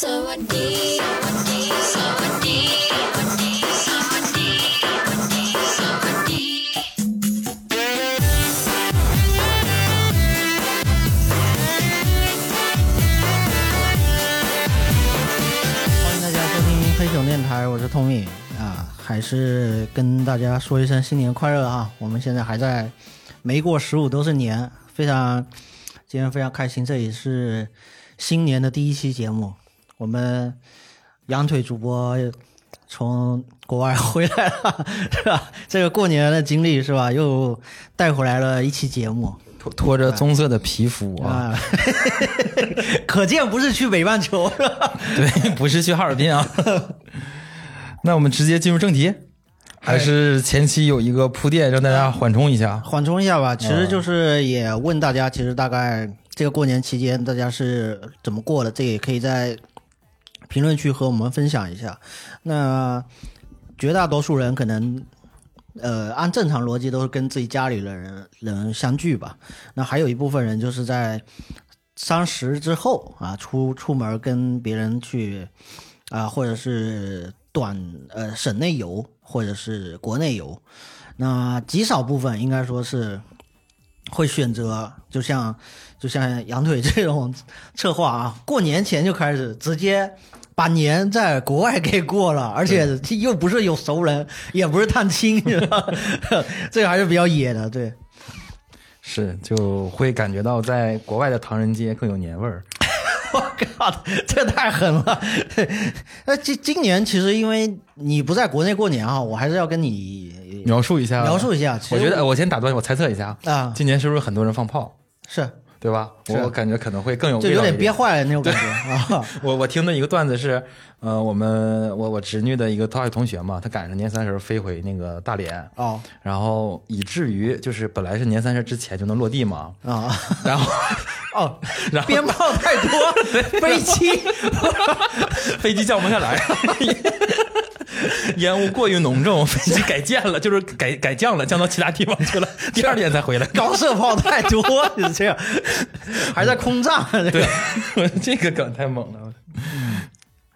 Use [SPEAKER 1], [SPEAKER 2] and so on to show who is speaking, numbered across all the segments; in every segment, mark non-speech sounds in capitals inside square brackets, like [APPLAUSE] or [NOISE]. [SPEAKER 1] สวัสดีสวัสดีสวัสดีสวัสดีสวัสดีสวัสดี
[SPEAKER 2] 欢迎大家收听黑熊电台，我是 Tommy 啊，还是跟大家说一声新年快乐啊！我们现在还在没过十五都是年，非常今天非常开心，这也是新年的第一期节目。我们羊腿主播从国外回来了，是吧？这个过年的经历是吧？又带回来了一期节目
[SPEAKER 3] 拖拖着棕色的皮肤啊，
[SPEAKER 2] 啊， [LAUGHS] 可见不是去北半球是吧？
[SPEAKER 3] 对，不是去哈尔滨啊。 [LAUGHS] 那我们直接进入正题，还是前期有一个铺垫，让大家缓冲一下。
[SPEAKER 2] 缓冲一下吧，其实就是也问大家，其实大概这个过年期间大家是怎么过的，这也可以在评论区和我们分享一下。那绝大多数人可能，呃，按正常逻辑都是跟自己家里的人人相聚吧。那还有一部分人就是在三十之后啊，出出门跟别人去啊，或者是短呃省内游，或者是国内游。那极少部分应该说是会选择，就像就像羊腿这种策划啊，过年前就开始直接把年在国外给过了，而且又不是有熟人，也不是探亲， [LAUGHS] 是吧这个还是比较野的，对。 [LAUGHS]
[SPEAKER 3] 是，就会感觉到在国外的唐人街更有年味儿。
[SPEAKER 2] 我靠，这太狠了！ [LAUGHS] 那今今年其实因为你不在国内过年啊，我还是要跟你
[SPEAKER 3] 描述一
[SPEAKER 2] 嗯
[SPEAKER 3] 下，
[SPEAKER 2] 描述一下。其实
[SPEAKER 3] 我觉得，呃我先打断，我猜测一下，
[SPEAKER 2] 啊，
[SPEAKER 3] 今年是不是很多人放炮，
[SPEAKER 2] 是
[SPEAKER 3] 对吧？
[SPEAKER 2] 是
[SPEAKER 3] 我感觉可能会更有
[SPEAKER 2] 就
[SPEAKER 3] 嗯味
[SPEAKER 2] 有
[SPEAKER 3] 道一
[SPEAKER 2] 点憋坏了那种感觉啊。
[SPEAKER 3] 我我听的一个段子是，呃，我们我我侄女的一个大学同学嘛，她赶上年三十飞回那个大连，
[SPEAKER 2] 哦
[SPEAKER 3] 然后以至于就是本来是年三十之前就能落地 [LAUGHS] 嘛，
[SPEAKER 2] 啊 [LAUGHS]
[SPEAKER 3] 然后
[SPEAKER 2] 哦，
[SPEAKER 3] 然
[SPEAKER 2] [LAUGHS]
[SPEAKER 3] 后
[SPEAKER 2] 鞭炮太多，飞机
[SPEAKER 3] 飞机降不下 [LAUGHS] 来，烟雾过于浓重，飞机改建了，就是改改降了，降到其他地方去 [LAUGHS] 了，第二天才回来。
[SPEAKER 2] 高射炮太
[SPEAKER 3] [LAUGHS]
[SPEAKER 2] 多，就是这样，还在空战。这个
[SPEAKER 3] 对， [LAUGHS] 这个梗太猛了。嗯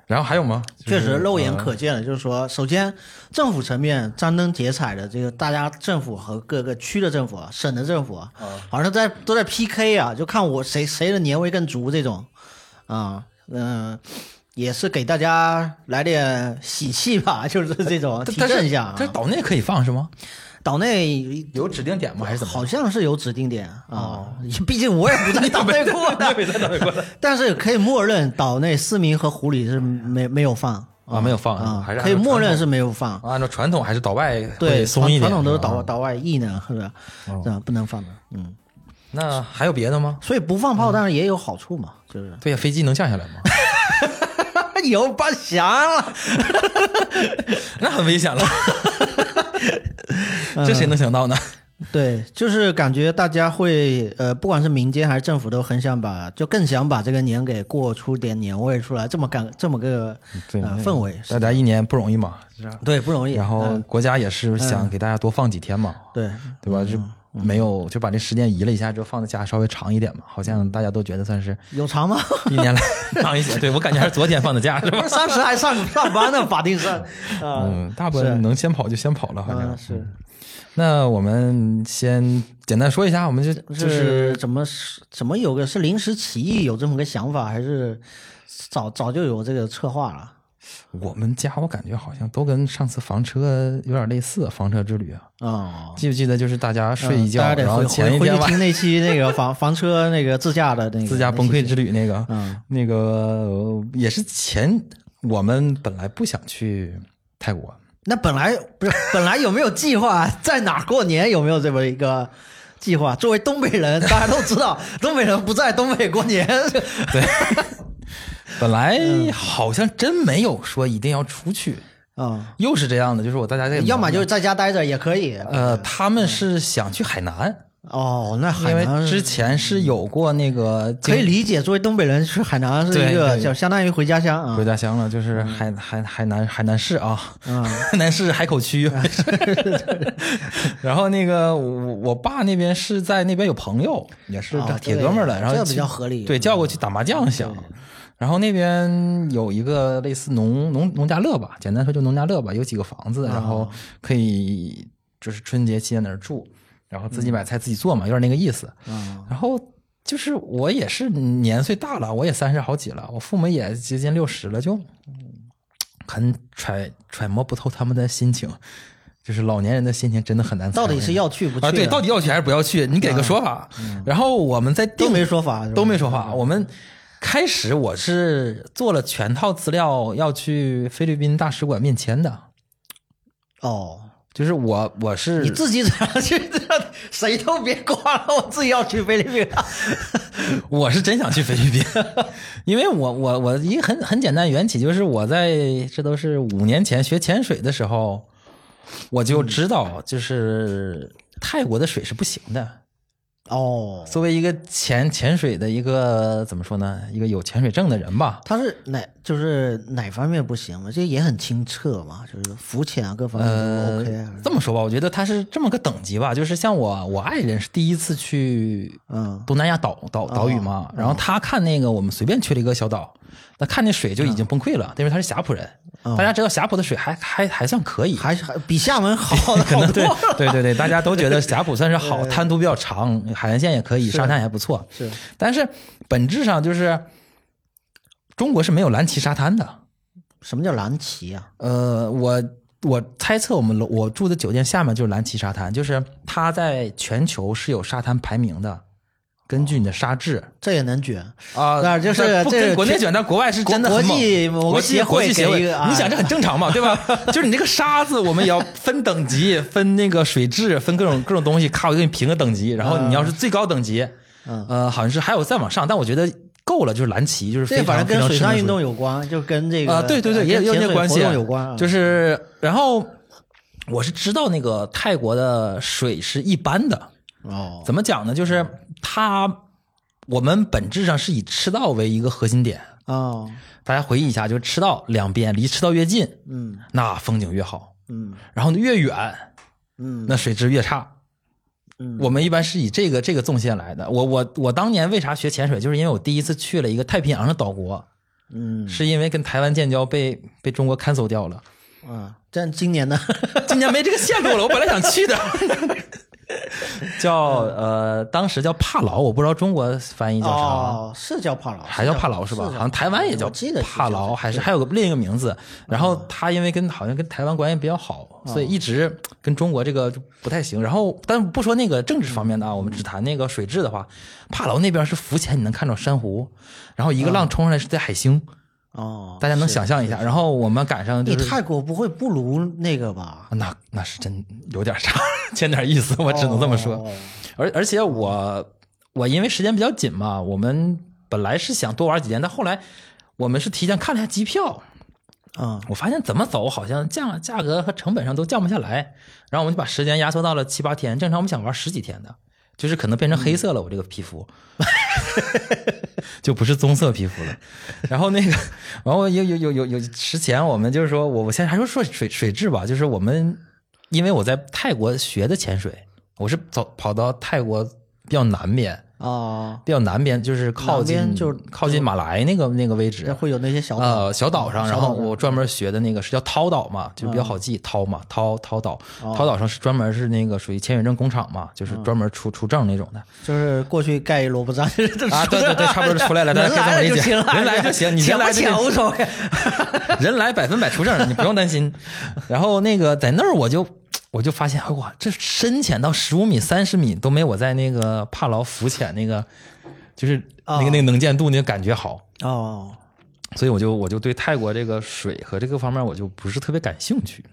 [SPEAKER 3] 然后还有吗？
[SPEAKER 2] [LAUGHS]
[SPEAKER 3] 呃
[SPEAKER 2] 确实肉眼
[SPEAKER 3] 可
[SPEAKER 2] 可见的，就是说，首先政府层面张灯结彩的，这个大家政府和各个区的政府、啊、省的政府，啊，
[SPEAKER 3] 哦
[SPEAKER 2] 好像在都在 PK 啊，就看我谁谁的年味更足这种，啊，嗯、也是给大家来点喜气吧，就是这种提
[SPEAKER 3] 但
[SPEAKER 2] 振一
[SPEAKER 3] 是
[SPEAKER 2] 下、啊。
[SPEAKER 3] 但是岛内可以放是吗？
[SPEAKER 2] 岛内
[SPEAKER 3] 有指定点吗？还是怎么？ [LAUGHS] 哦
[SPEAKER 2] 好像是有指定点啊， [LAUGHS] 毕竟我也不在岛内过的，
[SPEAKER 3] 没在岛内过的
[SPEAKER 2] [LAUGHS] 但是可以默认岛内思明和狐狸是没没有放
[SPEAKER 3] 啊没有放
[SPEAKER 2] 啊
[SPEAKER 3] 还是，按
[SPEAKER 2] 可以
[SPEAKER 3] 照
[SPEAKER 2] 默认
[SPEAKER 3] 传统
[SPEAKER 2] 是没有放。
[SPEAKER 3] 按照传统还是岛外
[SPEAKER 2] 对，
[SPEAKER 3] 会松一
[SPEAKER 2] 传
[SPEAKER 3] 点，啊
[SPEAKER 2] 统都是岛
[SPEAKER 3] 吧哦
[SPEAKER 2] 岛外艺呢，是不是？这样不能放的，嗯。
[SPEAKER 3] 那还有别的吗？
[SPEAKER 2] 所以不放炮，当然也有好处嘛，
[SPEAKER 3] [LAUGHS]
[SPEAKER 2] 就是
[SPEAKER 3] 对呀，飞机能降下来吗？
[SPEAKER 2] 有把翔了。
[SPEAKER 3] [LAUGHS] 那很危险了， [LAUGHS] 这谁能想到呢？
[SPEAKER 2] 对，就是感觉大家会呃，不管是民间还是政府，都很想把，就更想把这个年给过出点年味出来，这么感这么个
[SPEAKER 3] 对
[SPEAKER 2] 呃
[SPEAKER 3] 那
[SPEAKER 2] 氛围，
[SPEAKER 3] 嗯大家一年不容易嘛，
[SPEAKER 2] 对，不容易。
[SPEAKER 3] 然后
[SPEAKER 2] 嗯
[SPEAKER 3] 国家也是想给大家多放几天嘛，
[SPEAKER 2] 对，
[SPEAKER 3] 对吧？就没有就把这时间移了一下，之后放的假稍微长一点嘛，好像大家都觉得算是
[SPEAKER 2] 有偿吗？ [LAUGHS]
[SPEAKER 3] 一年来嗯 [LAUGHS] 长一些。对我感觉还是昨天放的假是
[SPEAKER 2] 不
[SPEAKER 3] 吧？
[SPEAKER 2] 是三十还上上班呢，法定上啊，
[SPEAKER 3] [LAUGHS] 嗯，啊大部分能先跑就先跑了，反正
[SPEAKER 2] 嗯是。
[SPEAKER 3] 那我们先简单说一下，我们就就是
[SPEAKER 2] 怎么是怎么有个是临时起意有这么个想法，还是早早就有这个策划了？
[SPEAKER 3] 我们家，我感觉好像都跟上次房车有点类似，房车之旅啊。
[SPEAKER 2] 哦，
[SPEAKER 3] 记不记得就是大家睡一
[SPEAKER 2] 嗯
[SPEAKER 3] 觉，
[SPEAKER 2] 大家得
[SPEAKER 3] 然后
[SPEAKER 2] 回
[SPEAKER 3] 前一
[SPEAKER 2] 回
[SPEAKER 3] 天
[SPEAKER 2] 去
[SPEAKER 3] 晚 [LAUGHS]
[SPEAKER 2] 听那期那个房房车那个自驾的那个
[SPEAKER 3] 自家崩溃之
[SPEAKER 2] 旅，
[SPEAKER 3] 旅那个，
[SPEAKER 2] 嗯
[SPEAKER 3] 那个、呃也是前我们本来不想去泰国，
[SPEAKER 2] 那本来不是本来有没有计划在哪儿过年？有没有这么一个计划？作为东北人，大家都知道东北人不在东北过年，
[SPEAKER 3] [LAUGHS]
[SPEAKER 2] [LAUGHS]
[SPEAKER 3] 对，本来
[SPEAKER 2] 嗯
[SPEAKER 3] 好像真没有说一定要出去，
[SPEAKER 2] 啊，
[SPEAKER 3] 又是这样的，就是我大家在
[SPEAKER 2] 要么就是在家待着也可以。
[SPEAKER 3] 呃，他们是想去海南，
[SPEAKER 2] 哦，那海
[SPEAKER 3] 因为
[SPEAKER 2] 南
[SPEAKER 3] 之前是有过那个经
[SPEAKER 2] 可以理解，作为东北人去海南是一个
[SPEAKER 3] 对对
[SPEAKER 2] 叫相当于回家乡啊
[SPEAKER 3] 回。家乡了，就是海海海南海南市啊，
[SPEAKER 2] 嗯
[SPEAKER 3] [LAUGHS]
[SPEAKER 2] 啊
[SPEAKER 3] 海南市海口区。 [LAUGHS] 然后那个我我爸那边是在那边有朋友，也是啊
[SPEAKER 2] 哦
[SPEAKER 3] 铁哥们儿了，
[SPEAKER 2] 对
[SPEAKER 3] 然后
[SPEAKER 2] 这
[SPEAKER 3] 去
[SPEAKER 2] 比较合理嗯
[SPEAKER 3] 对，叫过去打麻将想，然后那边有一个类似农农农家乐吧，简单说就农家乐吧，有几个房
[SPEAKER 2] 啊
[SPEAKER 3] 子，然后可以就是春节期间在那儿住，然后自己买菜自己做嘛，有点那个意思。
[SPEAKER 2] 嗯
[SPEAKER 3] 然后就是我也是年岁大了，我也三十好几了，我父母也接近六十了，就很揣揣摩不透他们的心情，就是老年人的心情真的很难猜
[SPEAKER 2] 到底
[SPEAKER 3] 我
[SPEAKER 2] 是要去不去？啊嗯
[SPEAKER 3] 啊，对，到底要去还是不要去？你给个说法。然后我们在定
[SPEAKER 2] 都没说法是吧
[SPEAKER 3] 都没说法。我们开始我是做了全套资料，要去菲律宾大使馆面签的，
[SPEAKER 2] 哦，
[SPEAKER 3] 就是我我是
[SPEAKER 2] 你自己 [LAUGHS] 怎么去？谁都别挂了，我自己要去菲律宾。
[SPEAKER 3] [LAUGHS] 我是真想去菲律宾，因为我我我一个很很简单缘起就是我在这都是五年前学潜水的时候，我就知道就是泰国的水是不行的。
[SPEAKER 2] 哦，
[SPEAKER 3] 作为一个潜潜水的一个怎么说呢，一个有潜水证的人吧，
[SPEAKER 2] 他是哪就是哪方面不行嘛？这也很清澈嘛，就是浮潜啊各方面都 OK 啊。
[SPEAKER 3] 呃，这么说吧，我觉得它是这么个等级吧，就是像我我爱人是第一次去
[SPEAKER 2] 嗯
[SPEAKER 3] 东南亚岛岛岛屿嘛，然后他看那个我们随便去了一个小岛，那看那水就已
[SPEAKER 2] 嗯
[SPEAKER 3] 经崩溃了，因为他是峡浦人，大家知道峡浦的水还还还算可以。
[SPEAKER 2] 还是还比厦门好
[SPEAKER 3] [LAUGHS] 可
[SPEAKER 2] 好多
[SPEAKER 3] 能对
[SPEAKER 2] 了。
[SPEAKER 3] 对对对，大家都觉得峡浦算是好，滩涂比较长，海岸线也可以，沙滩也不错。
[SPEAKER 2] 是，
[SPEAKER 3] 但是本质上就是中国是没有蓝旗沙滩的。
[SPEAKER 2] 什么叫蓝旗啊？
[SPEAKER 3] 呃，我我猜测我们楼我住的酒店下面就是蓝旗沙滩，就是它在全球是有沙滩排名的，根据你的沙质
[SPEAKER 2] 这也能卷？
[SPEAKER 3] 啊
[SPEAKER 2] 那就是
[SPEAKER 3] 不
[SPEAKER 2] 这
[SPEAKER 3] 跟
[SPEAKER 2] 是
[SPEAKER 3] 国内卷，但国外是真的
[SPEAKER 2] 国
[SPEAKER 3] 很猛
[SPEAKER 2] 国际某个
[SPEAKER 3] 国际
[SPEAKER 2] 协
[SPEAKER 3] 国
[SPEAKER 2] 会
[SPEAKER 3] 际协
[SPEAKER 2] 给
[SPEAKER 3] 会
[SPEAKER 2] 一个，啊
[SPEAKER 3] 你想这很正常嘛，对吧？ [LAUGHS] 就是你这个沙子，我们也要分等级，分那个水质，分各种各种东西，咔，我给你评个等级，然后你要是最高等级，
[SPEAKER 2] 嗯
[SPEAKER 3] 呃，好像是还有再往上，但我觉得够了，就是蓝旗，就是非
[SPEAKER 2] 这
[SPEAKER 3] 常
[SPEAKER 2] 反正跟
[SPEAKER 3] 非常
[SPEAKER 2] 水
[SPEAKER 3] 吃
[SPEAKER 2] 上
[SPEAKER 3] 面
[SPEAKER 2] 运
[SPEAKER 3] 属于
[SPEAKER 2] 动有关，就跟这个
[SPEAKER 3] 啊，对对对，
[SPEAKER 2] 呃
[SPEAKER 3] 也也
[SPEAKER 2] 跟潜
[SPEAKER 3] 有那
[SPEAKER 2] 水
[SPEAKER 3] 关系
[SPEAKER 2] 活动有关啊。
[SPEAKER 3] 就是，然后我是知道那个泰国的水是一般的，
[SPEAKER 2] 哦，
[SPEAKER 3] 怎么讲呢？就是它，我们本质上是以赤道为一个核心点。
[SPEAKER 2] 哦，
[SPEAKER 3] 大家回忆一下，就是赤道两边离赤道越近，
[SPEAKER 2] 嗯
[SPEAKER 3] 那风景越好；
[SPEAKER 2] 嗯
[SPEAKER 3] 然后越远，
[SPEAKER 2] 嗯，
[SPEAKER 3] 那水质越差。
[SPEAKER 2] 嗯
[SPEAKER 3] 我们一般是以这个这个纵线来的。我我我当年为啥学潜水，就是因为我第一次去了一个太平洋的岛国，
[SPEAKER 2] 嗯
[SPEAKER 3] 是因为跟台湾建交被被中国 cancel 掉了。
[SPEAKER 2] 啊，但今年呢？
[SPEAKER 3] [LAUGHS] 今年没这个线路了，我本来想去的。 [LAUGHS] 叫呃，当时叫帕劳，我不知道中国翻译叫啥，
[SPEAKER 2] 哦，是叫帕劳，
[SPEAKER 3] 还叫帕劳是吧？好像台湾也叫
[SPEAKER 2] 我记得是嗯
[SPEAKER 3] 帕劳，啊
[SPEAKER 2] 叫
[SPEAKER 3] 还是还有个另一个名字。然后他因为跟好像跟台湾关系比较好，
[SPEAKER 2] 嗯
[SPEAKER 3] 所以一直跟中国这个就不太行。然后，但不说那个政治方面的啊，我们只谈那个水质的话，帕劳那边是浮潜，你能看到珊瑚，然后一个浪冲上来是在海星，
[SPEAKER 2] 哦，
[SPEAKER 3] 大家能
[SPEAKER 2] 嗯是
[SPEAKER 3] 想象一下。然后我们赶上
[SPEAKER 2] 你
[SPEAKER 3] 就是
[SPEAKER 2] 泰国不会不如那个吧？
[SPEAKER 3] 啊那那是真有点啥，欠点意思，我 [LAUGHS] 只能这么说。
[SPEAKER 2] 哦
[SPEAKER 3] 而而且我我因为时间比较紧嘛，我们本来是想多玩几天，但后来我们是提前看了一下机票，
[SPEAKER 2] 嗯
[SPEAKER 3] 我发现怎么走好像降价格和成本上都降不下来，然后我们就把时间压缩到了七八天。正常我们想玩十几天的，就是可能变成黑色了，我这个皮肤， [LAUGHS] 就不是棕色皮肤了。然后那个，然后有有有有有之前我们就是说我我现在还说说水水质吧，就是我们因为我在泰国学的潜水，我是走跑到泰国比较南边，
[SPEAKER 2] 哦，
[SPEAKER 3] 比较南边就是靠
[SPEAKER 2] 南
[SPEAKER 3] 近
[SPEAKER 2] 边就
[SPEAKER 3] 靠近马来那个那个位置，
[SPEAKER 2] 那会有那些小岛
[SPEAKER 3] 呃，小岛上，
[SPEAKER 2] 嗯小
[SPEAKER 3] 然后
[SPEAKER 2] 岛上嗯
[SPEAKER 3] 我专门学的那个是叫涛岛嘛，就比较好记，涛嘛，涛涛岛，
[SPEAKER 2] 哦
[SPEAKER 3] 涛岛上是专门是那个属于签约证工厂嘛，就是
[SPEAKER 2] 嗯
[SPEAKER 3] 专门出出证那
[SPEAKER 2] [LAUGHS]
[SPEAKER 3] 种的。
[SPEAKER 2] 就是过去盖一萝卜章， [LAUGHS] 就是这么
[SPEAKER 3] 啊，对对对，差不多出来了，大
[SPEAKER 2] 能
[SPEAKER 3] 家可
[SPEAKER 2] 来
[SPEAKER 3] 以
[SPEAKER 2] 了 [LAUGHS]
[SPEAKER 3] 这
[SPEAKER 2] 就
[SPEAKER 3] 么理解，
[SPEAKER 2] 行了，
[SPEAKER 3] 人来就行，你人
[SPEAKER 2] 潜
[SPEAKER 3] 来
[SPEAKER 2] 不
[SPEAKER 3] 这
[SPEAKER 2] 潜
[SPEAKER 3] 个
[SPEAKER 2] 无所谓。
[SPEAKER 3] [LAUGHS] 人来百分百出证，你不用
[SPEAKER 2] [LAUGHS]
[SPEAKER 3] 担心。然后那个在那儿我就我就发现，哎哇，这深潜到十五米、三十米都没我在那个帕劳浮潜那个，就是那个那个能见度那个感觉好。
[SPEAKER 2] 哦，
[SPEAKER 3] 所以我就我就对泰国这个水和这个方面我就不是特别感兴趣。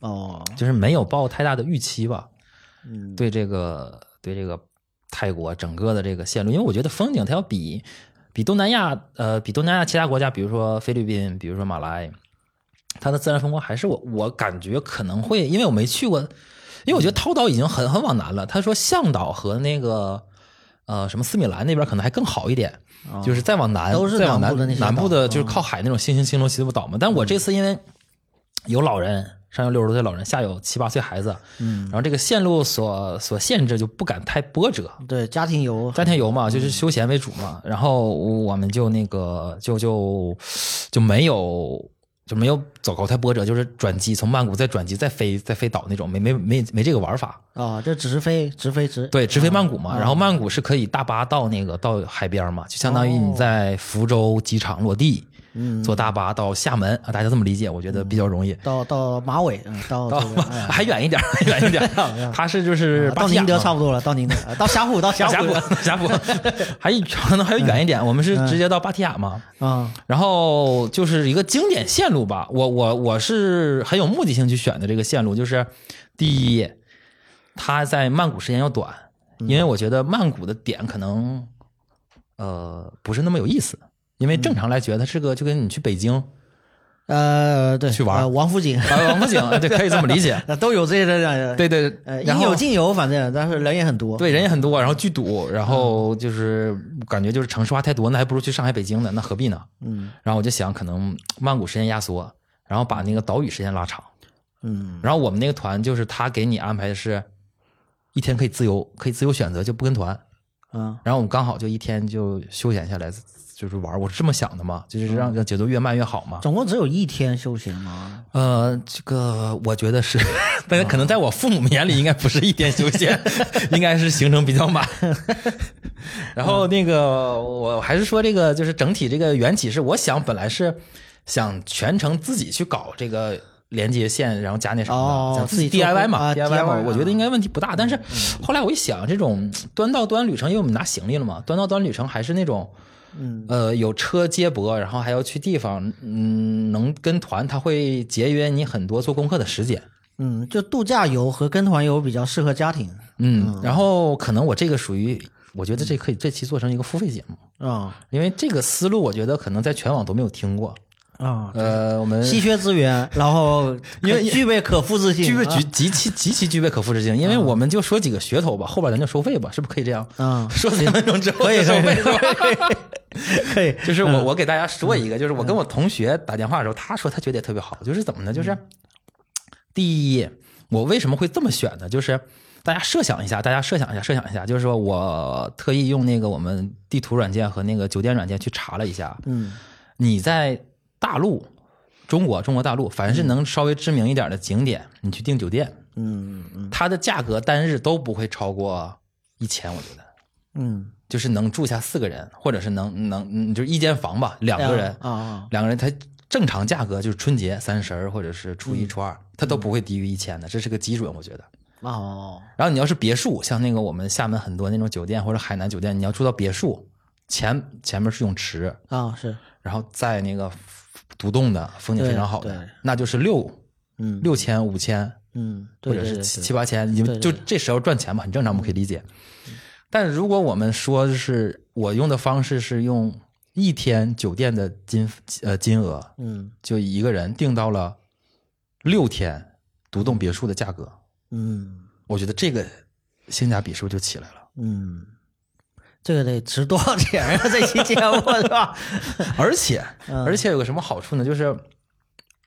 [SPEAKER 2] 哦，
[SPEAKER 3] 就是没有抱太大的预期吧。嗯，对这个对这个泰国整个的这个线路，因为我觉得风景它要比比东南亚呃比东南亚其他国家，比如说菲律宾，比如说马来，它的自然风光还是我我感觉可能会，因为我没去过，因为我觉得涛岛已经很很往南了。他说向导和那个。呃，什么斯米兰那边可能还更好一点，
[SPEAKER 2] 啊
[SPEAKER 3] 就是再往南，
[SPEAKER 2] 都是
[SPEAKER 3] 再往
[SPEAKER 2] 南
[SPEAKER 3] 南
[SPEAKER 2] 部的那些
[SPEAKER 3] 南
[SPEAKER 2] 岛
[SPEAKER 3] 部
[SPEAKER 2] 嗯
[SPEAKER 3] 的，就是靠海那种星星星罗棋布岛嘛。但我这次因为有老人，上有六十多岁老人，下有七八岁孩子，嗯，然后这个线路所所限制就不敢太波折，
[SPEAKER 2] 对，家庭游，
[SPEAKER 3] 家庭游嘛，
[SPEAKER 2] 嗯
[SPEAKER 3] 就是休闲为主嘛。然后我们就那个就就就没有就没有走高太波折，就是转机从曼谷再转机再飞再飞岛那种，没没没没这个玩法。
[SPEAKER 2] 啊，这直飞直飞直，
[SPEAKER 3] 对，直飞曼谷
[SPEAKER 2] 嗯
[SPEAKER 3] 嘛，然后曼谷是可以大巴到那个到海边嘛，就相当于你在福州机场落地，
[SPEAKER 2] 哦嗯
[SPEAKER 3] 坐大巴到厦门啊，大家这么理解，我觉得比较容易。
[SPEAKER 2] 到到马尾，嗯，到
[SPEAKER 3] 到 [LAUGHS]
[SPEAKER 2] 这个哎
[SPEAKER 3] 还远一点，还 [LAUGHS] 远一点，它是就是
[SPEAKER 2] 啊到
[SPEAKER 3] 巴提雅
[SPEAKER 2] 宁德
[SPEAKER 3] 嘛
[SPEAKER 2] 差不多了，到宁德，啊到峡谷，到嗯峡
[SPEAKER 3] 到峡谷，峡谷， [LAUGHS] 还可能还远一点。我们是直接到芭提雅嘛，
[SPEAKER 2] 啊，
[SPEAKER 3] 然后就是一个经典线路吧。我我我是很有目的性去选的这个线路，就是第一，它在曼谷时间要短，因为我觉得曼谷的点可能呃不是那么有意思，因为正常来觉得它是个就跟你去北
[SPEAKER 2] 嗯
[SPEAKER 3] 京
[SPEAKER 2] 呃，对，
[SPEAKER 3] 去玩
[SPEAKER 2] 呃王府井，呃
[SPEAKER 3] 啊王府井，
[SPEAKER 2] [LAUGHS]
[SPEAKER 3] 对，可以这么理解。
[SPEAKER 2] 都有这些的，
[SPEAKER 3] 对对，
[SPEAKER 2] 呃，
[SPEAKER 3] 然
[SPEAKER 2] 应
[SPEAKER 3] 后
[SPEAKER 2] 有尽有，反正但是人也很多，
[SPEAKER 3] 对，人也很多，然后巨堵，然后就是感觉就是城市化太多，那还不如去上海、北京呢，那何必呢？
[SPEAKER 2] 嗯
[SPEAKER 3] 然后我就想，可能曼谷时间压缩，然后把那个岛屿时间拉长。
[SPEAKER 2] 嗯
[SPEAKER 3] 然后我们那个团就是他给你安排的是，一天可以自由，可以自由选择，就不跟团。
[SPEAKER 2] 啊
[SPEAKER 3] 然后我们刚好就一天就休闲下来，就是玩儿。我是这么想的嘛，就是让这节奏越慢越好嘛。
[SPEAKER 2] 总共只有一天休闲嘛，
[SPEAKER 3] 呃，这个我觉得是， [LAUGHS] 但是可能在我父母们眼里应该不是一天休闲， [LAUGHS] 应该是行程比较满。 [LAUGHS] 然
[SPEAKER 2] 嗯
[SPEAKER 3] 后那个，我还是说这个，就是整体这个缘起是，我想本来是想全程自己去搞这个连接线，然后加那什么的，
[SPEAKER 2] 哦
[SPEAKER 3] 想
[SPEAKER 2] 自己做
[SPEAKER 3] DIY 嘛、
[SPEAKER 2] 啊嗯
[SPEAKER 3] DIY 嘛
[SPEAKER 2] DIY，
[SPEAKER 3] 我觉得应该问题不大。但是后来我一想，这种端到端旅程，因为我们拿行李了嘛，端到端旅程还是那种。呃，有车接驳，然后还要去地方，嗯，能跟团，它会节约你很多做功课的时间，
[SPEAKER 2] 嗯，就度假游和跟团游比较适合家庭
[SPEAKER 3] 嗯，然后可能我这个属于，我觉得这可以这期做成一个付费节目，
[SPEAKER 2] 啊
[SPEAKER 3] 因为这个思路我觉得可能在全网都没有听过，
[SPEAKER 2] 啊，
[SPEAKER 3] 呃，我们
[SPEAKER 2] 稀缺资源，然后
[SPEAKER 3] [LAUGHS] 因为
[SPEAKER 2] 可具备可复制性，
[SPEAKER 3] 具备
[SPEAKER 2] 啊
[SPEAKER 3] 极极其极其具备可复制性，因为我们就说几个噱头吧，后边咱就收费吧，是不是可以这样？
[SPEAKER 2] 嗯
[SPEAKER 3] 说三分钟之后
[SPEAKER 2] 可以
[SPEAKER 3] 就收费是吧？
[SPEAKER 2] [LAUGHS] 可以
[SPEAKER 3] [LAUGHS] 就是我我给大家说
[SPEAKER 2] 嗯
[SPEAKER 3] 一个，就是我跟我同学打电话的时候，他说他觉得也特别好，就是怎么呢？就是第一，我为什么会这么选呢？就是大家设想一下，大家设想一下，设想一下，就是说我特意用那个我们地图软件和那个酒店软件去查了一下，
[SPEAKER 2] 嗯
[SPEAKER 3] 你在大陆。中国，中国大陆，凡是能稍微知名一点的景点，你去订酒店，
[SPEAKER 2] 嗯嗯
[SPEAKER 3] 它的价格单日都不会超过一千，我觉得，
[SPEAKER 2] 嗯，
[SPEAKER 3] 就是能住下四个人，或者是能能，嗯就是一间房吧，两
[SPEAKER 2] 两
[SPEAKER 3] 个人，
[SPEAKER 2] 啊啊，
[SPEAKER 3] 两个人他正常价格就是春节、三十儿或者是初
[SPEAKER 2] 嗯
[SPEAKER 3] 一、初二，他都不会低于一千的，这是个基准，我觉得。
[SPEAKER 2] 哦，
[SPEAKER 3] 然后你要是别墅，像那个我们厦门很多那种酒店或者海南酒店，你要住到别墅，前前面是泳池，
[SPEAKER 2] 啊是，
[SPEAKER 3] 然后在那个独栋的风景非常好
[SPEAKER 2] 对对
[SPEAKER 3] 的，那就是六
[SPEAKER 2] 嗯
[SPEAKER 3] 六千、五千
[SPEAKER 2] 嗯，
[SPEAKER 3] 或
[SPEAKER 2] 对
[SPEAKER 3] 者
[SPEAKER 2] 对
[SPEAKER 3] 是
[SPEAKER 2] 对
[SPEAKER 3] 七
[SPEAKER 2] 对
[SPEAKER 3] 七八千，你
[SPEAKER 2] 对
[SPEAKER 3] 们
[SPEAKER 2] 对
[SPEAKER 3] 就
[SPEAKER 2] 对嗯
[SPEAKER 3] 这时候赚钱嘛，很正常，我们可以理解。嗯但如果我们说是我用的方式是用一天酒店的金呃金额，
[SPEAKER 2] 嗯
[SPEAKER 3] 就一个人订到了六天独栋别墅的价格，
[SPEAKER 2] 嗯
[SPEAKER 3] 我觉得这个性价比是不是就起来了？ [LAUGHS]
[SPEAKER 2] 嗯，这个得值多少钱啊？这期节目是
[SPEAKER 3] [LAUGHS]
[SPEAKER 2] 吧？
[SPEAKER 3] 而且
[SPEAKER 2] 嗯
[SPEAKER 3] 而且有个什么好处呢？就是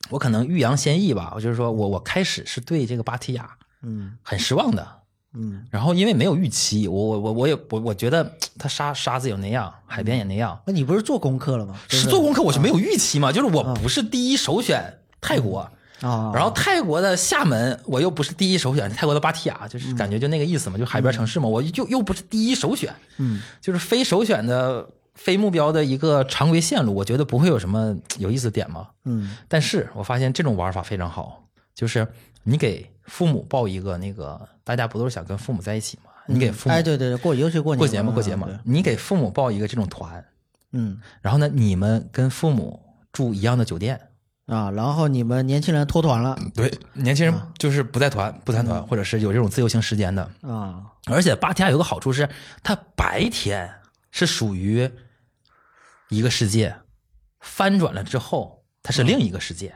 [SPEAKER 3] 我可能欲扬先抑吧，我就是说我我开始是对这个芭提雅
[SPEAKER 2] 嗯
[SPEAKER 3] 很失望的，
[SPEAKER 2] 嗯
[SPEAKER 3] 然后因为没有预期，我我我我也我我觉得它沙沙子也那样，海边也那样，
[SPEAKER 2] 那你不是做功课了吗？就是
[SPEAKER 3] 做功课我就没有预期嘛，就是我不是第一首选泰国。
[SPEAKER 2] 啊，
[SPEAKER 3] 然后泰国的厦门，我又不是第一首选，泰国的芭提雅就是感觉就那个意思嘛，就海边城市嘛，我又又不是第一首选，
[SPEAKER 2] 嗯，
[SPEAKER 3] 就是非首选的、非目标的一个常规线路，我觉得不会有什么有意思的点嘛。
[SPEAKER 2] 嗯
[SPEAKER 3] 但是我发现这种玩法非常好，就是你给父母报一个那个，大家不都是想跟父母在一起嘛？你给父母、
[SPEAKER 2] 哎对对对，过尤其过年
[SPEAKER 3] 嗯过节嘛，过节
[SPEAKER 2] 嗯
[SPEAKER 3] 嘛
[SPEAKER 2] 对，
[SPEAKER 3] 你给父母报一个这种团，
[SPEAKER 2] 嗯
[SPEAKER 3] 然后呢，你们跟父母住一样的酒店，
[SPEAKER 2] 啊，然后你们年轻人脱团了
[SPEAKER 3] 对，嗯年轻人就是不带团、不参团，或者是有这种自由行时间的。
[SPEAKER 2] 啊，
[SPEAKER 3] 而且芭提雅有个好处是，它白天是属于一个世界，翻转了之后，它是另一个世界。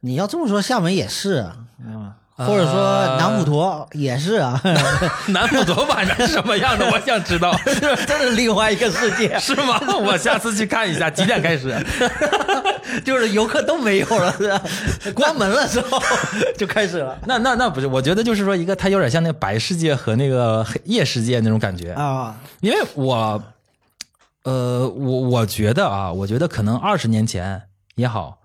[SPEAKER 2] 你要这么说，厦门也是啊，
[SPEAKER 3] 呃
[SPEAKER 2] 嗯或者说南普陀也是
[SPEAKER 3] [LAUGHS]
[SPEAKER 2] 啊，
[SPEAKER 3] 南普陀晚上是什么样的？我想知道， [LAUGHS]
[SPEAKER 2] 这是另外一个世界。
[SPEAKER 3] 是吗？我下次去看一下，几点开始？
[SPEAKER 2] [LAUGHS] 就是游客都没有了， [LAUGHS] 是吧？关门了之后
[SPEAKER 3] [LAUGHS]
[SPEAKER 2] 就开始了
[SPEAKER 3] 那那那不是，我觉得就是说一个，它有点像那个白世界和那个黑夜世界那种感觉，
[SPEAKER 2] 啊，
[SPEAKER 3] 因为我，呃，我我觉得啊，我觉得可能二十年前也好，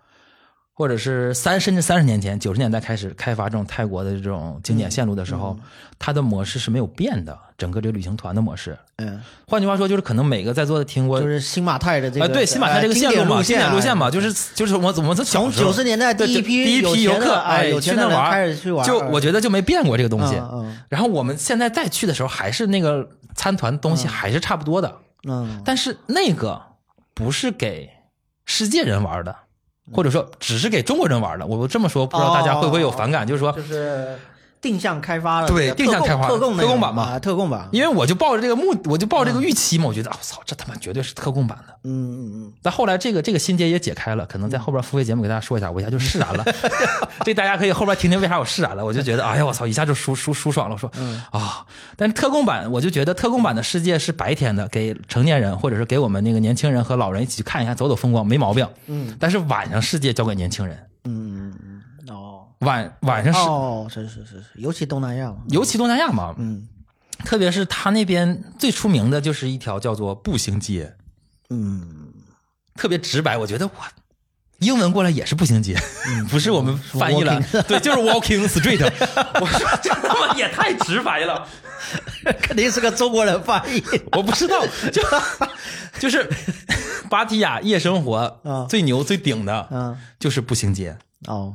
[SPEAKER 3] 或者是三甚至三十年前，九十年代开始开发这种泰国的这种
[SPEAKER 2] 嗯
[SPEAKER 3] 经典线路的时候，它的模式是没有变的，整个这个旅行团的模式。
[SPEAKER 2] 嗯，
[SPEAKER 3] 换句话说，就是可能每个在座的听过，
[SPEAKER 2] 就是新马泰的这
[SPEAKER 3] 啊，
[SPEAKER 2] 个
[SPEAKER 3] 呃对新马泰这个
[SPEAKER 2] 经
[SPEAKER 3] 线
[SPEAKER 2] 典
[SPEAKER 3] 路嘛，
[SPEAKER 2] 路
[SPEAKER 3] 经典
[SPEAKER 2] 啊
[SPEAKER 3] 路线嘛，就是就是我怎么从
[SPEAKER 2] 从九十年代第一批
[SPEAKER 3] 第一
[SPEAKER 2] 有
[SPEAKER 3] 批
[SPEAKER 2] 钱
[SPEAKER 3] 游
[SPEAKER 2] 的
[SPEAKER 3] 客哎
[SPEAKER 2] 啊有
[SPEAKER 3] 去
[SPEAKER 2] 钱
[SPEAKER 3] 那
[SPEAKER 2] 的人
[SPEAKER 3] 玩，
[SPEAKER 2] 开始去玩
[SPEAKER 3] 就
[SPEAKER 2] 儿
[SPEAKER 3] 我觉得就没变过这个东西。
[SPEAKER 2] 嗯嗯
[SPEAKER 3] 然后我们现在再去的时候，还是那个参团东西还是差不多的，
[SPEAKER 2] 嗯
[SPEAKER 3] 但是那个不是给世界人玩的，或者说只是给中国人玩的。我我这么说，不知道大家会不会有反感，就是说，
[SPEAKER 2] 就是定向开发了，
[SPEAKER 3] 对
[SPEAKER 2] 这个
[SPEAKER 3] 定向开发
[SPEAKER 2] 特供
[SPEAKER 3] 特供版嘛
[SPEAKER 2] 嘛，啊特供版，
[SPEAKER 3] 因为我就抱着这个目，我就抱着这个预期嘛，我觉得啊，我操，这他妈绝对是特供版的。
[SPEAKER 2] 嗯嗯
[SPEAKER 3] 但后来这个这个心结也解开了，可能在后边付费节目给大家说一下，我一下就释
[SPEAKER 2] [LAUGHS]
[SPEAKER 3] 然了。这大家可以后边听听为啥我释然了，我就觉得哎呀我操，一下就舒舒舒爽了。我说
[SPEAKER 2] 嗯
[SPEAKER 3] 啊、但是特供版我就觉得特供版的世界是白天的，给成年人或者是给我们那个年轻人和老人一起去看一看，走走风光没毛病。
[SPEAKER 2] 嗯，
[SPEAKER 3] 但是晚上世界交给年轻人，
[SPEAKER 2] 嗯嗯嗯，哦
[SPEAKER 3] 晚晚上是、
[SPEAKER 2] 哦，是是是是，尤其东南亚嘛，
[SPEAKER 3] 尤其东南亚嘛，
[SPEAKER 2] 嗯
[SPEAKER 3] 特别是他那边最出名的就是一条叫做步行街， [LAUGHS]
[SPEAKER 2] 嗯，
[SPEAKER 3] 特别直白，我觉得我英文过来也是步行街，不是我们翻译了，对，就是嗯 walking street。我 [LAUGHS] 说这他妈也太直白了，
[SPEAKER 2] 肯定是个中国人翻译，
[SPEAKER 3] 我不知道， [LAUGHS] 就就是芭提雅夜生活
[SPEAKER 2] 嗯
[SPEAKER 3] 最牛最顶的
[SPEAKER 2] 嗯
[SPEAKER 3] 就是步行街，
[SPEAKER 2] 哦，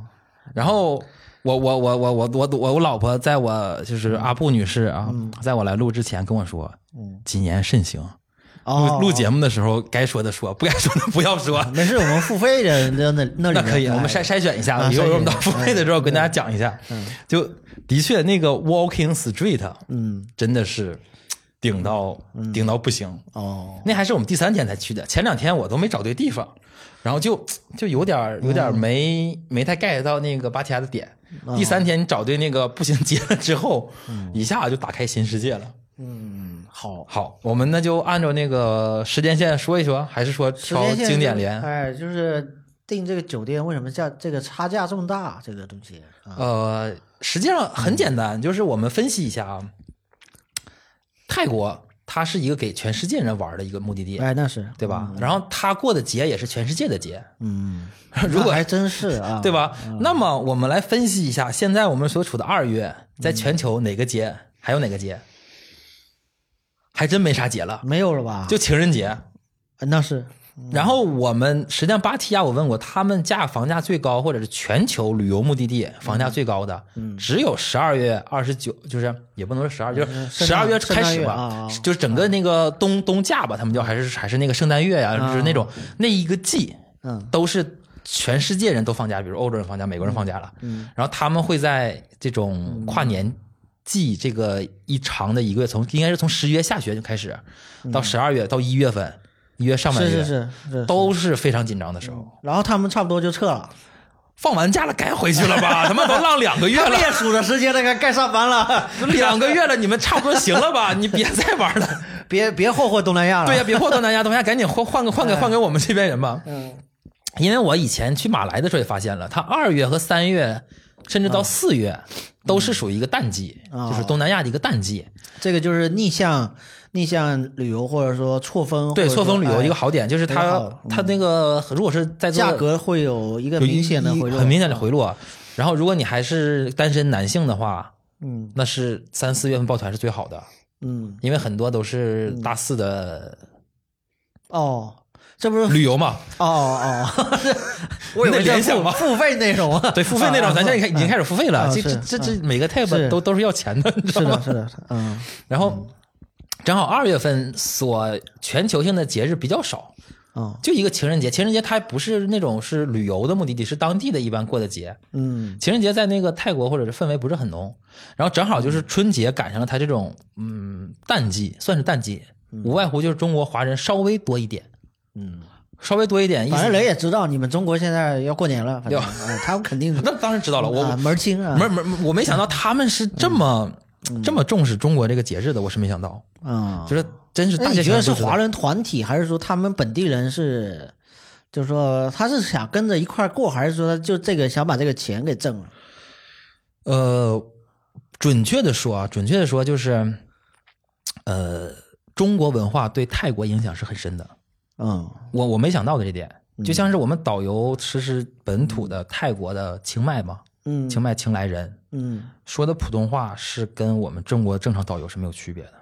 [SPEAKER 3] 然后。我我我我我我我我老婆在我就是阿布女士啊，在我来录之前跟我说，谨言慎行，
[SPEAKER 2] 哦
[SPEAKER 3] 录录节目的时候该说的说，不该说的不要 [LAUGHS] 说。
[SPEAKER 2] 没事，我们付费的那那那里
[SPEAKER 3] [LAUGHS] 那
[SPEAKER 2] 面
[SPEAKER 3] 可以，
[SPEAKER 2] 哎
[SPEAKER 3] 我们筛筛选一下，
[SPEAKER 2] 啊
[SPEAKER 3] 以后
[SPEAKER 2] 筛选一下
[SPEAKER 3] 我们到付费的时候跟大家讲一下。就的确，那个 Walking Street，
[SPEAKER 2] 嗯
[SPEAKER 3] 真的是顶到顶到不行。
[SPEAKER 2] 哦，
[SPEAKER 3] 那还是我们第三天才去的，前两天我都没找对地方，然后就就有点儿有点
[SPEAKER 2] 嗯
[SPEAKER 3] 儿没没太 get 到那个芭提雅的点。
[SPEAKER 2] 啊
[SPEAKER 3] 第三天你找对那个步行街了之后，一下就打开新世界了。
[SPEAKER 2] 嗯好。
[SPEAKER 3] 好，我们那就按照那个时间线说一说，还是说
[SPEAKER 2] 时
[SPEAKER 3] 挑
[SPEAKER 2] 间线
[SPEAKER 3] 经典
[SPEAKER 2] 就
[SPEAKER 3] 连？
[SPEAKER 2] 哎，就是订这个酒店为什么价这个差价这么大？这个东西啊，
[SPEAKER 3] 呃，实际上很简单，就是我们分析一下啊，泰国它是一个给全世界人玩的一个目的地，
[SPEAKER 2] 哎，那是
[SPEAKER 3] 对吧？然后他过的节也是全世界的节，
[SPEAKER 2] 嗯，
[SPEAKER 3] 如果
[SPEAKER 2] 那还真是啊，
[SPEAKER 3] 对？吧？那么我们来分析一下，现在我们所处的二月，在全球哪个节、还有哪个节？还真没啥节了，
[SPEAKER 2] 没有了吧？
[SPEAKER 3] 就情人节。
[SPEAKER 2] 哎那是
[SPEAKER 3] 然后我们实际上芭提雅，我问过他们价房价最高，或者是全球旅游目的地房价最高的，
[SPEAKER 2] 嗯
[SPEAKER 3] 只有十二月二十九，就是也不能说十二，就是
[SPEAKER 2] 呃圣
[SPEAKER 3] 十
[SPEAKER 2] 诞
[SPEAKER 3] 二月
[SPEAKER 2] 圣
[SPEAKER 3] 开始吧，
[SPEAKER 2] 诞月啊啊
[SPEAKER 3] 就是整个那个冬冬假吧，他们叫还是还是那个圣诞月呀、就是那种那一个季，
[SPEAKER 2] 啊嗯，
[SPEAKER 3] 都是全世界人都放假，比如欧洲人放假，美国人放假了，
[SPEAKER 2] 嗯
[SPEAKER 3] 然后他们会在这种跨年。季这个一长的一个月，从应该是从十一月下旬就开始，到十二月到一月份，一月上半
[SPEAKER 2] 嗯是
[SPEAKER 3] 月
[SPEAKER 2] 是是
[SPEAKER 3] [LAUGHS]
[SPEAKER 2] 是。
[SPEAKER 3] 都是非常紧张的时候。
[SPEAKER 2] 然后他们差不多就撤了，
[SPEAKER 3] 放完假了，该回去了 [LAUGHS] 吧？他妈都浪两个月
[SPEAKER 2] 他们
[SPEAKER 3] 了，
[SPEAKER 2] 也数着时间那个该上班
[SPEAKER 3] [LAUGHS]
[SPEAKER 2] 了，
[SPEAKER 3] 两个月了，你们差不多行了 [LAUGHS] 吧？你别再玩了。
[SPEAKER 2] 别别霍霍东南亚了。
[SPEAKER 3] 对呀、别霍东南亚，东南亚赶紧换换个换给换给我们这边人吧。
[SPEAKER 2] 嗯，
[SPEAKER 3] 因为我以前去马来的时候也发现了，他二月和三月，甚至到四月，都是属于一个淡季，
[SPEAKER 2] 哦
[SPEAKER 3] 就是东南亚的一个淡季。
[SPEAKER 2] 这个就是逆向逆向旅游，或者说错峰，
[SPEAKER 3] 对，
[SPEAKER 2] 或者
[SPEAKER 3] 错
[SPEAKER 2] 说
[SPEAKER 3] 峰旅游一个哦好点就是
[SPEAKER 2] 很
[SPEAKER 3] 它
[SPEAKER 2] 好
[SPEAKER 3] 它那个如果是在
[SPEAKER 2] 哎
[SPEAKER 3] 座
[SPEAKER 2] 价格会有一个
[SPEAKER 3] 有一
[SPEAKER 2] 明显的
[SPEAKER 3] 一
[SPEAKER 2] 回落，
[SPEAKER 3] 很明显的回落。然后如果你还是单身男性的话，
[SPEAKER 2] 嗯
[SPEAKER 3] 那是三四月份抱团是最好的，
[SPEAKER 2] 嗯
[SPEAKER 3] 因为很多都是大四的
[SPEAKER 2] 哦，这不是
[SPEAKER 3] 旅游嘛，
[SPEAKER 2] 哦
[SPEAKER 3] [LAUGHS]
[SPEAKER 2] 哦， [LAUGHS] 我以
[SPEAKER 3] 你
[SPEAKER 2] 为
[SPEAKER 3] 得联
[SPEAKER 2] 是
[SPEAKER 3] 想
[SPEAKER 2] 付 [LAUGHS]
[SPEAKER 3] 吧
[SPEAKER 2] 付费内容啊，
[SPEAKER 3] 对，付费那种，咱现在已经已经开始付费了，
[SPEAKER 2] 啊
[SPEAKER 3] 这
[SPEAKER 2] 是
[SPEAKER 3] 这这这每个 tab
[SPEAKER 2] 是
[SPEAKER 3] 都都是要钱的，你知
[SPEAKER 2] 是
[SPEAKER 3] 道
[SPEAKER 2] 的，
[SPEAKER 3] 吗？
[SPEAKER 2] 是的，嗯
[SPEAKER 3] 然后正好二月份所全球性的节日比较少，
[SPEAKER 2] 嗯
[SPEAKER 3] 就一个情人节，情人节它还不是那种是旅游的目的地，是当地的一般过的节。
[SPEAKER 2] 嗯
[SPEAKER 3] 情人节在那个泰国或者是氛围不是很浓，然后正好
[SPEAKER 2] 嗯
[SPEAKER 3] 就是春节赶上了它这种嗯淡季，算是淡季，无外乎就是中国华人稍微多一点，
[SPEAKER 2] 嗯，
[SPEAKER 3] 稍微多一点，意思
[SPEAKER 2] 反正人也知道你们中国现在要过年了，反正
[SPEAKER 3] 要
[SPEAKER 2] 哎他们肯定
[SPEAKER 3] [LAUGHS] 那当然知道了，我
[SPEAKER 2] 啊门儿清啊，
[SPEAKER 3] 没没，我没想到他们是这么、这么重视中国这个节日的，我是没想到，
[SPEAKER 2] 嗯，
[SPEAKER 3] 就是真是
[SPEAKER 2] 那
[SPEAKER 3] 大
[SPEAKER 2] 你
[SPEAKER 3] 家
[SPEAKER 2] 觉得是华
[SPEAKER 3] 人
[SPEAKER 2] 人团体，还是说他们本地人是就是说他是想跟着一块儿过，还是说就这个想把这个钱给挣了？
[SPEAKER 3] 呃，准确的说啊，准确的说就是，呃，中国文化对泰国影响是很深的。
[SPEAKER 2] 嗯
[SPEAKER 3] 我我没想到的这点，就像是我们导游实施本土的泰国的清迈嘛，
[SPEAKER 2] 嗯
[SPEAKER 3] 清迈清莱人
[SPEAKER 2] 嗯
[SPEAKER 3] 说的普通话是跟我们中国正常导游是没有区别的，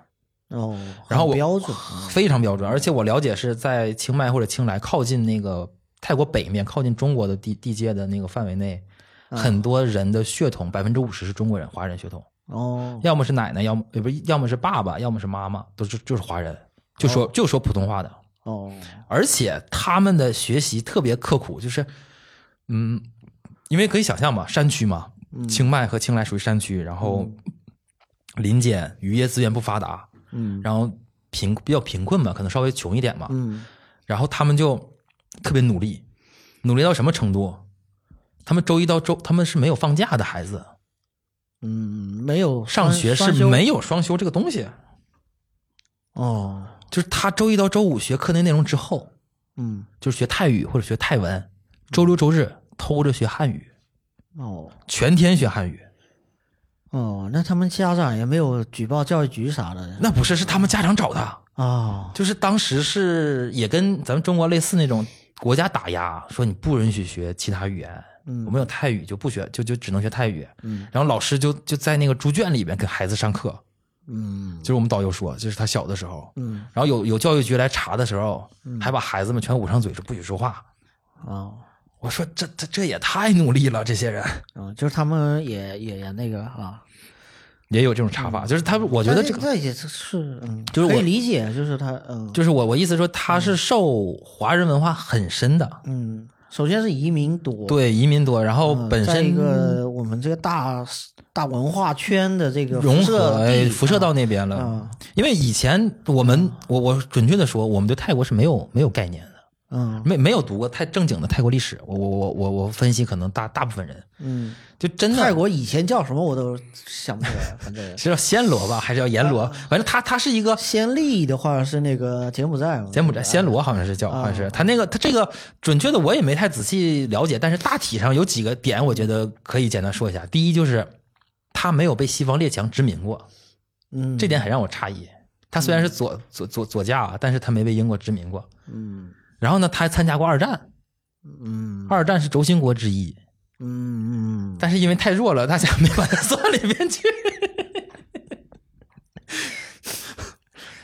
[SPEAKER 2] 哦，
[SPEAKER 3] 然后
[SPEAKER 2] 很
[SPEAKER 3] 我
[SPEAKER 2] 标准，啊
[SPEAKER 3] 非常标准。而且我了解是在清迈或者清莱靠近那个泰国北面，靠近中国的地地界的那个范围内，很多人的血统百分之五十是中国人，华人血统。
[SPEAKER 2] 哦
[SPEAKER 3] 要么是奶奶，要么呃不是，要么是爸爸，要么是妈妈，都是就是华人，就说、就说普通话的，
[SPEAKER 2] 哦
[SPEAKER 3] 而且他们的学习特别刻苦，就是嗯，因为可以想象嘛，山区嘛，
[SPEAKER 2] 嗯
[SPEAKER 3] 清迈和清莱属于山区，然后林间渔业资源不发达，
[SPEAKER 2] 嗯
[SPEAKER 3] 然后贫比较贫困嘛，可能稍微穷一点嘛，
[SPEAKER 2] 嗯
[SPEAKER 3] 然后他们就特别努力，努力到什么程度？他们周一到周他们是没有放假的孩子，
[SPEAKER 2] 嗯，没有
[SPEAKER 3] 上
[SPEAKER 2] 双
[SPEAKER 3] 学是
[SPEAKER 2] 双休
[SPEAKER 3] 没有双休这个东西。
[SPEAKER 2] 哦
[SPEAKER 3] 就是他周一到周五学课内内容之后，
[SPEAKER 2] 嗯
[SPEAKER 3] 就是学泰语或者学泰文，周六周日偷着学汉语，
[SPEAKER 2] 哦
[SPEAKER 3] 全天学汉语。
[SPEAKER 2] 哦，那他们家长也没有举报教育局啥的
[SPEAKER 3] 那不是，是他们家长找他，
[SPEAKER 2] 哦
[SPEAKER 3] 就是当时是也跟咱们中国类似那种国家打压，说你不允许学其他语言，
[SPEAKER 2] 嗯
[SPEAKER 3] 我们有泰语就不学，就就只能学泰语。
[SPEAKER 2] 嗯
[SPEAKER 3] 然后老师就就在那个猪圈里边给孩子上课，
[SPEAKER 2] 嗯
[SPEAKER 3] 就是我们导游说，就是他小的时候，
[SPEAKER 2] 嗯
[SPEAKER 3] 然后有有教育局来查的时候，还把孩子们全捂上嘴，说不许说话。啊
[SPEAKER 2] 哦。
[SPEAKER 3] 我说这这这也太努力了，这些人 [LAUGHS]
[SPEAKER 2] 嗯，就是他们也也也那个啊，
[SPEAKER 3] 也有这种查法，就是他，我觉得
[SPEAKER 2] 嗯但是
[SPEAKER 3] 这个
[SPEAKER 2] 这也是，嗯，
[SPEAKER 3] 就是
[SPEAKER 2] 可以
[SPEAKER 3] 我
[SPEAKER 2] 理解，就是他，嗯，
[SPEAKER 3] 就是我我意思说，他是受华人文化很深的，
[SPEAKER 2] 嗯，首先是移民多，
[SPEAKER 3] 对移民多，然后
[SPEAKER 2] 嗯
[SPEAKER 3] 本
[SPEAKER 2] 再
[SPEAKER 3] 身
[SPEAKER 2] 一个我们这个大大文化圈的这个
[SPEAKER 3] 融合哎
[SPEAKER 2] 地
[SPEAKER 3] 辐射到那边了
[SPEAKER 2] 嗯。
[SPEAKER 3] 因为以前我们我我准确的说，我们对泰国是没有没有概念的，
[SPEAKER 2] 嗯
[SPEAKER 3] 没没有读过太正经的泰国历史。我我我我我分析，可能大大部分人
[SPEAKER 2] 嗯，
[SPEAKER 3] 就真的
[SPEAKER 2] 泰国以前叫什么我都想不起来，反
[SPEAKER 3] [LAUGHS]
[SPEAKER 2] 正
[SPEAKER 3] 是叫暹罗吧，还是叫暹罗？
[SPEAKER 2] 嗯
[SPEAKER 3] 反正他他是一个
[SPEAKER 2] 先例的话是那个柬埔寨嘛，
[SPEAKER 3] 柬埔寨暹罗好像是叫，好像
[SPEAKER 2] 嗯
[SPEAKER 3] 是他那个他这个准确的我也没太仔细了解，但是大体上有几个点，我觉得可以简单说一下。第一就是他没有被西方列强殖民过，
[SPEAKER 2] 嗯，
[SPEAKER 3] 这点很让我诧异。他虽然是左、左左左驾啊，但是他没被英国殖民过。
[SPEAKER 2] 嗯
[SPEAKER 3] 然后呢，他还参加过二战，
[SPEAKER 2] 嗯
[SPEAKER 3] 二战是轴心国之一，
[SPEAKER 2] 嗯嗯
[SPEAKER 3] 但是因为太弱了，大家没把他 [LAUGHS] 算里面去。就是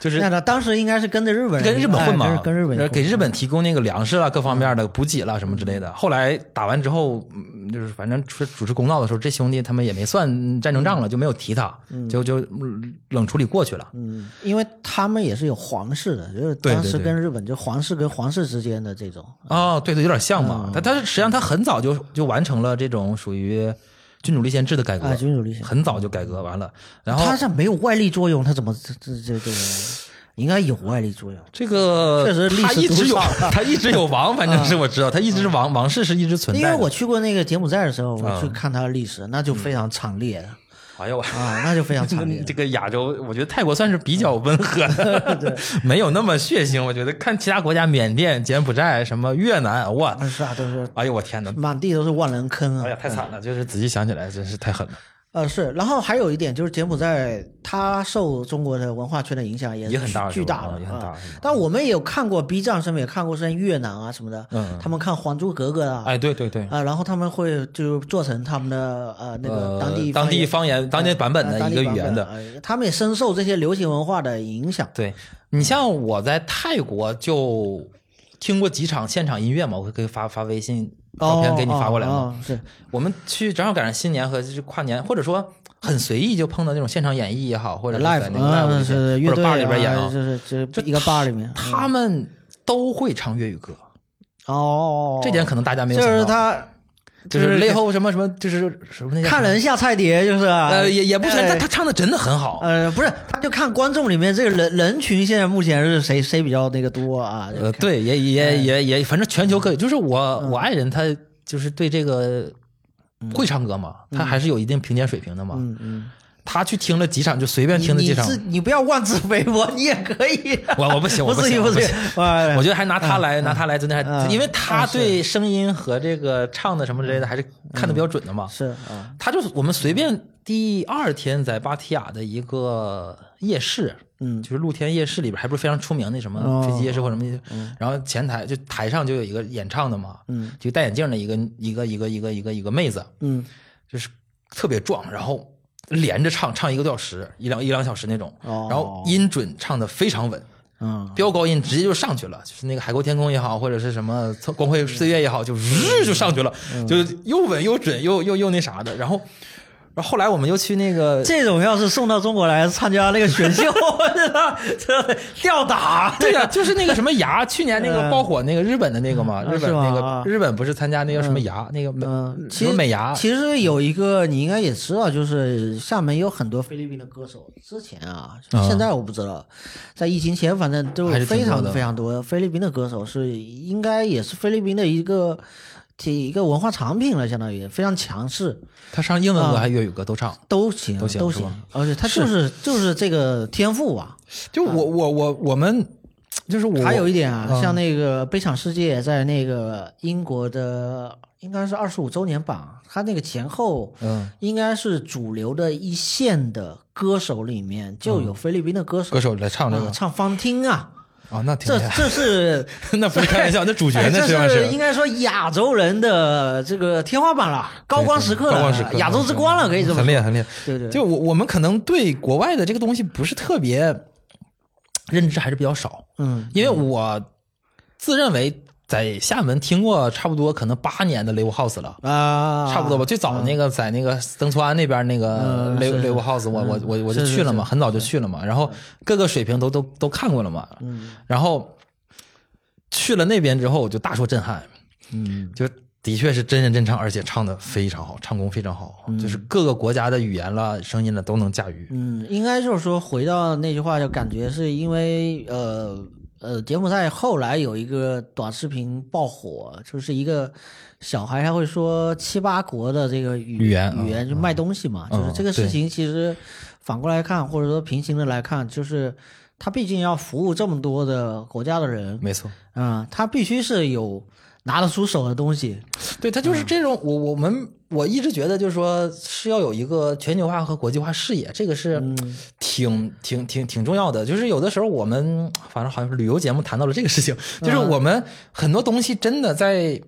[SPEAKER 2] 嗯，那他当时应该是跟着日本人，
[SPEAKER 3] 跟日本混嘛呃
[SPEAKER 2] 哎，跟日本人混嗯
[SPEAKER 3] 给日本提供那个粮食啊，各方面的补给了什么之类的。后来打完之后，嗯就是反正主主持公道的时候，这兄弟他们也没算战争账了，就没有提他，就就嗯冷处理过去了。
[SPEAKER 2] 嗯，因为他们也是有皇室的，就是
[SPEAKER 3] 对
[SPEAKER 2] 当时
[SPEAKER 3] 对对
[SPEAKER 2] 跟日本就皇室跟皇室之间的这种，
[SPEAKER 3] 哦，对对，有点像
[SPEAKER 2] 嗯
[SPEAKER 3] 嘛。他他实际上他很早就就完成了这种属于君主立宪制的改革，
[SPEAKER 2] 啊君主立宪
[SPEAKER 3] 很早就改革完了。然后
[SPEAKER 2] 他这没有外力作用，他怎么这这这这个应该有外力作用？
[SPEAKER 3] 这个
[SPEAKER 2] 确实历史
[SPEAKER 3] 他一直
[SPEAKER 2] 独
[SPEAKER 3] 有 [LAUGHS]
[SPEAKER 2] 创
[SPEAKER 3] 他一直有王，反正是我知道，他一直王王室是一直存
[SPEAKER 2] 因
[SPEAKER 3] 在
[SPEAKER 2] 为
[SPEAKER 3] 的。
[SPEAKER 2] 我去过那个柬埔寨的时候，我去看它的历史，那就非常惨烈了
[SPEAKER 3] 哎呦我。
[SPEAKER 2] 啊，那就非常
[SPEAKER 3] 这
[SPEAKER 2] 惨烈嗯
[SPEAKER 3] 个。这个亚洲，我觉得泰国算是比较温和 [LAUGHS] 的，没有那么血腥。我觉得看其他国家，缅甸、柬埔寨、什么越南，哇，
[SPEAKER 2] 那是啊，都是
[SPEAKER 3] 哎呦我天哪！
[SPEAKER 2] 满地都是万人坑啊！
[SPEAKER 3] 哎呀，太惨了，就是仔细想起来，真是太狠了，
[SPEAKER 2] 呃，是，然后还有一点就是柬埔寨，它受中国的文化圈的影响也
[SPEAKER 3] 也很大
[SPEAKER 2] 巨
[SPEAKER 3] 是吧
[SPEAKER 2] 大的，
[SPEAKER 3] 嗯也很大
[SPEAKER 2] 啊
[SPEAKER 3] 很大
[SPEAKER 2] 但我们也有看过 B 站上面也看过，像越南啊什么的，
[SPEAKER 3] 嗯嗯
[SPEAKER 2] 他们看《还珠格格》啊，
[SPEAKER 3] 哎，对对对，
[SPEAKER 2] 啊，然后他们会就做成他们的呃那个
[SPEAKER 3] 呃
[SPEAKER 2] 当地
[SPEAKER 3] 当地
[SPEAKER 2] 言
[SPEAKER 3] 方言、当地版本
[SPEAKER 2] 呃
[SPEAKER 3] 的
[SPEAKER 2] 当
[SPEAKER 3] 一
[SPEAKER 2] 地
[SPEAKER 3] 个
[SPEAKER 2] 版
[SPEAKER 3] 语言
[SPEAKER 2] 本
[SPEAKER 3] 的。
[SPEAKER 2] 呃他们也深受这些流行文化的影响。
[SPEAKER 3] 对你像我在泰国就听过几场现场音乐嘛，我可以发发微信照片给你发过来
[SPEAKER 2] 哦
[SPEAKER 3] 嘛。
[SPEAKER 2] 哦哦是，
[SPEAKER 3] 我们去正好赶上新年和就是跨年，或者说很随意就碰到那种现场演绎也好，或者是在
[SPEAKER 2] live
[SPEAKER 3] 那个 live
[SPEAKER 2] 啊
[SPEAKER 3] 里
[SPEAKER 2] 是
[SPEAKER 3] 边
[SPEAKER 2] 乐
[SPEAKER 3] 或者
[SPEAKER 2] 队
[SPEAKER 3] bar 里边演
[SPEAKER 2] 啊，
[SPEAKER 3] 啊，
[SPEAKER 2] 就是就是一个 bar 里面，嗯
[SPEAKER 3] 他们都会唱粤语歌，
[SPEAKER 2] 哦，
[SPEAKER 3] 这点可能大家没有
[SPEAKER 2] 就是
[SPEAKER 3] 想到，
[SPEAKER 2] 他
[SPEAKER 3] 就是泪后什么什么，就是什么那叫
[SPEAKER 2] 看人下菜碟就是啊，
[SPEAKER 3] 呃也也不全，
[SPEAKER 2] 哎
[SPEAKER 3] 但他唱的真的很好。
[SPEAKER 2] 呃不是，他就看观众里面这个人人群现在目前是谁谁比较那个多啊？
[SPEAKER 3] 呃，对，也也也也，反正全球
[SPEAKER 2] 嗯
[SPEAKER 3] 各，就是我我爱人他就是对这个会唱歌嘛，他还是有一定评鉴水平的嘛。
[SPEAKER 2] 嗯嗯嗯嗯
[SPEAKER 3] 他去听了几场，就随便听了
[SPEAKER 2] 你
[SPEAKER 3] 几
[SPEAKER 2] 你
[SPEAKER 3] 场。
[SPEAKER 2] 自你不要妄自菲薄，你也可以。啊
[SPEAKER 3] 我我不
[SPEAKER 2] [LAUGHS]
[SPEAKER 3] [LAUGHS] 行，我
[SPEAKER 2] 不
[SPEAKER 3] 不
[SPEAKER 2] 至于
[SPEAKER 3] 行，我
[SPEAKER 2] 不至于
[SPEAKER 3] 行。
[SPEAKER 2] 哎
[SPEAKER 3] 我觉得还拿他来，拿他来真的还，
[SPEAKER 2] 嗯
[SPEAKER 3] 因为他
[SPEAKER 2] 嗯是嗯
[SPEAKER 3] 对声音和这个唱的什么之类的还是看的比较准的嘛。
[SPEAKER 2] 是啊，
[SPEAKER 3] 他就是我们随便第二天在芭提雅的一个夜市，
[SPEAKER 2] 嗯
[SPEAKER 3] 就是露天夜市里边，还不是非常出名的什么
[SPEAKER 2] 哦
[SPEAKER 3] 飞机夜市或什么，然后前台就台上就有一个演唱的嘛，
[SPEAKER 2] 嗯，
[SPEAKER 3] 就戴眼镜的一个一个一个一个一个一个妹子，
[SPEAKER 2] 嗯
[SPEAKER 3] 就是特别壮，然后连着唱唱一个多小时，一两一两小时那种，
[SPEAKER 2] 哦
[SPEAKER 3] 然后音准唱的非常稳。
[SPEAKER 2] 嗯，
[SPEAKER 3] 飙高音直接就上去了，就是那个海阔天空也好，或者是什么光辉岁月也好，就
[SPEAKER 2] 嗯
[SPEAKER 3] 日就上去了，就是又稳又准又又又那啥的。然后，然后后来我们又去那个，
[SPEAKER 2] 这种要是送到中国来参加那个选秀， [LAUGHS] 这吊打。
[SPEAKER 3] 对呀、就是那个什么牙，去年那个爆火那个日本的那个嘛，
[SPEAKER 2] 嗯
[SPEAKER 3] 日本
[SPEAKER 2] 是吗
[SPEAKER 3] 那
[SPEAKER 2] 啊
[SPEAKER 3] 个日本不是参加那个什么牙，那个美
[SPEAKER 2] 嗯，
[SPEAKER 3] 什
[SPEAKER 2] 其
[SPEAKER 3] 么
[SPEAKER 2] 实
[SPEAKER 3] 美牙，
[SPEAKER 2] 其实有一个你应该也知道，就是厦门有很多菲律宾的歌手。之前啊，
[SPEAKER 3] 啊
[SPEAKER 2] 现在我不知道，在疫情前反正都
[SPEAKER 3] 还
[SPEAKER 2] 有
[SPEAKER 3] 是挺
[SPEAKER 2] 非常
[SPEAKER 3] 多的
[SPEAKER 2] 非常多菲律宾的歌手是应该也是菲律宾的一个体一个文化产品了，相当于非常强势，
[SPEAKER 3] 他唱英文歌
[SPEAKER 2] 啊
[SPEAKER 3] 还是粤语歌都唱。
[SPEAKER 2] 都行
[SPEAKER 3] 都行
[SPEAKER 2] 都
[SPEAKER 3] 是吧
[SPEAKER 2] 行，而且他就是就是这个天赋啊。
[SPEAKER 3] 就我我我我们就是我
[SPEAKER 2] 还有一点啊，
[SPEAKER 3] 嗯
[SPEAKER 2] 像那个《悲惨世界》在那个呃英国的应该是二十五周年榜，它那个前后，
[SPEAKER 3] 嗯，
[SPEAKER 2] 应该是主流的一线的歌手里面就有菲律宾的歌手
[SPEAKER 3] 嗯歌手来唱这个
[SPEAKER 2] 啊唱芳汀啊，
[SPEAKER 3] 啊，那挺
[SPEAKER 2] 这
[SPEAKER 3] 厉害， [LAUGHS]
[SPEAKER 2] 这是
[SPEAKER 3] 那不是开玩笑，那主角
[SPEAKER 2] 哎
[SPEAKER 3] 那
[SPEAKER 2] 这
[SPEAKER 3] 实际上
[SPEAKER 2] 是应
[SPEAKER 3] 是
[SPEAKER 2] 该说亚洲人的这个天花板了，高光时刻
[SPEAKER 3] 高光
[SPEAKER 2] 了
[SPEAKER 3] 时刻，嗯
[SPEAKER 2] 亚洲之光了，可以这么
[SPEAKER 3] 很厉
[SPEAKER 2] 说。
[SPEAKER 3] 害很厉害。
[SPEAKER 2] 对对，
[SPEAKER 3] 就我我们可能对国外的这个东西不是特别认知还是比较少，
[SPEAKER 2] 嗯
[SPEAKER 3] 因为我自认为在厦门听过差不多可能八年的 Live House 了。
[SPEAKER 2] 啊，
[SPEAKER 3] 差不多吧，最早那个在那个登川那边那个
[SPEAKER 2] 嗯
[SPEAKER 3] Live
[SPEAKER 2] 是
[SPEAKER 3] Live House，我我我我就是去了嘛，
[SPEAKER 2] 是
[SPEAKER 3] 很早就去了嘛，然后各个水平都都都看过了嘛，
[SPEAKER 2] 嗯
[SPEAKER 3] 然后去了那边之后，我就大受震撼，
[SPEAKER 2] 嗯
[SPEAKER 3] 就的确是真人真唱，而且唱的非常好，唱功非常好，就是各个国家的语言啦、声音啦都能驾驭。
[SPEAKER 2] 嗯，应该就是说回到那句话，就感觉是因为呃呃，柬埔寨后来有一个短视频爆火，就是一个小孩他会说七八国的这个语
[SPEAKER 3] 语言
[SPEAKER 2] 语言
[SPEAKER 3] 嗯
[SPEAKER 2] 就卖东西嘛，
[SPEAKER 3] 嗯
[SPEAKER 2] 就是这个
[SPEAKER 3] 对
[SPEAKER 2] 事情其实反过来看，或者说平行的来看，就是他毕竟要服务这么多的国家的人，
[SPEAKER 3] 没错，
[SPEAKER 2] 嗯，他必须是有拿得出手的东西，
[SPEAKER 3] 对他就是这种，我我们我一直觉得就是说是要有一个全球化和国际化视野，这个是挺挺挺挺重要的。就是有的时候我们反正好像是旅游节目谈到了这个事情，就是我们很多东西真的在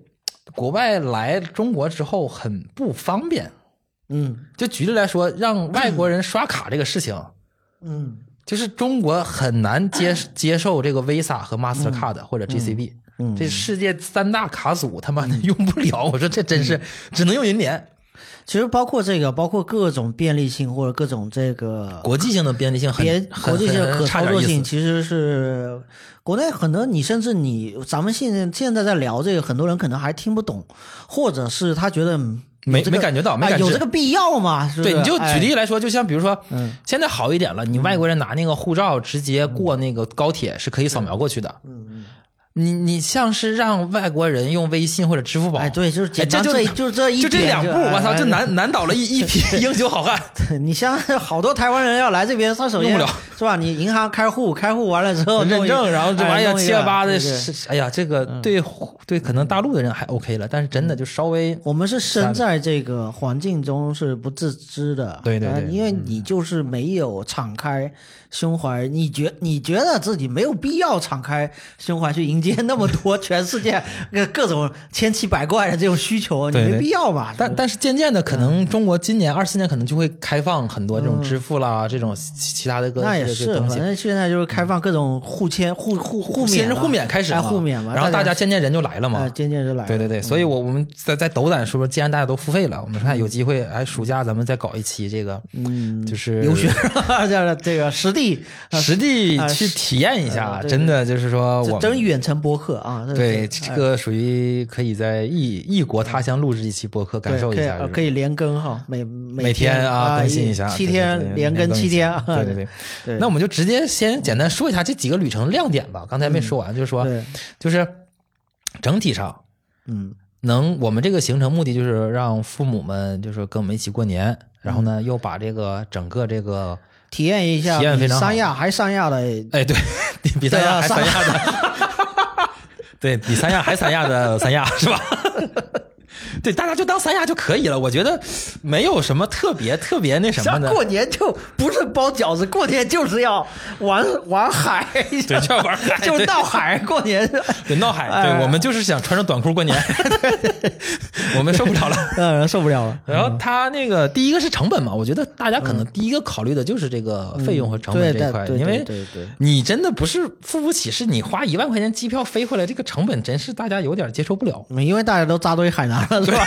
[SPEAKER 3] 国外来中国之后很不方便。
[SPEAKER 2] 嗯
[SPEAKER 3] 就举例来说，让外国人刷卡这个事情，
[SPEAKER 2] 嗯
[SPEAKER 3] 就是中国很难 [CLEARS THROAT] 接接受这个 Visa 和 Mastercard 或者 GCB，、
[SPEAKER 2] 嗯
[SPEAKER 3] 这世界三大卡组他妈的用不了。我说这真是只能用银联，
[SPEAKER 2] 其实包括这个，包括各种便利性或者各种这个
[SPEAKER 3] 国际性的便利性很
[SPEAKER 2] 别国
[SPEAKER 3] 很
[SPEAKER 2] 际性
[SPEAKER 3] 很
[SPEAKER 2] 可
[SPEAKER 3] 差
[SPEAKER 2] 操
[SPEAKER 3] 点
[SPEAKER 2] 作
[SPEAKER 3] 意思
[SPEAKER 2] 性其实是国内很多，你甚至你咱们现在现在在聊这个，很多人可能还听不懂，或者是他觉得嗯
[SPEAKER 3] 没
[SPEAKER 2] 有这个
[SPEAKER 3] 没感觉到没
[SPEAKER 2] 哎
[SPEAKER 3] 感
[SPEAKER 2] 有
[SPEAKER 3] 知
[SPEAKER 2] 这个必要吗？是不是
[SPEAKER 3] 对，你就举例
[SPEAKER 2] 哎
[SPEAKER 3] 来说，就像比如说
[SPEAKER 2] 嗯，
[SPEAKER 3] 现在好一点了，你外国人拿那个护照直接过那个高铁是可以扫描过去的。你你像是让外国人用微信或者支付宝，
[SPEAKER 2] 哎，对，就是
[SPEAKER 3] 哎
[SPEAKER 2] 简
[SPEAKER 3] 这
[SPEAKER 2] 单
[SPEAKER 3] 就
[SPEAKER 2] 这一就是这一
[SPEAKER 3] 就这
[SPEAKER 2] 点
[SPEAKER 3] 两步，
[SPEAKER 2] 哎
[SPEAKER 3] 我操，
[SPEAKER 2] 哎
[SPEAKER 3] 就难难倒了一一批 [LAUGHS] 英雄好汉。
[SPEAKER 2] [LAUGHS] 你像好多台湾人要来这边，他首
[SPEAKER 3] 用
[SPEAKER 2] 先
[SPEAKER 3] 不了
[SPEAKER 2] 是吧？你银行开户，开户完了之后
[SPEAKER 3] 认证，然后这玩意儿七
[SPEAKER 2] 哎了
[SPEAKER 3] 了八的，
[SPEAKER 2] 对对嗯
[SPEAKER 3] 是哎呀，这个对对，可能大陆的人还 OK 了，但是真的就稍微
[SPEAKER 2] 我们嗯是身在这个环境中是不自知的，
[SPEAKER 3] 对对对嗯
[SPEAKER 2] 呃因为你就是没有敞开胸怀，你觉你觉得自己没有必要敞开胸怀去迎接那么多 [LAUGHS] 全世界各各种千奇百怪的这种需求，你
[SPEAKER 3] 对对
[SPEAKER 2] 没必要吧？
[SPEAKER 3] 但
[SPEAKER 2] 是
[SPEAKER 3] 但是渐渐的，可
[SPEAKER 2] 嗯
[SPEAKER 3] 能中国今年二四年可能就会开放很多这种支付啦，这种其其他的各
[SPEAKER 2] 那也
[SPEAKER 3] 这这
[SPEAKER 2] 是，
[SPEAKER 3] 东
[SPEAKER 2] 反
[SPEAKER 3] 西。
[SPEAKER 2] 正现在就是开放各种互签、互互互免
[SPEAKER 3] 先是
[SPEAKER 2] 吧
[SPEAKER 3] 互免开始
[SPEAKER 2] 哎，
[SPEAKER 3] 嘛，
[SPEAKER 2] 互免嘛，
[SPEAKER 3] 然后大家
[SPEAKER 2] 家
[SPEAKER 3] 渐渐人就来了嘛
[SPEAKER 2] 哎，。渐渐就来了，
[SPEAKER 3] 对对对，所以我我们在在斗胆说，既然大家都付费了，我们看
[SPEAKER 2] 嗯
[SPEAKER 3] 有机会，哎，暑假咱们再搞一期这个，嗯，就是
[SPEAKER 2] 留学 [LAUGHS] 这个这个实地，啊
[SPEAKER 3] 实
[SPEAKER 2] [LAUGHS]
[SPEAKER 3] 地
[SPEAKER 2] 啊
[SPEAKER 3] 去
[SPEAKER 2] 是
[SPEAKER 3] 体验一下，
[SPEAKER 2] 呃对
[SPEAKER 3] 真的就是说
[SPEAKER 2] 这
[SPEAKER 3] 我
[SPEAKER 2] 真
[SPEAKER 3] 们
[SPEAKER 2] 远程播客啊，这
[SPEAKER 3] 对这个属于可以在异异国他乡录制一期播客，感
[SPEAKER 2] 对
[SPEAKER 3] 受一
[SPEAKER 2] 可以
[SPEAKER 3] 下
[SPEAKER 2] 呃
[SPEAKER 3] 这
[SPEAKER 2] 可
[SPEAKER 3] 种。
[SPEAKER 2] 以连更哈，每每
[SPEAKER 3] 每天啊，更新
[SPEAKER 2] 一
[SPEAKER 3] 一下，
[SPEAKER 2] 七
[SPEAKER 3] 对对
[SPEAKER 2] 天
[SPEAKER 3] 对
[SPEAKER 2] 连更
[SPEAKER 3] 一
[SPEAKER 2] 七
[SPEAKER 3] 下
[SPEAKER 2] 天啊，
[SPEAKER 3] 对对
[SPEAKER 2] [LAUGHS] 对
[SPEAKER 3] 对。
[SPEAKER 2] 嗯
[SPEAKER 3] 那我们就直接先简单说一下这几个旅程亮点吧。刚才没说完，就是说
[SPEAKER 2] 对，
[SPEAKER 3] 就是整体上，
[SPEAKER 2] 嗯
[SPEAKER 3] 能我们这个行程目的就是让父母们就是跟我们一起过年，然后
[SPEAKER 2] 嗯
[SPEAKER 3] 呢又把这个整个这个，
[SPEAKER 2] 体验一下
[SPEAKER 3] 体验
[SPEAKER 2] 比
[SPEAKER 3] 非常好
[SPEAKER 2] 三亚还三亚的，
[SPEAKER 3] 哎，对比三亚还
[SPEAKER 2] 啊
[SPEAKER 3] 三亚的， [LAUGHS] 对比三亚还三亚的三亚是吧？ [LAUGHS] 对，大家就当三亚就可以了，我觉得没有什么特别特别那什么
[SPEAKER 2] 像
[SPEAKER 3] 的。
[SPEAKER 2] 过年就不是包饺子，过年就是要玩玩海，
[SPEAKER 3] [LAUGHS] 对，就要玩海，
[SPEAKER 2] 就是
[SPEAKER 3] 对
[SPEAKER 2] 闹海，过年。
[SPEAKER 3] 对闹海，
[SPEAKER 2] 哎
[SPEAKER 3] 对我们就是想穿着短裤过年，我们受不了了。
[SPEAKER 2] [LAUGHS] 让人受不了了。
[SPEAKER 3] [LAUGHS] 然后他那个第一个是成本嘛，我觉得大家可能第一个考虑的就是这个费用和成本这一块，
[SPEAKER 2] 嗯对对对
[SPEAKER 3] 因为
[SPEAKER 2] 对对
[SPEAKER 3] 你真的不是付不起，是你花一万块钱机票飞回来，这个成本真是大家有点接受不了。
[SPEAKER 2] 嗯因为大家都扎堆海南了，是吧？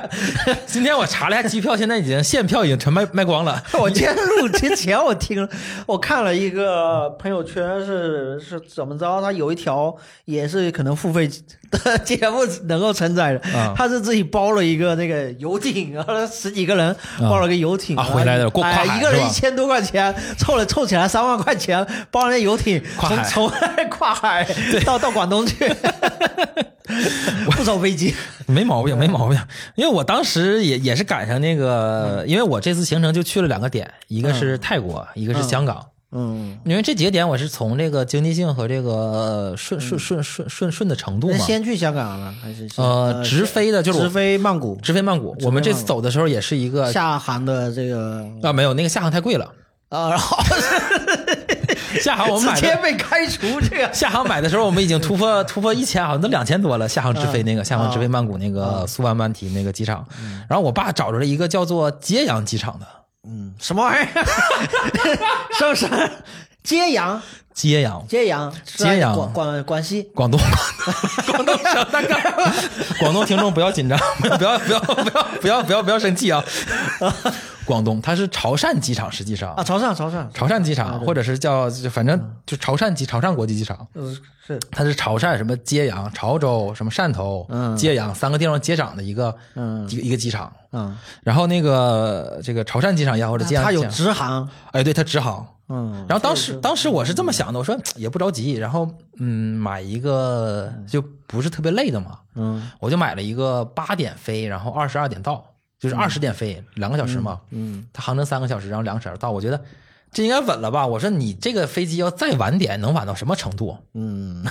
[SPEAKER 3] [LAUGHS] 今天我查了一下机票，现在已经现票已经全卖卖光了。
[SPEAKER 2] [LAUGHS] 我今天录之前，我听了，我看了一个朋友圈是是怎么着？他有一条也是可能付费的节目能够承载的，
[SPEAKER 3] 嗯
[SPEAKER 2] 他是自己包了一个那个游艇，然后十几个人包了个游艇
[SPEAKER 3] 啊回来的过跨海
[SPEAKER 2] 哎一个人
[SPEAKER 3] 是吧
[SPEAKER 2] 一千多块钱，凑了凑起来三万块钱，包了那游艇
[SPEAKER 3] 跨海
[SPEAKER 2] 从从跨海到到广东
[SPEAKER 3] [LAUGHS]
[SPEAKER 2] 去，不走飞机，
[SPEAKER 3] 没毛病，没毛病。因为我当时也也是赶上那个，
[SPEAKER 2] 嗯
[SPEAKER 3] 因为我这次行程就去了两个点，一个是泰国，一个是香港。
[SPEAKER 2] 嗯，
[SPEAKER 3] 因为这几个点我是从这个经济性和这个呃顺顺顺顺顺顺的程度
[SPEAKER 2] 嗯那
[SPEAKER 3] 嘛，
[SPEAKER 2] 先去香港了还是先
[SPEAKER 3] 呃，直飞的就是我
[SPEAKER 2] 直飞曼谷？
[SPEAKER 3] 直飞曼谷。我们这次走的时候也是一个
[SPEAKER 2] 下航的这个
[SPEAKER 3] 啊，没有那个厦航太贵了，呃
[SPEAKER 2] 啊，然 [LAUGHS] 后
[SPEAKER 3] 厦航我们买
[SPEAKER 2] 直接
[SPEAKER 3] 的。
[SPEAKER 2] 被开除，这个
[SPEAKER 3] 厦航买的时候，我们已经突破突破一千，好像都两千多了。厦航直飞那个，厦航直飞曼谷那个苏万曼提那个机场。然后我爸找着了一个叫做揭阳机场的
[SPEAKER 2] 嗯，什么玩意
[SPEAKER 3] [LAUGHS]
[SPEAKER 2] 儿？是不是？揭阳，
[SPEAKER 3] 揭阳，
[SPEAKER 2] 揭阳，
[SPEAKER 3] 揭阳
[SPEAKER 2] 广广广西，
[SPEAKER 3] 广东， [LAUGHS] 广东省大哥， [LAUGHS] 广东听众不要紧张， [LAUGHS] 不要不要不要不要不要不要生气 [LAUGHS] 啊！广东，它是潮汕机场，实际上
[SPEAKER 2] 啊，潮汕，潮汕，
[SPEAKER 3] 潮汕机场，或者是叫就反正就潮汕机潮汕国际机场，
[SPEAKER 2] 嗯，是，
[SPEAKER 3] 它是潮汕什么揭阳、潮州什么汕头、
[SPEAKER 2] 嗯
[SPEAKER 3] 揭阳三个地方接壤的一个、
[SPEAKER 2] 嗯
[SPEAKER 3] 一个一个机场。
[SPEAKER 2] 嗯，
[SPEAKER 3] 然后那个这个潮汕机场也好，或者揭阳
[SPEAKER 2] 它
[SPEAKER 3] 机
[SPEAKER 2] 啊有
[SPEAKER 3] 场，
[SPEAKER 2] 直航，
[SPEAKER 3] 哎，对，它直航。
[SPEAKER 2] 嗯，
[SPEAKER 3] 然后当时当时我是这么想的，我说也不着急，然后嗯，买一个就不是特别累的嘛，
[SPEAKER 2] 嗯，
[SPEAKER 3] 我就买了一个八点飞，然后二十二点到，就是二十点飞，两个小时嘛，
[SPEAKER 2] 嗯，
[SPEAKER 3] 它航程三个小时，然后两个小时到，我觉得这应该稳了吧？我说你这个飞机要再晚点，能晚到什么程
[SPEAKER 2] [LAUGHS]
[SPEAKER 3] 度？啊
[SPEAKER 2] 嗯，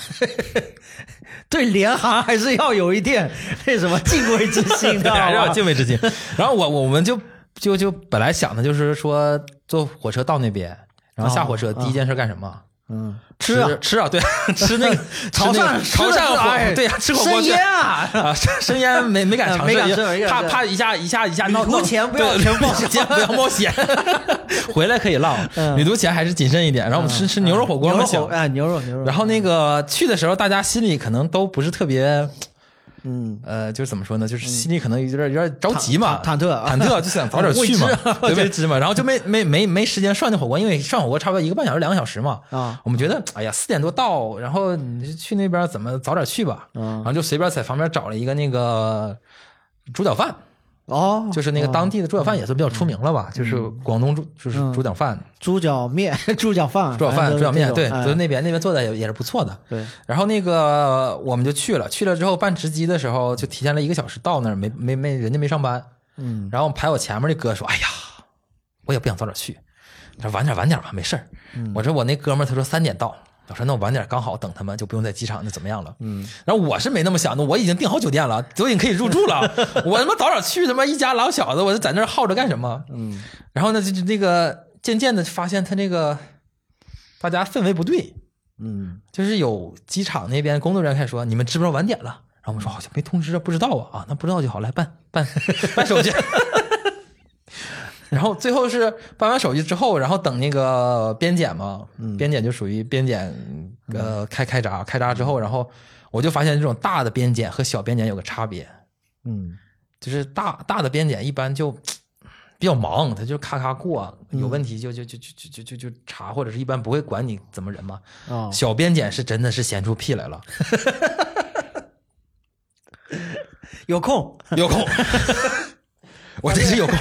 [SPEAKER 2] 对联航还是要有一点那什么敬畏之
[SPEAKER 3] [LAUGHS]
[SPEAKER 2] 心的，
[SPEAKER 3] 还是
[SPEAKER 2] 好
[SPEAKER 3] 要
[SPEAKER 2] 吧
[SPEAKER 3] 敬畏之心。然后我我们就就就本来想的就是说坐火车到那边，然后
[SPEAKER 2] 哦
[SPEAKER 3] 下火车第一件事干什么？
[SPEAKER 2] 嗯，
[SPEAKER 3] 吃啊
[SPEAKER 2] [LAUGHS]
[SPEAKER 3] 吃啊，对，吃那个
[SPEAKER 2] 潮
[SPEAKER 3] 吃那个
[SPEAKER 2] 汕，
[SPEAKER 3] 潮
[SPEAKER 2] 吃的
[SPEAKER 3] 汕
[SPEAKER 2] 是哎
[SPEAKER 3] 火对呀，吃火锅
[SPEAKER 2] 生
[SPEAKER 3] 去
[SPEAKER 2] 腌
[SPEAKER 3] [LAUGHS]
[SPEAKER 2] 啊，
[SPEAKER 3] 啊，深深烟没没敢尝
[SPEAKER 2] 没
[SPEAKER 3] 试，
[SPEAKER 2] 敢吃
[SPEAKER 3] 因
[SPEAKER 2] 没
[SPEAKER 3] 为
[SPEAKER 2] 敢
[SPEAKER 3] 怕
[SPEAKER 2] 吃
[SPEAKER 3] 怕一下一下一下闹
[SPEAKER 2] 旅途
[SPEAKER 3] 闹
[SPEAKER 2] 前不要
[SPEAKER 3] 对
[SPEAKER 2] 全
[SPEAKER 3] 旅途前不要
[SPEAKER 2] [LAUGHS]
[SPEAKER 3] 冒险，回来可以浪。
[SPEAKER 2] 嗯
[SPEAKER 3] 旅途前还是谨慎一点。然后我们吃吃牛肉火锅
[SPEAKER 2] 牛
[SPEAKER 3] 嘛，
[SPEAKER 2] 肉
[SPEAKER 3] 想
[SPEAKER 2] 火啊，牛肉牛肉，
[SPEAKER 3] [LAUGHS] 然后那个去的时候，大家心里可能都不是特别，
[SPEAKER 2] 嗯，
[SPEAKER 3] 呃，就是怎么说呢，就是心里可能有点有点着急嘛，
[SPEAKER 2] 忐忐忑啊
[SPEAKER 3] 忐忑，就想早点去
[SPEAKER 2] [LAUGHS]
[SPEAKER 3] 嘛
[SPEAKER 2] 未知啊，
[SPEAKER 3] 对未知嘛，然后就没没没没时间涮那火锅，因为涮火锅差不多一个半小时两个小时嘛，
[SPEAKER 2] 啊，
[SPEAKER 3] 我们觉得哎呀四点多到，然后你就去那边怎么早点去吧，
[SPEAKER 2] 嗯
[SPEAKER 3] 然后就随便在旁边找了一个那个猪脚饭，
[SPEAKER 2] 哦，
[SPEAKER 3] 就是那个当地的猪脚饭也算比较出名了吧，就是广东猪就是
[SPEAKER 2] 嗯
[SPEAKER 3] 猪脚饭，
[SPEAKER 2] 猪脚面、 [LAUGHS] 猪脚饭、
[SPEAKER 3] 猪脚饭、
[SPEAKER 2] 反
[SPEAKER 3] 猪脚
[SPEAKER 2] 正
[SPEAKER 3] 面，
[SPEAKER 2] 都
[SPEAKER 3] 对，
[SPEAKER 2] 是这种
[SPEAKER 3] 就是那边那边做的也也是不错的，
[SPEAKER 2] 哎
[SPEAKER 3] 然后那个我们就去了，去了之后办值机的时候就提前了一个小时到那儿，没没没人家没上班。
[SPEAKER 2] 嗯，
[SPEAKER 3] 然后排我前面的哥说：“哎呀，我也不想早点去，他说晚点晚点吧，没事儿。我说我那哥们儿他说三点到，我说那我晚点刚好等他们，就不用在机场那怎么样了。嗯，然后我是没那么想的，我已经订好酒 [LAUGHS] 店了，都已经可以入住了，我他妈早点去，他妈一家老小子，我就在那儿耗着干什么？嗯，然后呢，就就那个渐渐的发现他这个大家氛围不对。
[SPEAKER 2] 嗯
[SPEAKER 3] 就是有机场那边工作人员开始说：“你们知不知道晚点了？”然后我们说：“好像没通知啊，不知道啊。”啊，那不知道就好，来办办 [LAUGHS] 办手续。然后最后是办完手续之后，然后等那个边检嘛，边检就属于边检，呃，开开闸，开闸之后，然后我就发现这种大的边检和小边检有个差别，
[SPEAKER 2] 嗯
[SPEAKER 3] 就是大大的边检一般就比较忙，他就咔咔过，有问题就就就就就就就就查，或者是一般不会管你怎么人嘛。
[SPEAKER 2] 哦，
[SPEAKER 3] 小编检是真的是闲出屁来了，
[SPEAKER 2] 有空
[SPEAKER 3] 有空， [LAUGHS] 我真是有空，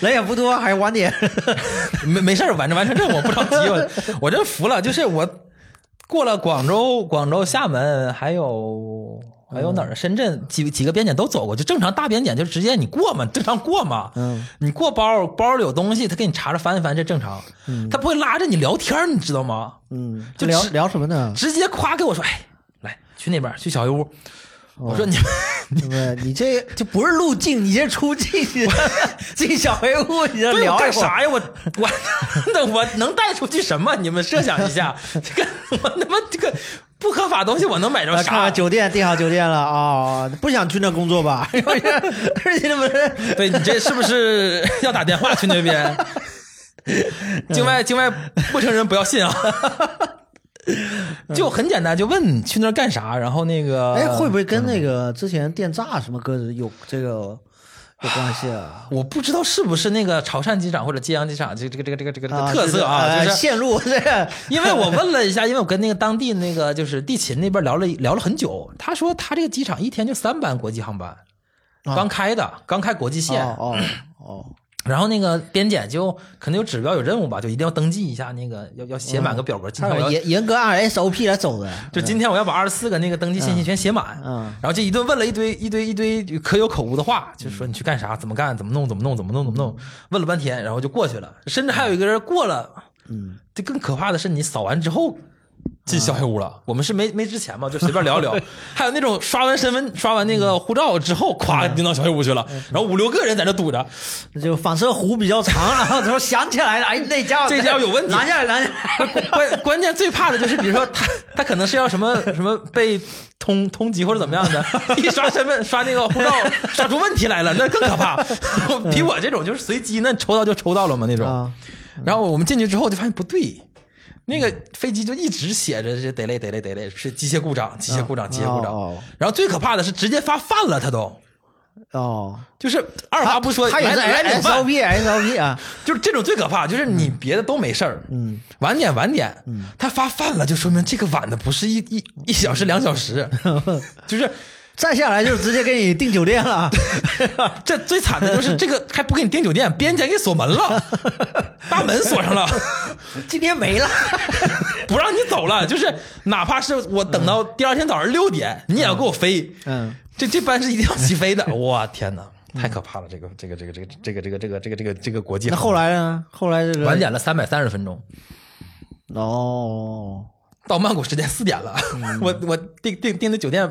[SPEAKER 2] 人也不多，还晚点。
[SPEAKER 3] 没没事儿，完成完成任务，不着急，我 [LAUGHS] 我真服了，就是我过了广州、广州、厦门，还有还有哪儿？深圳几几个边检都走过，就正常大边检就直接你过嘛，正常过嘛。
[SPEAKER 2] 嗯，
[SPEAKER 3] 你过包包里有东西，他给你查查翻一翻，这正常。他不会拉着你聊天儿，你知道吗？
[SPEAKER 2] 嗯，
[SPEAKER 3] [LAUGHS] 就
[SPEAKER 2] 聊
[SPEAKER 3] 吃
[SPEAKER 2] 聊什么
[SPEAKER 3] [LAUGHS]
[SPEAKER 2] 呢？
[SPEAKER 3] 直接夸给我说，哎，来去那边儿去小黑屋。我说你们 [LAUGHS]
[SPEAKER 2] 对不对？你这就不是入境，你这出境，
[SPEAKER 3] [LAUGHS]
[SPEAKER 2] 你这进小黑屋，你这
[SPEAKER 3] 对
[SPEAKER 2] 聊
[SPEAKER 3] 我
[SPEAKER 2] 一
[SPEAKER 3] 干
[SPEAKER 2] 会儿。
[SPEAKER 3] 啥呀？我我那我能带出去什么？你们设想一下，这个我他妈这个不合法东西我能买着
[SPEAKER 2] 啊看
[SPEAKER 3] 啥
[SPEAKER 2] 完？酒店订好酒店了啊、不想去那工作吧？ [LAUGHS] 而且他
[SPEAKER 3] [LAUGHS]
[SPEAKER 2] 们
[SPEAKER 3] 对你这是
[SPEAKER 2] [LAUGHS]
[SPEAKER 3] 不是要打电话去那边？
[SPEAKER 2] 嗯
[SPEAKER 3] [LAUGHS] 境外境外陌生人不要信啊！就很简单，就问你去那儿干啥，然后那个
[SPEAKER 2] 嗯哎，会不会
[SPEAKER 3] 嗯
[SPEAKER 2] 跟那个之前电诈什么鸽子有这个有关系啊？
[SPEAKER 3] 我不知道是不是那个潮汕机场或者揭阳机场这个这个这个这个这个
[SPEAKER 2] 啊
[SPEAKER 3] 特色啊，
[SPEAKER 2] 就是
[SPEAKER 3] 就
[SPEAKER 2] 呃
[SPEAKER 3] 是
[SPEAKER 2] 线路这个，
[SPEAKER 3] 因为我问了一下，因为我跟那个当地那个就是地勤那边聊了聊了很久，他说他这个机场一天就三班国际航班，刚开的，刚开国际线。
[SPEAKER 2] 哦哦哦，
[SPEAKER 3] 然后那个边检就可能有指标有任务吧，就一定要登记一下那个要要写满个表格，今
[SPEAKER 2] 他
[SPEAKER 3] 天我
[SPEAKER 2] 有
[SPEAKER 3] 要
[SPEAKER 2] 严严格按 SOP 来走的，
[SPEAKER 3] 就今天我要把二十四个那个登记信息全写满。
[SPEAKER 2] 嗯
[SPEAKER 3] 然后就一顿问了一堆一堆一堆可有可无的话，就是
[SPEAKER 2] 嗯
[SPEAKER 3] 说你去干啥，怎么干，怎么弄，怎么弄，怎么弄，怎么弄，问了半天，然后就过去了。甚至还有一个人过了，
[SPEAKER 2] 嗯，
[SPEAKER 3] 这更可怕的是你扫完之后进小黑屋了。我们是没没之前嘛，就随便聊
[SPEAKER 2] 嗯
[SPEAKER 3] 一聊。 [LAUGHS] 还有那种刷完身份、刷完那个护照之后，咵拎到小黑屋去了，
[SPEAKER 2] 嗯
[SPEAKER 3] 然后五六个人在这堵着，
[SPEAKER 2] 就反射弧比较长， [LAUGHS] 然后他说想起来了，哎，那家伙
[SPEAKER 3] 这家伙有问题
[SPEAKER 2] 拿下来，拿下来，
[SPEAKER 3] 关关键最怕的就是，比如说他他可能是要什么什么被通通缉或者怎么样的，一刷身份刷那个护照刷出问题来了，那更
[SPEAKER 2] [LAUGHS]
[SPEAKER 3] 可怕。比我这种就是随机，那抽到就抽到了嘛那种
[SPEAKER 2] 啊。
[SPEAKER 3] 然后我们进去之后就发现不对。那个飞机就一直写着这得嘞得嘞得嘞，是机械故障，机械故障，机械故
[SPEAKER 2] 哦
[SPEAKER 3] 障
[SPEAKER 2] 哦。
[SPEAKER 3] 然后最可怕的是直接发饭了，他都
[SPEAKER 2] 哦，
[SPEAKER 3] 就是二话不说，
[SPEAKER 2] 他也是
[SPEAKER 3] 来来点饭
[SPEAKER 2] SOP SOP 啊，
[SPEAKER 3] 就是这种最可怕，就是你别的都没事儿，嗯，晚点晚点，嗯，他发饭了，就说明这个晚的不是一一一小时两小
[SPEAKER 2] [LAUGHS]
[SPEAKER 3] 时，就是
[SPEAKER 2] 再下来就直接给你订酒店了 [LAUGHS] 啊，
[SPEAKER 3] 这最惨的就是这个还不给你订酒店，边检给锁门了，
[SPEAKER 2] [LAUGHS]
[SPEAKER 3] 把门锁上了， [LAUGHS]
[SPEAKER 2] 今天没了， [LAUGHS]
[SPEAKER 3] 不让你走了，就是哪怕是我等到第二天早上六点，你也要给我飞，
[SPEAKER 2] 嗯，
[SPEAKER 3] 这这班是一定要起飞的， [LAUGHS] 哇天哪，太可怕了，这个这个这个这个这个这个这个这个这个这个国际
[SPEAKER 2] 那
[SPEAKER 3] 航班，
[SPEAKER 2] 后来呢？后来这个
[SPEAKER 3] 晚点了三百三十分钟。
[SPEAKER 2] 哦，
[SPEAKER 3] 到曼谷时间四点了，
[SPEAKER 2] 嗯
[SPEAKER 3] [LAUGHS] 我我订订订的酒店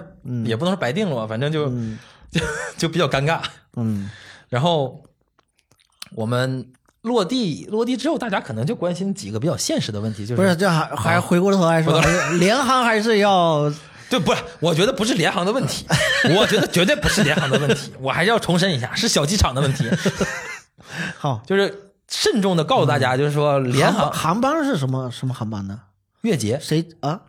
[SPEAKER 3] 也不能说白订了吧，反正就、 [LAUGHS] 就就比较尴尬。
[SPEAKER 2] 嗯
[SPEAKER 3] 然后我们落地落地之后，大家可能就关心几个比较现实的问题，就
[SPEAKER 2] 不是，这
[SPEAKER 3] 啊
[SPEAKER 2] 还还回过头来说，还是联航还是要
[SPEAKER 3] 对，不是，我觉得不是联航的
[SPEAKER 2] [LAUGHS]
[SPEAKER 3] 问题，我觉得绝对不是联航的问题，我还是要重申一下，是小机场的
[SPEAKER 2] [LAUGHS]
[SPEAKER 3] 问题，
[SPEAKER 2] 好。
[SPEAKER 3] 就是慎重的告诉大家，就是说 [LAUGHS] 联
[SPEAKER 2] 嗯航
[SPEAKER 3] 航
[SPEAKER 2] 航班是什么什么航班呢？
[SPEAKER 3] 越捷
[SPEAKER 2] 谁啊？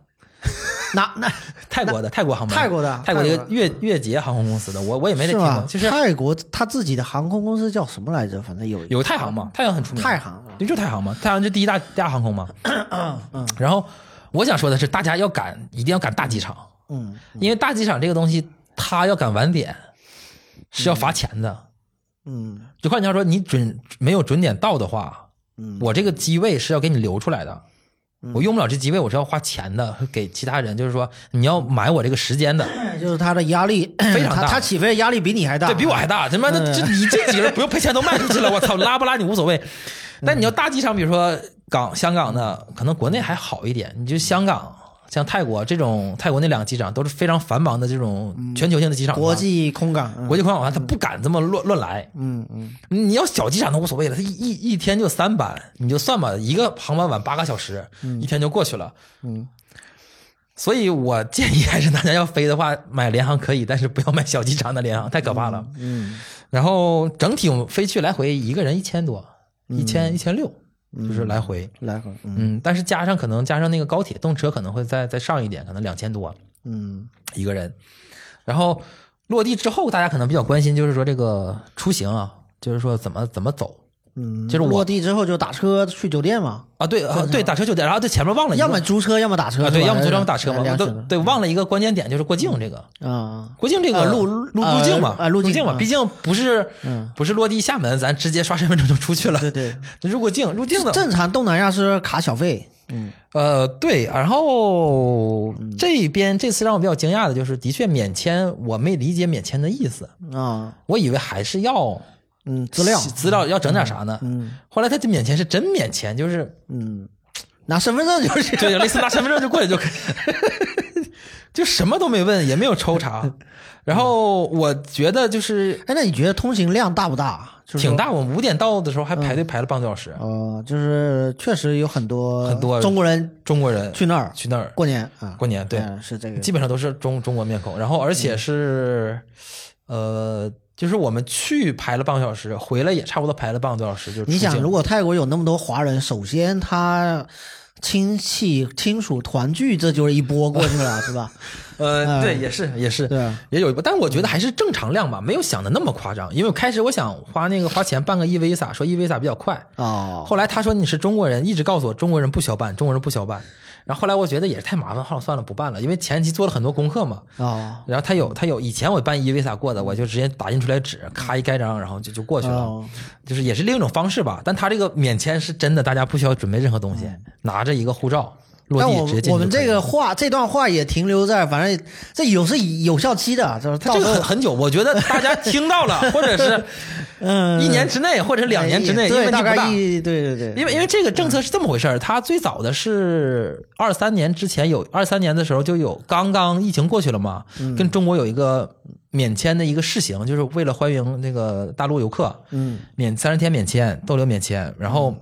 [SPEAKER 2] 哪哪
[SPEAKER 3] 泰国的泰国航班，
[SPEAKER 2] 泰国的
[SPEAKER 3] 泰国的一
[SPEAKER 2] 泰
[SPEAKER 3] 个
[SPEAKER 2] 国的
[SPEAKER 3] 越越捷航空公司的，我我也没太
[SPEAKER 2] 是
[SPEAKER 3] 听过
[SPEAKER 2] 吧，？
[SPEAKER 3] 就是
[SPEAKER 2] 泰国他自己的航空公司叫什么来着？反正有
[SPEAKER 3] 有太行嘛，太行很出名，
[SPEAKER 2] 太行
[SPEAKER 3] 对，就太行嘛，太行就第一大第二航
[SPEAKER 2] [CLEARS THROAT]
[SPEAKER 3] 空嘛。
[SPEAKER 2] 嗯
[SPEAKER 3] 然后我想说的是，大家要赶，一定要赶大机场，
[SPEAKER 2] 嗯
[SPEAKER 3] 因为大机场这个东西，它要赶晚点是要罚钱的。
[SPEAKER 2] 嗯
[SPEAKER 3] 就换句话说，你准没有准点到的话，
[SPEAKER 2] 嗯
[SPEAKER 3] 我这个机位是要给你留出来的。我用不了这机位，我是要花钱的，给其他人，就是说你要买我这个时间的，
[SPEAKER 2] 嗯就是他的压力
[SPEAKER 3] 非常大
[SPEAKER 2] [CLEARS THROAT] 他他起飞的压力比你还大，
[SPEAKER 3] 对比我还大，他妈的，
[SPEAKER 2] 嗯
[SPEAKER 3] 这你这几个人不用赔钱都卖出去了，
[SPEAKER 2] [LAUGHS]
[SPEAKER 3] 我操，拉不拉你无所谓。
[SPEAKER 2] 嗯
[SPEAKER 3] 但你要大机场，比如说港、香港的，可能国内还好一点。你就香港、像泰国这种，泰国那两个机场都是非常繁忙的这种全球性的机场
[SPEAKER 2] 嗯
[SPEAKER 3] 嘛，
[SPEAKER 2] 国际空港，嗯
[SPEAKER 3] 国际空港，他不敢这么乱乱来。
[SPEAKER 2] 嗯嗯
[SPEAKER 3] 你要小机场都无所谓了，他一一一天就三班，你就算吧，一个航班晚八个小时，一天就过去了。
[SPEAKER 2] 嗯，
[SPEAKER 3] 所以我建议还是大家要飞的话，买联航可以，但是不要买小机场的联航，太可怕了。
[SPEAKER 2] 嗯
[SPEAKER 3] 然后整体我们飞去来回一个人一千多，
[SPEAKER 2] 嗯
[SPEAKER 3] 一千一千六，就是来回。
[SPEAKER 2] 来回嗯
[SPEAKER 3] 嗯，但是加上可能加上那个高铁动车可能会再再上一点，可能两千多
[SPEAKER 2] 嗯
[SPEAKER 3] 一个人。然后落地之后，大家可能比较关心就是说这个出行啊，就是说怎么怎么走
[SPEAKER 2] 嗯，
[SPEAKER 3] 就是我
[SPEAKER 2] 落地之后就打车去酒店嘛，
[SPEAKER 3] 啊？对啊，对，打车酒店，然后这前面忘了一个，
[SPEAKER 2] 哦要么租车，要么打车是
[SPEAKER 3] 啊
[SPEAKER 2] 吧，
[SPEAKER 3] 对，要么坐要么打车嘛，
[SPEAKER 2] 两两
[SPEAKER 3] 我都
[SPEAKER 2] 种
[SPEAKER 3] 对忘了一个关键点，就是过境这个。
[SPEAKER 2] 啊
[SPEAKER 3] 国境这个
[SPEAKER 2] 呃路
[SPEAKER 3] 路
[SPEAKER 2] 呃
[SPEAKER 3] 路径嘛，
[SPEAKER 2] 呃路
[SPEAKER 3] 路
[SPEAKER 2] 径
[SPEAKER 3] 嘛，
[SPEAKER 2] 嗯
[SPEAKER 3] 毕竟不是
[SPEAKER 2] 嗯
[SPEAKER 3] 不是落地 [LAUGHS] 厦门，咱直接刷身份证就出去了。
[SPEAKER 2] 对对，
[SPEAKER 3] 入过境入境的
[SPEAKER 2] 正常东南亚是卡小费，嗯，
[SPEAKER 3] 呃，对，然后这边这次让我比较惊讶的就是，的确免签我没理解免签的意思，
[SPEAKER 2] 啊，
[SPEAKER 3] 我以为还是要
[SPEAKER 2] 嗯，资料，
[SPEAKER 3] 资料要整点啥呢？
[SPEAKER 2] 嗯
[SPEAKER 3] 后来他这免签是真免签，就是
[SPEAKER 2] 嗯，拿身份证就是， [LAUGHS]
[SPEAKER 3] 对，类似拿身份证 [LAUGHS] 就过去就可以，就什么都没问，也没有抽查。
[SPEAKER 2] 嗯
[SPEAKER 3] 然后我觉得就是
[SPEAKER 2] 哎，那你觉得通行量大不大？就是嗯说
[SPEAKER 3] 挺，大，我们五点到的时候还排队排了半个多小时，
[SPEAKER 2] 呃，就是确实有很多
[SPEAKER 3] 很多
[SPEAKER 2] 中国人
[SPEAKER 3] 中国人
[SPEAKER 2] 去那儿
[SPEAKER 3] 去那儿
[SPEAKER 2] 过年啊，
[SPEAKER 3] 过年，对，
[SPEAKER 2] 嗯是这个，
[SPEAKER 3] 基本上都是中中国面孔，然后而且是，呃，就是我们去排了半个小时，回来也差不多排了半个多小时，就是
[SPEAKER 2] 你
[SPEAKER 3] 出
[SPEAKER 2] 想，
[SPEAKER 3] 境
[SPEAKER 2] 如果泰国有那么多华人，首先他亲戚亲属团聚，这就是一波过去了，是
[SPEAKER 3] [LAUGHS]
[SPEAKER 2] 吧？
[SPEAKER 3] 呃，
[SPEAKER 2] 嗯
[SPEAKER 3] 对，也是也是，
[SPEAKER 2] 对啊
[SPEAKER 3] 也有一波，但我觉得还是正常量吧，没有想的那么夸张，因为我开始我想花那个花钱办个 e visa，说 e visa 比较快，
[SPEAKER 2] 哦，
[SPEAKER 3] 后来他说你是中国人，一直告诉我中国人不消办，中国人不消办，然后后来我觉得也是太麻烦，后来算了不办了，因为前期做了很多功课嘛，
[SPEAKER 2] 哦，
[SPEAKER 3] 然后他有他有以前我办 e visa 过的，我就直接打印出来纸，咔一盖章，然后就就过去了，
[SPEAKER 2] 嗯哦
[SPEAKER 3] 就是也是另一种方式吧。但他这个免签是真的，大家不需要准备任何东西，拿着一个护照
[SPEAKER 2] 嗯
[SPEAKER 3] 落
[SPEAKER 2] 但
[SPEAKER 3] 地
[SPEAKER 2] 我
[SPEAKER 3] 直接进去
[SPEAKER 2] 我们
[SPEAKER 3] 就可
[SPEAKER 2] 这
[SPEAKER 3] 以了
[SPEAKER 2] 个话这段话也停留在，反正这有是有效期的，就是
[SPEAKER 3] 他
[SPEAKER 2] 到
[SPEAKER 3] 这
[SPEAKER 2] 时
[SPEAKER 3] 个
[SPEAKER 2] 候
[SPEAKER 3] 很很久，我觉得大家听
[SPEAKER 2] [LAUGHS]
[SPEAKER 3] 到了，或者是
[SPEAKER 2] 嗯哎
[SPEAKER 3] 一年之内，或者是两年之内，因为
[SPEAKER 2] 对，
[SPEAKER 3] 问题
[SPEAKER 2] 大
[SPEAKER 3] 不
[SPEAKER 2] 概
[SPEAKER 3] 大。
[SPEAKER 2] 一对对对，嗯
[SPEAKER 3] 因为因为这个政策是这么回事儿，它最早的是二三年之前有，二三年的时候就有，刚刚疫情过去了嘛，
[SPEAKER 2] 嗯
[SPEAKER 3] 跟中国有一个免签的一个试行，就是为了欢迎那个大陆游客，
[SPEAKER 2] 嗯
[SPEAKER 3] 免三十天免签，逗留免签，然后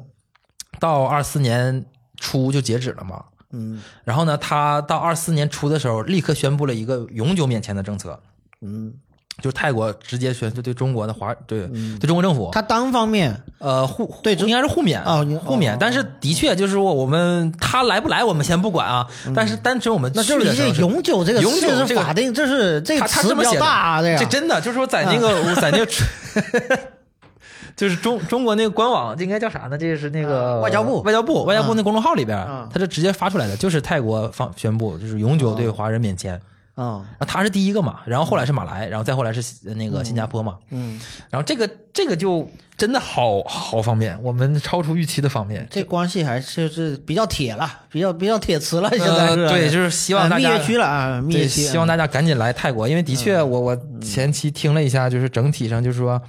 [SPEAKER 3] 到二四年初就截止了嘛。
[SPEAKER 2] 嗯
[SPEAKER 3] 然后呢，他到二四年初的时候，立刻宣布了一个永久免签的政策，
[SPEAKER 2] 嗯，
[SPEAKER 3] 就是泰国直接宣就对中国的华对、对中国政府，
[SPEAKER 2] 他单方面
[SPEAKER 3] 呃互
[SPEAKER 2] 对
[SPEAKER 3] 应该是互免
[SPEAKER 2] 哦你
[SPEAKER 3] 互免，
[SPEAKER 2] 哦
[SPEAKER 3] 但是的确就是说我们他来不来我们先不管啊，但是单纯我们
[SPEAKER 2] 嗯那就是
[SPEAKER 3] 去的
[SPEAKER 2] 这
[SPEAKER 3] 时候
[SPEAKER 2] 永久这个
[SPEAKER 3] 永
[SPEAKER 2] 是
[SPEAKER 3] 久这
[SPEAKER 2] 是
[SPEAKER 3] 个
[SPEAKER 2] 法定，这是这
[SPEAKER 3] 他
[SPEAKER 2] 个
[SPEAKER 3] 他
[SPEAKER 2] 词
[SPEAKER 3] 这
[SPEAKER 2] 比
[SPEAKER 3] 么
[SPEAKER 2] 较
[SPEAKER 3] 写的
[SPEAKER 2] 大啊，这嗯
[SPEAKER 3] 这
[SPEAKER 2] 个
[SPEAKER 3] 真的就是说在那个、我在那个 [LAUGHS] 就是中中国那个官网，这应该叫啥呢？这是那个、
[SPEAKER 2] 啊外交部
[SPEAKER 3] 外交部外交部那公众号里边，
[SPEAKER 2] 嗯
[SPEAKER 3] 他就直接发出来的，就是泰国放宣布就是永久
[SPEAKER 2] 嗯
[SPEAKER 3] 对华人免签。
[SPEAKER 2] 啊
[SPEAKER 3] 啊，他是第一个嘛，然后后来是马来，然后再后来是那个新加坡嘛，
[SPEAKER 2] 嗯，
[SPEAKER 3] 然后这个这个就真的好好方便，我们超出预期的方便。
[SPEAKER 2] 这关系还是就是比较铁了，比较比较铁磁了，现在
[SPEAKER 3] 呃
[SPEAKER 2] 是吧
[SPEAKER 3] 对就是希望
[SPEAKER 2] 呃
[SPEAKER 3] 大
[SPEAKER 2] 蜜
[SPEAKER 3] 家
[SPEAKER 2] 月区了啊，嗯蜜
[SPEAKER 3] 对，
[SPEAKER 2] 月区，
[SPEAKER 3] 希望大家赶紧来泰国，因为的确我，我前期听了一下，就是整体上就是说，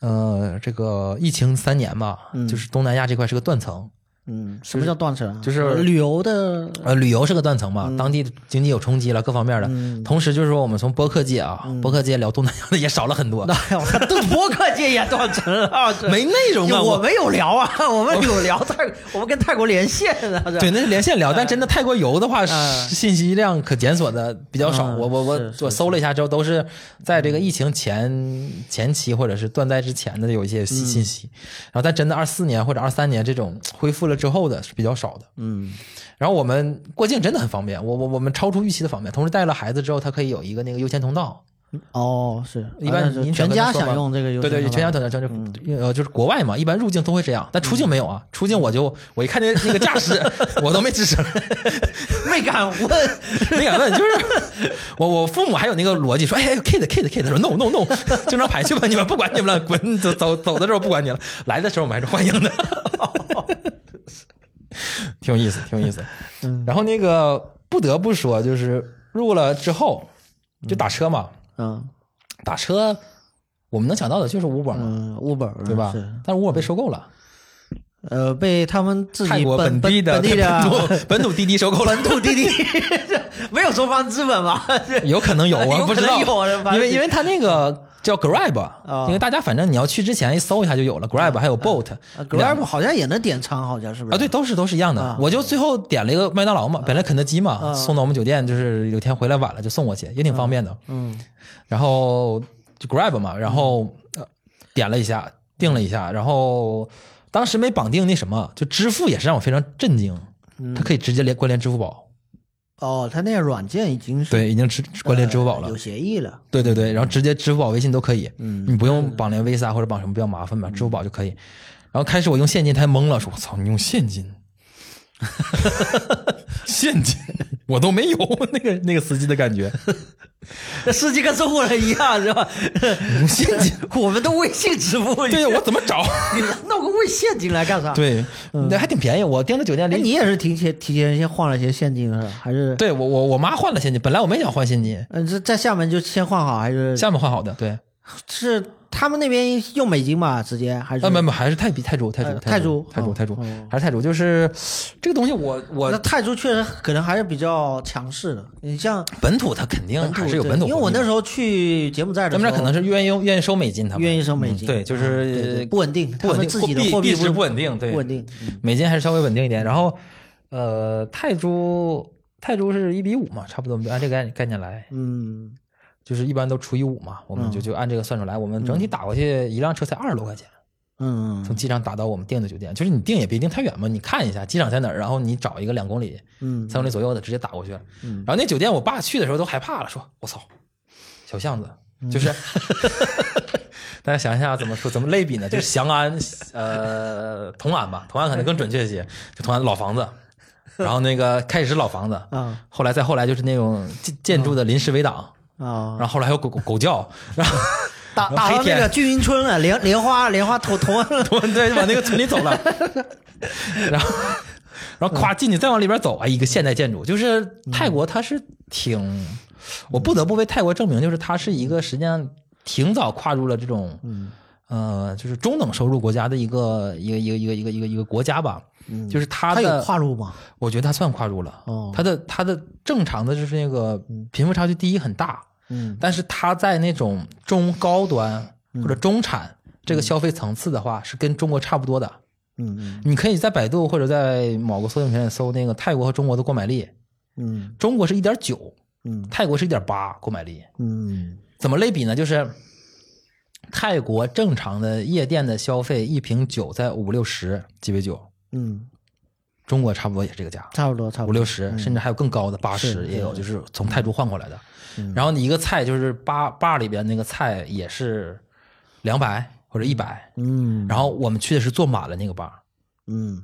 [SPEAKER 3] 呃，这个疫情三年吧，就是东南亚这块是个断层，
[SPEAKER 2] 嗯，什么叫断嗯层啊？
[SPEAKER 3] 就是 [LAUGHS]
[SPEAKER 2] 旅游的嗯
[SPEAKER 3] 呃，旅游是个断层嘛，当地经济有冲击了，各方面的。同时就是说，我们从播客界啊，
[SPEAKER 2] 嗯
[SPEAKER 3] 播客界聊东南亚的也少了很多，
[SPEAKER 2] 哎我们对播客界也断层了啊，这
[SPEAKER 3] 没内容啊，
[SPEAKER 2] 我
[SPEAKER 3] 我。
[SPEAKER 2] 们有聊啊，我们有
[SPEAKER 3] [LAUGHS]
[SPEAKER 2] 聊泰，我们跟泰国连线的，是吧啊嗯
[SPEAKER 3] 对，那是连线聊，但真的泰国游的话，是信息量可检索的比较少。
[SPEAKER 2] 嗯
[SPEAKER 3] 我我
[SPEAKER 2] 是
[SPEAKER 3] 我
[SPEAKER 2] 是嗯
[SPEAKER 3] 我搜了一下之后，都是在这个疫情前前期或者是断代之前的有一些信信息，然后但真的二四年或者二三年这种恢复了之后的是比较少的。
[SPEAKER 2] 嗯
[SPEAKER 3] 然后我们过境真的很方便，我我我们超出预期的方便。同时带了孩子之后，他可以有一个那个优先通道，
[SPEAKER 2] 哦是，
[SPEAKER 3] 一般
[SPEAKER 2] 您
[SPEAKER 3] 您
[SPEAKER 2] 全
[SPEAKER 3] 整个
[SPEAKER 2] 家
[SPEAKER 3] 都说吧
[SPEAKER 2] 享用这个优
[SPEAKER 3] 对
[SPEAKER 2] 先通
[SPEAKER 3] 对，
[SPEAKER 2] 道嗯
[SPEAKER 3] 全家等等就呃就是国外嘛，一般入境都会这样，但出境没有啊。出境我就我一看那那个驾
[SPEAKER 2] [LAUGHS]
[SPEAKER 3] 驶，我都没吱声，
[SPEAKER 2] 没敢
[SPEAKER 3] [LAUGHS]
[SPEAKER 2] 问，
[SPEAKER 3] 没敢问，就是我我父母还有那个逻辑说，哎哎，kid kid kid，说 no no no，经 [LAUGHS] 常排去吧，你们不管你们了，滚走走走的时候不管你了，来的时候我们还是欢迎的， [LAUGHS] 挺有意思，挺有意思。
[SPEAKER 2] 嗯
[SPEAKER 3] 然后那个不得不说，就是入了之后就打车嘛，
[SPEAKER 2] 嗯
[SPEAKER 3] 打车我们能想到的就是 Uber 嘛，
[SPEAKER 2] 嗯，Uber
[SPEAKER 3] 对吧
[SPEAKER 2] 是？
[SPEAKER 3] 但是 Uber 被收购了，
[SPEAKER 2] 呃，被他们自
[SPEAKER 3] 泰
[SPEAKER 2] 己
[SPEAKER 3] 国
[SPEAKER 2] 本
[SPEAKER 3] 地的
[SPEAKER 2] 本地
[SPEAKER 3] 本
[SPEAKER 2] 的
[SPEAKER 3] 土本土滴滴收购了，
[SPEAKER 2] 本 [LAUGHS] 土滴滴， [LAUGHS] 没有收方资本吧？
[SPEAKER 3] 有
[SPEAKER 2] [LAUGHS]
[SPEAKER 3] 可能有，我不知道
[SPEAKER 2] 有可能有，反正
[SPEAKER 3] 因为因为他那个叫 Grab，
[SPEAKER 2] 啊
[SPEAKER 3] 因为大家反正你要去之前一搜一下就有了 Grab，还有 Bolt
[SPEAKER 2] 啊
[SPEAKER 3] [LAUGHS] 两
[SPEAKER 2] ，Grab 好像也能点餐，好像是不是？
[SPEAKER 3] 啊，对，，都是都是一样的
[SPEAKER 2] 啊。
[SPEAKER 3] 我就最后点了一个麦当劳嘛，本来肯德基嘛，送到我们酒店，就是有天回来晚了就送过去，也挺方便的。
[SPEAKER 2] 嗯
[SPEAKER 3] 然后就 Grab 嘛，然后
[SPEAKER 2] 嗯
[SPEAKER 3] 呃点了一下，定了一下，然后当时没绑定那什么，就支付也是让我非常震惊，
[SPEAKER 2] 嗯
[SPEAKER 3] 它可以直接连关联支付宝，
[SPEAKER 2] 哦，他那个软件已经是
[SPEAKER 3] 对，已经支关联支付宝了
[SPEAKER 2] 呃有。协议了。
[SPEAKER 3] 对对对，然后直接支付宝、微信都可以，
[SPEAKER 2] 嗯
[SPEAKER 3] 你不用绑连 Visa 或者绑嗯什么比较麻烦嘛，支付宝就可以。然后开始我用现金，他还懵了，说：“我操，你用现金？” [LAUGHS] 现金我都没有 [LAUGHS] 那个那个司机的感觉，
[SPEAKER 2] 那司机跟中国人一样是吧？ [LAUGHS]
[SPEAKER 3] 现金，
[SPEAKER 2] 我们都微信支付，
[SPEAKER 3] [LAUGHS] 对呀，我怎么找？嗯
[SPEAKER 2] 你弄个微现金来干啥？，
[SPEAKER 3] [LAUGHS] 对，那还挺便宜，我订的酒店
[SPEAKER 2] 哎，
[SPEAKER 3] 离
[SPEAKER 2] 你也是提前提前先换了些现金是吧？还是？
[SPEAKER 3] 对我我我妈换了现金，本来我没想换现金，
[SPEAKER 2] 嗯，这在厦门就先换好还是？
[SPEAKER 3] 厦门换好的，对，
[SPEAKER 2] 是他们那边用美金吧？直接还是？
[SPEAKER 3] 啊没没还是泰哎币泰铢泰
[SPEAKER 2] 呃
[SPEAKER 3] 铢
[SPEAKER 2] 泰铢
[SPEAKER 3] 铢泰铢
[SPEAKER 2] 哦
[SPEAKER 3] 泰铢
[SPEAKER 2] 哦
[SPEAKER 3] 还是泰铢，就是这个东西我
[SPEAKER 2] 那
[SPEAKER 3] 我
[SPEAKER 2] 泰铢确实可能还是比较强势的。你像
[SPEAKER 3] 本土它肯定
[SPEAKER 2] 本土
[SPEAKER 3] 还是有
[SPEAKER 2] 对
[SPEAKER 3] 本土
[SPEAKER 2] 因
[SPEAKER 3] 货币的，
[SPEAKER 2] 为我那时候去柬埔寨的
[SPEAKER 3] 咱
[SPEAKER 2] 时
[SPEAKER 3] 们
[SPEAKER 2] 候，
[SPEAKER 3] 这可能是愿意用愿意收美金，他们
[SPEAKER 2] 愿意收美金，
[SPEAKER 3] 嗯对就是呃
[SPEAKER 2] 啊对对不稳定，
[SPEAKER 3] 不稳定
[SPEAKER 2] 他们自己的
[SPEAKER 3] 货币
[SPEAKER 2] 货
[SPEAKER 3] 币值
[SPEAKER 2] 不
[SPEAKER 3] 不稳定对
[SPEAKER 2] 不稳定。嗯
[SPEAKER 3] 美金还是稍微稳定一点。然后，呃，泰铢泰铢是一比五嘛，差不多，我们就按这个概概念来，
[SPEAKER 2] 嗯，
[SPEAKER 3] 就是一般都除以五嘛，我们就
[SPEAKER 2] 嗯
[SPEAKER 3] 就按这个算出来。我们整体打过去一辆车才二十多块钱，从
[SPEAKER 2] 嗯
[SPEAKER 3] 机场打到我们订的酒店，就是你订也别订太远嘛，你看一下机场在哪儿，然后你找一个两公里、
[SPEAKER 2] 嗯
[SPEAKER 3] 三公里左右的直接打过去了。
[SPEAKER 2] 嗯
[SPEAKER 3] 然后那酒店我爸去的时候都害怕了，说我操，小巷子就是。大家想一下怎么说，怎么类比呢？就是翔安，呃，同安吧，同安可能更准确一些，就同安老房子，然后那个开始是老房子，
[SPEAKER 2] 啊
[SPEAKER 3] 后来再后来就是那种建建筑的临时围挡，
[SPEAKER 2] 啊
[SPEAKER 3] 然，后后来还有狗狗狗叫， [LAUGHS] 然后
[SPEAKER 2] 打打
[SPEAKER 3] 黑
[SPEAKER 2] 到那
[SPEAKER 3] 天
[SPEAKER 2] 个聚云
[SPEAKER 3] 啊
[SPEAKER 2] 村了，莲莲花莲花投投完了，
[SPEAKER 3] 我 [LAUGHS] 对，就往那个村里走
[SPEAKER 2] [LAUGHS]
[SPEAKER 3] 了，然后然后夸进去，再往里边走，哎，一个现代建筑，就是
[SPEAKER 2] 嗯
[SPEAKER 3] 泰国，它是挺，我不得不为泰国证明，就是它是一个实际上挺早跨入了这种，
[SPEAKER 2] 嗯
[SPEAKER 3] 呃，就是中等收入国家的一个一个一个一个一个一个一个国家吧， [LAUGHS] 就是它
[SPEAKER 2] 它嗯有
[SPEAKER 3] 的，
[SPEAKER 2] 跨入吗？
[SPEAKER 3] 我觉得它算跨入了
[SPEAKER 2] 哦，
[SPEAKER 3] 它的它的正常的就是那个贫富差距第一很大，
[SPEAKER 2] 嗯
[SPEAKER 3] 但是它在那种中高端或者中产这个消费层次的话，是跟中国差不多的。
[SPEAKER 2] 嗯嗯
[SPEAKER 3] 你可以在百度或者在某个搜索引擎里搜那个泰国和中国的购买力，
[SPEAKER 2] 嗯
[SPEAKER 3] 中国是一点九，
[SPEAKER 2] 嗯
[SPEAKER 3] 泰国是一点八购买力。
[SPEAKER 2] 嗯
[SPEAKER 3] 怎么类比呢？就是泰国正常的夜店的消费，一瓶酒在五六十鸡尾酒，
[SPEAKER 2] 嗯，
[SPEAKER 3] 中国差不多也是这个价，
[SPEAKER 2] 差不多差
[SPEAKER 3] 五
[SPEAKER 2] 不多。
[SPEAKER 3] 六十，甚至还有更高的八
[SPEAKER 2] 嗯
[SPEAKER 3] 十
[SPEAKER 2] 是嗯
[SPEAKER 3] 也有，就是从泰铢换过来的。然后你一个菜就是八八里边那个菜也是两百或者一百，
[SPEAKER 2] 嗯
[SPEAKER 3] 然后我们去的是坐满了那个吧。
[SPEAKER 2] 嗯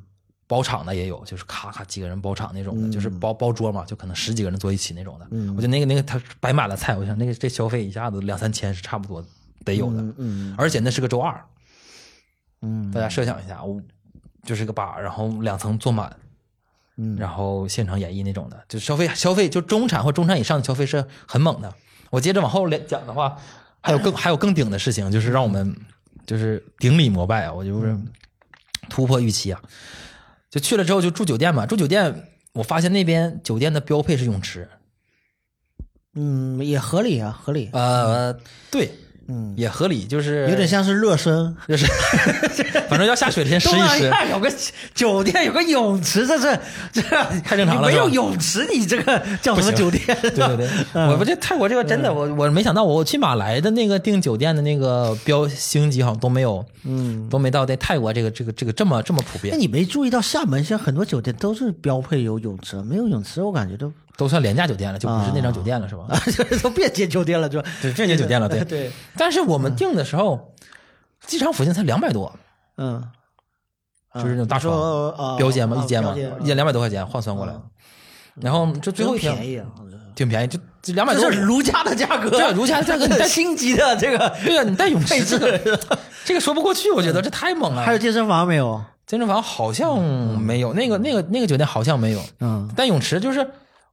[SPEAKER 3] 包场的也有，就是咔咔几个人包场那种的，就是
[SPEAKER 2] 嗯
[SPEAKER 3] 包包桌嘛，就可能十几个人坐一起那种的。我觉得那个那个他摆满了菜，我想那个这消费一下子两三千是差不多得有的，
[SPEAKER 2] 嗯
[SPEAKER 3] 而且那是个周二，
[SPEAKER 2] 嗯
[SPEAKER 3] 大家设想一下，我就是个吧，然后两层坐满，
[SPEAKER 2] 嗯
[SPEAKER 3] 然后现场演绎那种的，就消费消费就中产或中产以上的消费是很猛的。我接着往后来讲的话，还有更还有更顶的事情，就是让我们就是顶礼膜拜啊！我就是
[SPEAKER 2] 嗯
[SPEAKER 3] 突破预期啊！就去了之后就住酒店嘛，住酒店我发现那边酒店的标配是泳池，
[SPEAKER 2] 嗯也合理啊，合理。
[SPEAKER 3] 呃，对，
[SPEAKER 2] 嗯，
[SPEAKER 3] 也合理，就是
[SPEAKER 2] 有点像是热身，
[SPEAKER 3] 就是反正要下水之前试
[SPEAKER 2] [LAUGHS] 东
[SPEAKER 3] 一
[SPEAKER 2] 南
[SPEAKER 3] 试。
[SPEAKER 2] 亚有个酒店，有个泳池，这是这
[SPEAKER 3] 太正常了
[SPEAKER 2] 你没有
[SPEAKER 3] 是吧
[SPEAKER 2] 泳池，你这个叫什么
[SPEAKER 3] 不行
[SPEAKER 2] 酒店？
[SPEAKER 3] [LAUGHS]
[SPEAKER 2] 嗯
[SPEAKER 3] 对对对，我不这泰国这个真的，我我没想到，我我去马来的那个订酒店的那个标星级好像都没有，嗯，都没到在泰国这个这个这个这么这么普
[SPEAKER 2] [LAUGHS] 那
[SPEAKER 3] 遍，
[SPEAKER 2] 你没注意到厦门现在很多酒店都是标配有泳池，没有泳池我感觉都 [LAUGHS]
[SPEAKER 3] 都算廉价酒店了，就不是那张酒店了，是吧？ [LAUGHS]
[SPEAKER 2] 都变街酒店了，就
[SPEAKER 3] 对，这些酒店了，对
[SPEAKER 2] 啊 [LAUGHS] 对。
[SPEAKER 3] 但是我们订的时候，机场附近才两百多，
[SPEAKER 2] 嗯，
[SPEAKER 3] 就是那种大
[SPEAKER 2] 啊你
[SPEAKER 3] 床
[SPEAKER 2] 说呃
[SPEAKER 3] 标间
[SPEAKER 2] 啊
[SPEAKER 3] 嘛，一间
[SPEAKER 2] 标
[SPEAKER 3] 嘛，
[SPEAKER 2] 间
[SPEAKER 3] 一间两百多块钱换算过来，然后就最后一
[SPEAKER 2] 真便
[SPEAKER 3] 天
[SPEAKER 2] 宜啊，
[SPEAKER 3] [LAUGHS] 挺便宜，就就两百多
[SPEAKER 2] 这，是儒家的价格，
[SPEAKER 3] 对儒家
[SPEAKER 2] [LAUGHS]
[SPEAKER 3] 的价格你带
[SPEAKER 2] 星级的这个
[SPEAKER 3] [LAUGHS] 对啊呀，你带泳
[SPEAKER 2] 配
[SPEAKER 3] 池这个
[SPEAKER 2] 置，
[SPEAKER 3] [LAUGHS] 这个说不过去，我觉得这太猛了。
[SPEAKER 2] [LAUGHS] 还嗯有健身房没有？
[SPEAKER 3] 健身房好像没有，那个那个那个酒店好像没有，
[SPEAKER 2] 嗯
[SPEAKER 3] 但泳池就是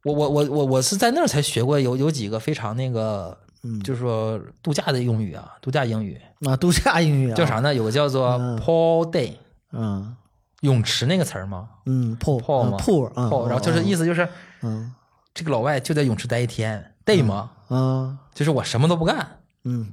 [SPEAKER 3] 我我我我我是在那儿才学过有有几个非常那个，
[SPEAKER 2] 嗯
[SPEAKER 3] 就是说度假的用语啊，度假英语
[SPEAKER 2] 啊，度假英语啊
[SPEAKER 3] 叫啥？呢？有个叫做 pool day
[SPEAKER 2] 嗯
[SPEAKER 3] 泳池那个词儿吗
[SPEAKER 2] 嗯，pool
[SPEAKER 3] ？pool 吗
[SPEAKER 2] 嗯 pool 嗯
[SPEAKER 3] pool，然后就是意思就是
[SPEAKER 2] 嗯
[SPEAKER 3] 这个老外就在泳池待一天 day 嘛，
[SPEAKER 2] 嗯
[SPEAKER 3] 就是我什么都不干，
[SPEAKER 2] 嗯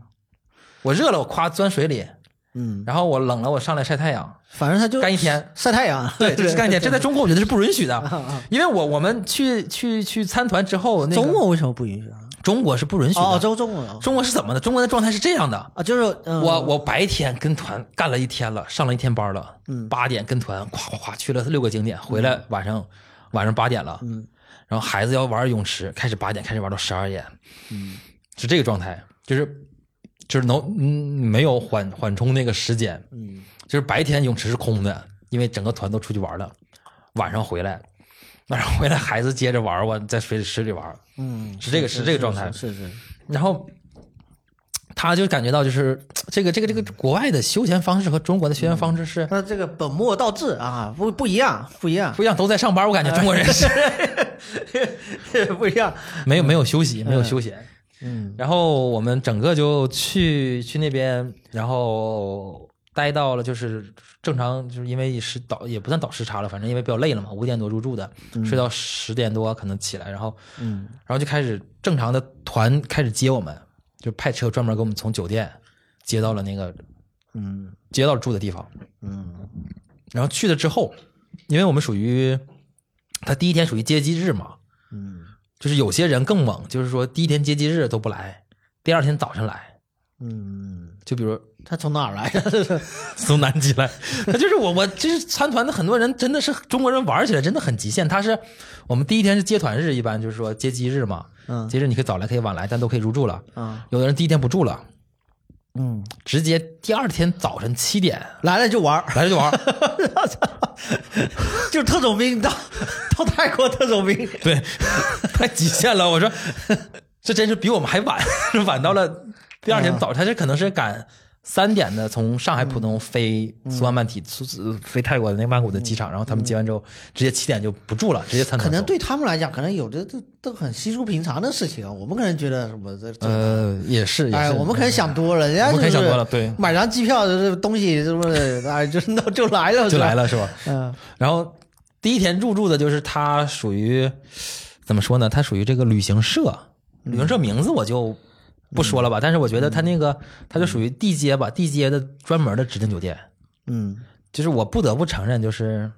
[SPEAKER 3] 我热了我夸钻水里，
[SPEAKER 2] 嗯，
[SPEAKER 3] 然后我冷了我上来晒太阳，
[SPEAKER 2] 反正他就
[SPEAKER 3] 干一天。
[SPEAKER 2] 晒太阳， [LAUGHS]
[SPEAKER 3] 对，就是干一天，这在中国我觉得是不允许
[SPEAKER 2] 嗯
[SPEAKER 3] 的，因为我我们去去去参团之后，那个
[SPEAKER 2] 周末为什么不允许啊？
[SPEAKER 3] 中国是不允许的。
[SPEAKER 2] 哦，周中了
[SPEAKER 3] 中国是怎么的？中国的状态是这样的：
[SPEAKER 2] 啊，就是嗯
[SPEAKER 3] 我我白天跟团干了一天了，上了一天班了，八点跟团咵咵咵去了六个景点，回来晚上晚上八点了，然后孩子要玩泳池，开始八点开始玩到十二点，嗯是这个状态，就是就是能嗯没有缓缓冲那个时间，
[SPEAKER 2] 嗯
[SPEAKER 3] 就是白天泳池是空的，因为整个团都出去玩了。晚上回来，晚上回来孩子接着玩儿，我在水池里玩儿，
[SPEAKER 2] 嗯，
[SPEAKER 3] 是这个是这个状态
[SPEAKER 2] 是是，是
[SPEAKER 3] 然后他就感觉到就是这个这个这个国外的休闲方式和中国的休闲方式是
[SPEAKER 2] 他这个本末倒置啊，不不一样，不一样，
[SPEAKER 3] 不一样，都在上班，我感觉中国人是
[SPEAKER 2] [LAUGHS] 不一样，
[SPEAKER 3] 没有没有休息，没有休闲。
[SPEAKER 2] 嗯
[SPEAKER 3] 然后我们整个就去去那边，然后待到了就是正常，就是因为时倒也不算倒时差了，反正因为比较累了嘛，五点多入住的，睡到十点多可能起来，然后
[SPEAKER 2] 嗯
[SPEAKER 3] 然后就开始正常的团开始接我们，就派车专门给我们从酒店接到了那个
[SPEAKER 2] 嗯
[SPEAKER 3] 接到了住的地方。
[SPEAKER 2] 嗯
[SPEAKER 3] 然后去了之后，因为我们属于他第一天属于接机制嘛，
[SPEAKER 2] 嗯
[SPEAKER 3] 就是有些人更猛，就是说第一天接机日都不来，第二天早上来，
[SPEAKER 2] 嗯，
[SPEAKER 3] 就比如 [LAUGHS]
[SPEAKER 2] 他从哪儿来的？ [LAUGHS]
[SPEAKER 3] 从南极来，他就是我我就是参团的很多人真的是中国人玩起来真的很极限，他是我们第一天是接团日，一般就是说接机日嘛，
[SPEAKER 2] 嗯
[SPEAKER 3] 接着你可以早来可以晚来，但都可以入住了。
[SPEAKER 2] 啊
[SPEAKER 3] 有的人第一天不住了，
[SPEAKER 2] 嗯，
[SPEAKER 3] 直接第二天早晨七点
[SPEAKER 2] 来了就玩儿，
[SPEAKER 3] 来了就 [LAUGHS] 玩儿，
[SPEAKER 2] 就是特种兵到 [LAUGHS] 到泰国特种兵，
[SPEAKER 3] [LAUGHS] 对，太极限了。我说，这真是比我们还晚， [LAUGHS] 晚到了第二天早，他这可能是赶三点的从上海浦东飞苏万曼体，苏苏飞泰国的那曼谷的机场，然后他们接完之后，直接七点就不住了，直接参团
[SPEAKER 2] 可能
[SPEAKER 3] 走。
[SPEAKER 2] 对他们来讲，可能有的都都很稀疏平常的事情，啊我们可能觉得什么这这。
[SPEAKER 3] 呃，也是，也
[SPEAKER 2] 哎，
[SPEAKER 3] 是，
[SPEAKER 2] 我们可能想多了，人家
[SPEAKER 3] 我们可能
[SPEAKER 2] 就是
[SPEAKER 3] 想多了对
[SPEAKER 2] 买张机票，这东西是不是？哎，就是 [LAUGHS] 那就来了，
[SPEAKER 3] 就是
[SPEAKER 2] 吧
[SPEAKER 3] 来，了是吧？
[SPEAKER 2] 嗯
[SPEAKER 3] 然后第一天入住的就是他属于怎么说呢？他属于这个旅行社，旅行社名字我就不说了吧。但是我觉得他那个他就属于地接吧，地接的专门的指定酒店。
[SPEAKER 2] 嗯
[SPEAKER 3] 就是我不得不承认，就是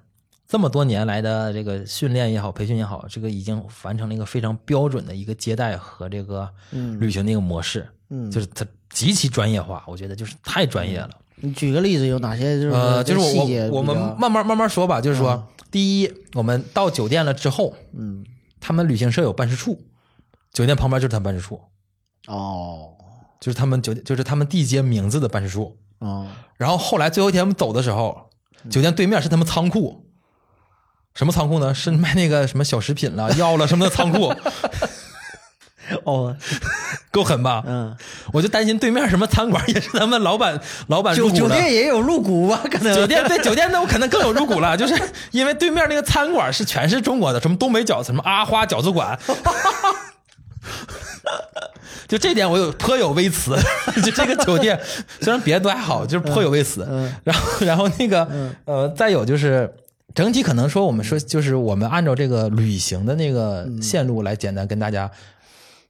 [SPEAKER 3] 这么多年来的这个训练也好，培训也好，这个已经完成了一个非常标准的一个接待和这个
[SPEAKER 2] 嗯
[SPEAKER 3] 旅行的一个模式。
[SPEAKER 2] 嗯，
[SPEAKER 3] 就是它极其专业化，我觉得就是太专业了。
[SPEAKER 2] 嗯你举个例子，有哪些就是
[SPEAKER 3] 呃，就是我
[SPEAKER 2] 细节
[SPEAKER 3] 我我们
[SPEAKER 2] 比较哦
[SPEAKER 3] 慢慢慢慢说吧，就是说，第一，我们到酒店了之后，
[SPEAKER 2] 嗯
[SPEAKER 3] 他们旅行社有办事处，酒店旁边就是他们办事处，
[SPEAKER 2] 哦
[SPEAKER 3] 就是他们酒店就是他们地接名字的办事处。
[SPEAKER 2] 哦
[SPEAKER 3] 然后后来最后一天我们走的时候，
[SPEAKER 2] 嗯
[SPEAKER 3] 酒店对面是他们仓库，什么仓库呢？是卖那个什么小食品
[SPEAKER 2] [LAUGHS]
[SPEAKER 3] 了、药了什么的仓库，
[SPEAKER 2] 哦
[SPEAKER 3] 够狠吧？
[SPEAKER 2] 嗯，
[SPEAKER 3] 我就担心对面什么餐馆也是他们老板老板入
[SPEAKER 2] 酒
[SPEAKER 3] 股
[SPEAKER 2] 酒
[SPEAKER 3] 的
[SPEAKER 2] 店也有入股吧？可能
[SPEAKER 3] 酒店对酒店那我可能更有入股了，就是因为对面那个餐馆是全是中国的，什么东北饺子，什么阿花饺子馆，就这点我有颇有微词。 [LAUGHS] 就这个酒店虽然别的都还好，就是颇有微词。然后然后那个呃，再有就是。整体可能说，我们说就是我们按照这个旅行的那个线路来简单跟大家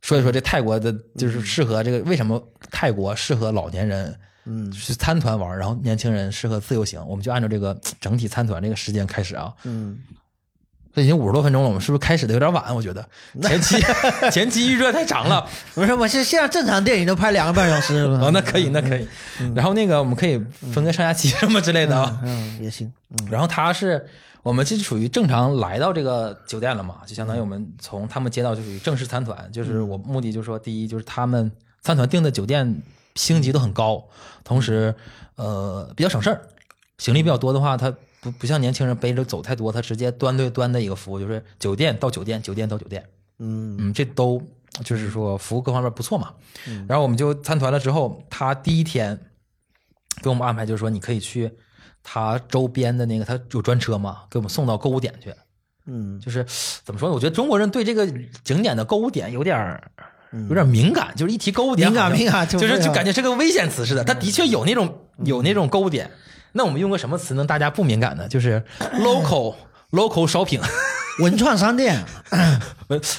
[SPEAKER 3] 说一说这泰国的，就是适合这个为什么泰国适合老年人，嗯，去参团玩儿，然后年轻人适合自由行。我们就按照这个整体参团这个时间开始啊，
[SPEAKER 2] 嗯
[SPEAKER 3] 这已经五十多分钟了，我们是不是开始的有点晚？我觉得前期前期预热太长了
[SPEAKER 2] 不是，我现现在正常电影都拍两个半小时
[SPEAKER 3] 啊、
[SPEAKER 2] 了，
[SPEAKER 3] 那可以，那可以。然后那个我们可以分个上下期什么之类的啊。
[SPEAKER 2] 嗯也行，嗯
[SPEAKER 3] 然后他是我们这属于正常来到这个酒店了嘛，就
[SPEAKER 2] 嗯
[SPEAKER 3] 相当于我们从他们接到就属于正式参团，就是我目的就是说，第一就是他们参团订的酒店星级都很高，
[SPEAKER 2] 嗯
[SPEAKER 3] 同时呃比较省事儿，行李比较多的话，他不不像年轻人背着走太多，他直接端对端的一个服务，就是酒店到酒店，酒店到酒店，
[SPEAKER 2] 嗯
[SPEAKER 3] 嗯，这都就是说服务各方面不错嘛。
[SPEAKER 2] 嗯
[SPEAKER 3] 然后我们就参团了之后，他第一天给我们安排就是说，你可以去他周边的那个，他有专车嘛，给我们送到购物点去。
[SPEAKER 2] 嗯
[SPEAKER 3] 就是怎么说呢？我觉得中国人对这个景点的购物点有点儿有点儿敏感，就是一提购物点
[SPEAKER 2] 嗯敏感
[SPEAKER 3] 好像
[SPEAKER 2] 敏感就嗯
[SPEAKER 3] 就
[SPEAKER 2] 不
[SPEAKER 3] 是
[SPEAKER 2] 一
[SPEAKER 3] 就
[SPEAKER 2] 样
[SPEAKER 3] 感觉是个危险词似的。它的确有那种有那种购物点。那我们用个什么词能大家不敏感呢？就是 local local shopping， [LAUGHS]
[SPEAKER 2] 文创商店，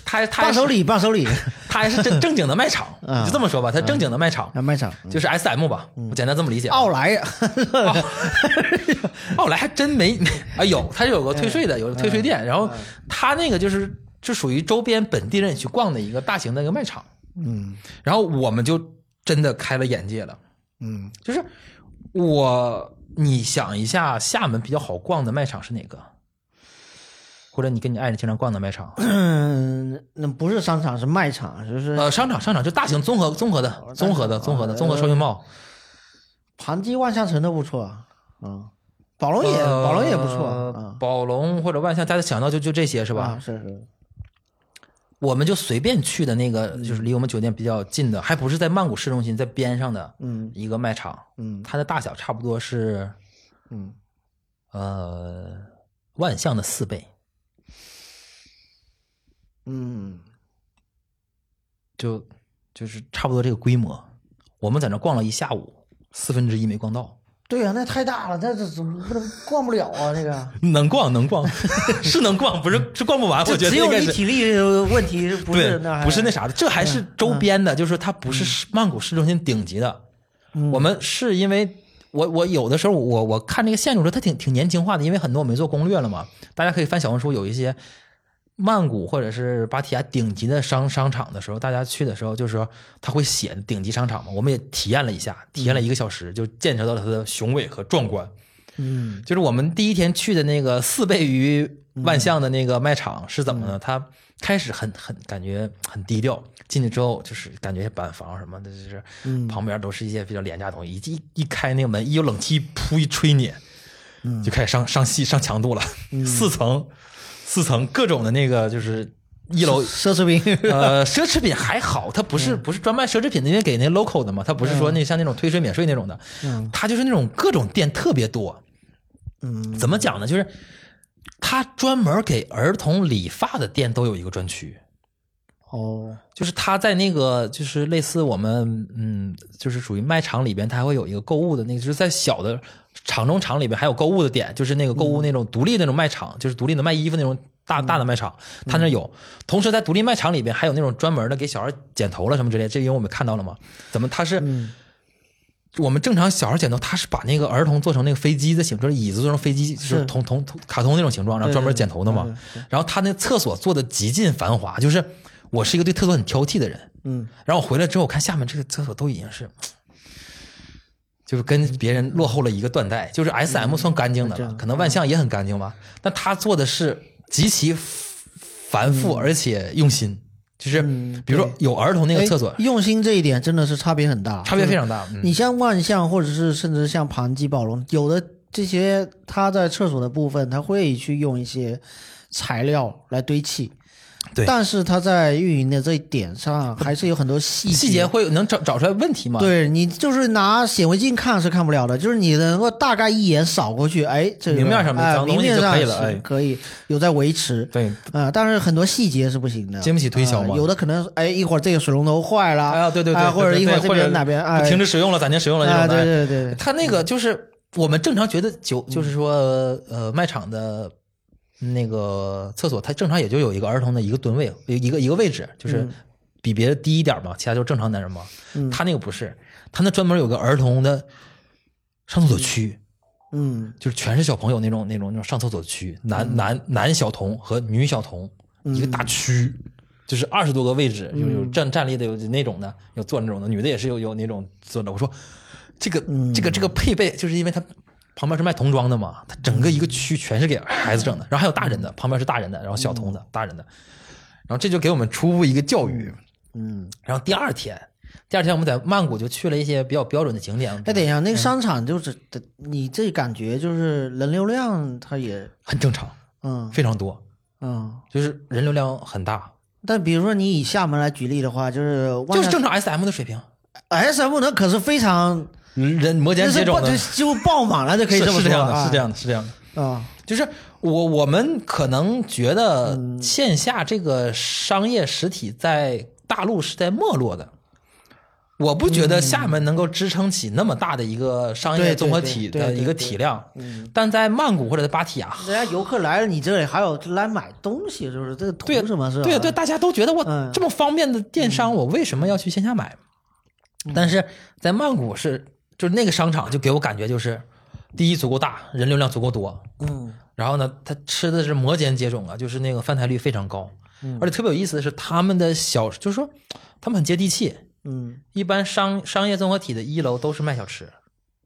[SPEAKER 3] 它它
[SPEAKER 2] 伴手礼伴手礼，
[SPEAKER 3] 它还
[SPEAKER 2] [LAUGHS]
[SPEAKER 3] 是正正经的卖场，
[SPEAKER 2] 嗯
[SPEAKER 3] 你就这么说吧，它正经的卖场
[SPEAKER 2] 啊卖场
[SPEAKER 3] 就是 S M 吧，我简单这么理解。
[SPEAKER 2] 奥莱，啊
[SPEAKER 3] 奥莱还真没 [LAUGHS] 啊，有它是有个退税
[SPEAKER 2] 嗯
[SPEAKER 3] 的，有个退税店，然后它那个就是就属于周边本地人去逛的一个大型的一个卖场，
[SPEAKER 2] [LAUGHS] 嗯
[SPEAKER 3] 然后我们就真的开了眼界了，
[SPEAKER 2] 嗯
[SPEAKER 3] 就是我你想一下，厦门比较好逛的卖场是哪个？或者你跟你爱人经常逛的卖场，
[SPEAKER 2] 嗯，那不是商场是卖场，就是
[SPEAKER 3] 呃，商场商场就大型综合综合
[SPEAKER 2] 哦
[SPEAKER 3] 的
[SPEAKER 2] 啊呃
[SPEAKER 3] 综合的综合的综合 shopping
[SPEAKER 2] 啊
[SPEAKER 3] mall，
[SPEAKER 2] 盘基万象城都不错，嗯宝龙也
[SPEAKER 3] 呃
[SPEAKER 2] 宝龙也不错啊，
[SPEAKER 3] 宝龙或者万象，大家想到就就这些是
[SPEAKER 2] 是
[SPEAKER 3] 吧？
[SPEAKER 2] 是是，
[SPEAKER 3] 我们就随便去的那个，就是离我们酒店比较近的，还不是在曼谷市中心，在边上的
[SPEAKER 2] 嗯
[SPEAKER 3] 一个卖场，
[SPEAKER 2] 嗯
[SPEAKER 3] 它的大小差不多是
[SPEAKER 2] 嗯，
[SPEAKER 3] 呃万象的四倍，
[SPEAKER 2] 嗯，
[SPEAKER 3] 就就是差不多这个规模。我们在那逛了一下午，四分之一没逛到，
[SPEAKER 2] 对啊呀、那太大了，那这怎么不能逛不了啊？这个
[SPEAKER 3] 能逛能 [LAUGHS] 逛，是能逛，不是是逛不完， [LAUGHS] 我觉得
[SPEAKER 2] 只有
[SPEAKER 3] 应该
[SPEAKER 2] 你
[SPEAKER 3] 是。
[SPEAKER 2] 体力问题，不
[SPEAKER 3] 对
[SPEAKER 2] 是那，还嗯
[SPEAKER 3] 不是那啥的，这还是周边的，就是它不是市曼谷市中心顶级的。
[SPEAKER 2] 嗯
[SPEAKER 3] 我们是因为我我有的时候我我看这个线路时候，它挺挺年轻化的，因为很多我没做攻略了嘛。大家可以翻小红书，有一些曼谷或者是芭提雅顶级的商商场的时候，大家去的时候就是说他会写顶级商场嘛，我们也体验了一下，体验了一个小时，就见识到了它的雄伟和壮观。
[SPEAKER 2] 嗯
[SPEAKER 3] 就是我们第一天去的那个四倍于万象的那个卖场是怎么
[SPEAKER 2] 嗯
[SPEAKER 3] 呢？它开始很很感觉很低调，进去之后就是感觉板房什么的，就是
[SPEAKER 2] 嗯
[SPEAKER 3] 旁边都是一些比较廉价的东西。一一一开那个门，一有冷气噗一吹你，
[SPEAKER 2] 嗯
[SPEAKER 3] 就开始上上戏上强度了。四层，四层各种的那个就是一楼
[SPEAKER 2] 奢侈品，
[SPEAKER 3] [LAUGHS] 呃，奢侈品还好，它不是
[SPEAKER 2] 嗯
[SPEAKER 3] 不是专卖奢侈品的，因为给那 local 的嘛，它不是说那像那种退税免税那种的，
[SPEAKER 2] 嗯
[SPEAKER 3] 它就是那种各种店特别多。哦
[SPEAKER 2] 嗯
[SPEAKER 3] 怎么讲呢？就是它专门给儿童理发的店都有一个专区，
[SPEAKER 2] 哦，
[SPEAKER 3] 就是它在那个就是类似我们嗯，就是属于卖场里边，它还会有一个购物的那个，就是在小的场中场里边还有购物的点，就是那个购物那种独立那种卖场，就是独立的卖衣服那种。大大的卖场，它那有。同时，在独立卖场里边还有那种专门的给小孩剪头了什么之类的，这因为我们看到了嘛。怎么它是
[SPEAKER 2] 嗯
[SPEAKER 3] 我们正常小孩剪头，他是把那个儿童做成那个飞机的形状，椅子做成飞机，就是
[SPEAKER 2] 是
[SPEAKER 3] 童童童卡通那种形状，然后
[SPEAKER 2] 对
[SPEAKER 3] 专门剪头的嘛
[SPEAKER 2] 对对。
[SPEAKER 3] 然后他那厕所做的极尽繁华，就是我是一个对厕所很挑剔的人。
[SPEAKER 2] 嗯
[SPEAKER 3] 然后我回来之后，我看下面这个厕所都已经是，就是跟别人落后了一个断代。就是 S M 算干净
[SPEAKER 2] 嗯
[SPEAKER 3] 的
[SPEAKER 2] 这
[SPEAKER 3] 了，
[SPEAKER 2] 样
[SPEAKER 3] 可能万象也很干净吧，但他做的是极其繁复而且用心，就是
[SPEAKER 2] 嗯
[SPEAKER 3] 比如说
[SPEAKER 2] 对
[SPEAKER 3] 有儿童那个厕所
[SPEAKER 2] 哎，用心这一点真的是差别很大，
[SPEAKER 3] 差别非
[SPEAKER 2] 就是
[SPEAKER 3] 常大。嗯
[SPEAKER 2] 你像万象，或者是甚至像盘鸡、宝龙，有的这些它在厕所的部分，它会去用一些材料来堆砌。
[SPEAKER 3] 对
[SPEAKER 2] 但是它在运营的这一点上，还是有很多细
[SPEAKER 3] 细节。会能找找出来问题吗？
[SPEAKER 2] 对你就是拿显微镜看是看不了的，就是你能够大概一眼扫过去，哎，这个
[SPEAKER 3] 明面上没
[SPEAKER 2] 哎
[SPEAKER 3] 脏
[SPEAKER 2] 明
[SPEAKER 3] 东西
[SPEAKER 2] 面
[SPEAKER 3] 就
[SPEAKER 2] 上
[SPEAKER 3] 可以了
[SPEAKER 2] 是
[SPEAKER 3] 哎
[SPEAKER 2] 可以有在维持。
[SPEAKER 3] 对，
[SPEAKER 2] 啊、但是很多细节是不行的，
[SPEAKER 3] 经不起推销嘛
[SPEAKER 2] 呃有的可能，哎，一会儿这个水龙头坏了，
[SPEAKER 3] 啊，对对对，
[SPEAKER 2] 啊或者
[SPEAKER 3] 对
[SPEAKER 2] 一会儿
[SPEAKER 3] 对
[SPEAKER 2] 这
[SPEAKER 3] 或者
[SPEAKER 2] 边哪边，哎，
[SPEAKER 3] 停止使用了，暂停使用了
[SPEAKER 2] 啊，
[SPEAKER 3] 那种
[SPEAKER 2] 对
[SPEAKER 3] 的。
[SPEAKER 2] 对对，
[SPEAKER 3] 他那个就是我们正常觉得酒，就是说呃卖场的那个厕所，它正常也就有一个儿童的一个吨位，有一个一个位置，就是比别的低一点嘛，其他就是正常男人嘛。他那个不是，他那专门有个儿童的上厕所区。
[SPEAKER 2] 嗯
[SPEAKER 3] 就是全是小朋友那种那种那种上厕所区，男、男男小童和女小童、一个大区，就是二十多个位置，有有站站立的，有那种的，有坐那种的，女的也是有有那种坐的。我说这个、这个这个配备，就是因为它旁边是卖童装的嘛，它整个一个区全是给孩子整的，然后还有大人的，旁边是大人的，然后小童的、大人的，然后这就给我们初步一个教育。
[SPEAKER 2] 嗯，
[SPEAKER 3] 然后第二天，第二天我们在曼谷就去了一些比较标准的景点，
[SPEAKER 2] 哎，等一下，那个商场就是的，你这感觉就是人流量，它也，
[SPEAKER 3] 很正常，
[SPEAKER 2] 嗯
[SPEAKER 3] 非常多。
[SPEAKER 2] 嗯。
[SPEAKER 3] 就是人流量很大，
[SPEAKER 2] 但比如说你以厦门来举例的话，就是万
[SPEAKER 3] 就是
[SPEAKER 2] 象
[SPEAKER 3] 正常 S M 的水平，
[SPEAKER 2] S M 那可是非常，
[SPEAKER 3] 人摩
[SPEAKER 2] 嗯那
[SPEAKER 3] 肩
[SPEAKER 2] 是
[SPEAKER 3] 接
[SPEAKER 2] 爆
[SPEAKER 3] 踵
[SPEAKER 2] 就
[SPEAKER 3] 的，
[SPEAKER 2] 几乎爆满了，这可以
[SPEAKER 3] 是
[SPEAKER 2] 这么说
[SPEAKER 3] 是这样的，
[SPEAKER 2] 啊
[SPEAKER 3] 是这样的，是这样的。
[SPEAKER 2] 啊，
[SPEAKER 3] 就是我我们可能觉得
[SPEAKER 2] 嗯
[SPEAKER 3] 线下这个商业实体在大陆是在没落的，我不觉得厦门能够支撑起那么大的一个商
[SPEAKER 2] 嗯
[SPEAKER 3] 业
[SPEAKER 2] 对对
[SPEAKER 3] 综合体
[SPEAKER 2] 对
[SPEAKER 3] 的
[SPEAKER 2] 对嗯
[SPEAKER 3] 一个
[SPEAKER 2] 对
[SPEAKER 3] 体量，但在曼谷或者在芭提雅，
[SPEAKER 2] 人家游客来了，你这里还有来买东西，就是这个图
[SPEAKER 3] 对
[SPEAKER 2] 什么是吧？
[SPEAKER 3] 对对，大家都觉得我
[SPEAKER 2] 嗯
[SPEAKER 3] 这么方便的电商，我为什么要去线下买？
[SPEAKER 2] 嗯
[SPEAKER 3] 但是在曼谷是，就是那个商场就给我感觉就是，第一足够大，人流量足够多，
[SPEAKER 2] 嗯
[SPEAKER 3] 然后呢，他吃的是摩肩接踵啊，就是那个翻台率非常高，
[SPEAKER 2] 嗯
[SPEAKER 3] 而且特别有意思的是，他们的小就是说他们很接地气。
[SPEAKER 2] 嗯
[SPEAKER 3] 一般商商业综合体的一楼都是卖小吃，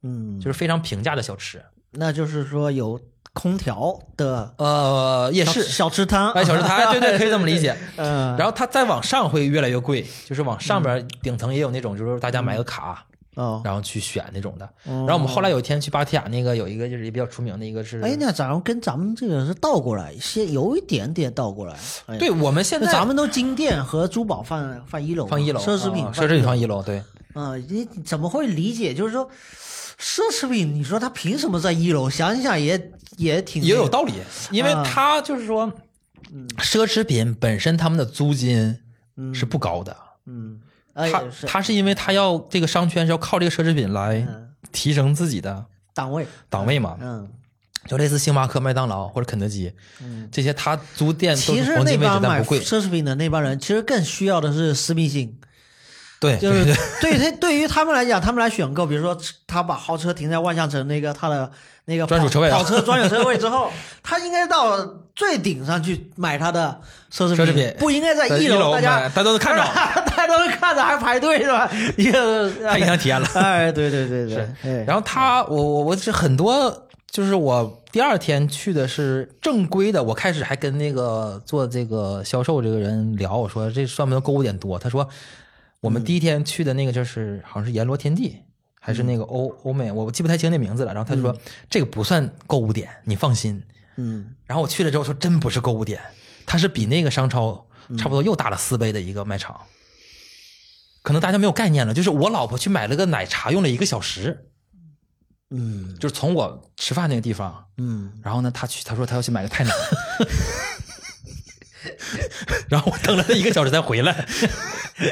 [SPEAKER 2] 嗯，
[SPEAKER 3] 就是非常平价的小吃，
[SPEAKER 2] 那就是说有空调的
[SPEAKER 3] 呃，夜
[SPEAKER 2] 小
[SPEAKER 3] 市
[SPEAKER 2] 小吃摊，
[SPEAKER 3] 哎，小吃
[SPEAKER 2] [LAUGHS]
[SPEAKER 3] 摊，对对，可以这么理解。
[SPEAKER 2] 嗯，
[SPEAKER 3] 然后它再往上会越来越贵，就是往上边顶层也有那种，就是大家买个卡，
[SPEAKER 2] 嗯哦，
[SPEAKER 3] 然后去选那种的。
[SPEAKER 2] 然
[SPEAKER 3] 然后我们后来有一天去芭提雅，那个有一个就是也比较出名的一个是，
[SPEAKER 2] 哎，那咱们跟咱们这个是倒过来，先有一点点倒过来。哎、
[SPEAKER 3] 对，我们现
[SPEAKER 2] 那
[SPEAKER 3] 在
[SPEAKER 2] 咱们都金店和珠宝放放一楼嘛，
[SPEAKER 3] 放一楼，
[SPEAKER 2] 奢侈品
[SPEAKER 3] 啊
[SPEAKER 2] 放
[SPEAKER 3] 奢侈品放一楼，对，
[SPEAKER 2] 啊、你怎么会理解？就是说，奢侈品，你说它凭什么在一楼？想想也也挺
[SPEAKER 3] 也有道理，因为
[SPEAKER 2] 啊嗯
[SPEAKER 3] 它就是说，奢侈品本身他们的租金是不高的，
[SPEAKER 2] 嗯，哎，
[SPEAKER 3] 它
[SPEAKER 2] 是
[SPEAKER 3] 它是因为它要这个商圈是要靠这个奢侈品来
[SPEAKER 2] 嗯
[SPEAKER 3] 提升自己的
[SPEAKER 2] 档位，
[SPEAKER 3] 档位嘛，
[SPEAKER 2] 嗯，
[SPEAKER 3] 就类似星巴克、麦当劳或者肯德基
[SPEAKER 2] 嗯
[SPEAKER 3] 这些，它租店都
[SPEAKER 2] 其
[SPEAKER 3] 是
[SPEAKER 2] 实
[SPEAKER 3] 黄
[SPEAKER 2] 那
[SPEAKER 3] 金位置，
[SPEAKER 2] 帮
[SPEAKER 3] 但
[SPEAKER 2] 买
[SPEAKER 3] 不贵，
[SPEAKER 2] 奢侈品的那帮人，其实更需要的是私密性，
[SPEAKER 3] [LAUGHS] 对，
[SPEAKER 2] 就
[SPEAKER 3] 对
[SPEAKER 2] 是对
[SPEAKER 3] 对
[SPEAKER 2] 他对于他们来讲，他们来选购，比如说他把豪车停在万象城那个他的那个
[SPEAKER 3] 专属车位啊
[SPEAKER 2] 跑车专属车位之后，他应该到最顶上去买他的奢侈
[SPEAKER 3] 奢侈品
[SPEAKER 2] 不应该在
[SPEAKER 3] 在
[SPEAKER 2] 一
[SPEAKER 3] 一楼
[SPEAKER 2] 大家
[SPEAKER 3] 买大家都看着
[SPEAKER 2] [LAUGHS]
[SPEAKER 3] [LAUGHS]
[SPEAKER 2] 大家都是看着还排队是吧？一个
[SPEAKER 3] 太影响体验了。
[SPEAKER 2] [LAUGHS] 哎，对对对对
[SPEAKER 3] 是，
[SPEAKER 2] 哎
[SPEAKER 3] 然后他，我我我是很多，就是我第二天去的是正规的。我开始还跟那个做这个销售这个人聊，我说这算不算购物点多？他说我们第一天去的那个就是好像是阎罗天地，还是那个欧欧美，我记不太清那名字了。然后他就说这个不算购物点，你放心。
[SPEAKER 2] 嗯
[SPEAKER 3] 然后我去了之后说真不是购物点，它是比那个商超
[SPEAKER 2] 嗯
[SPEAKER 3] 差不多又大了四倍的一个卖场。可能大家没有概念了，就是我老婆去买了个奶茶，用了一个小时。
[SPEAKER 2] 嗯
[SPEAKER 3] 就是从我吃饭那个地方，
[SPEAKER 2] 嗯，
[SPEAKER 3] 然后呢，他去，他说他要去买个泰奶， [LAUGHS] 然后我等了他一个小时才回来，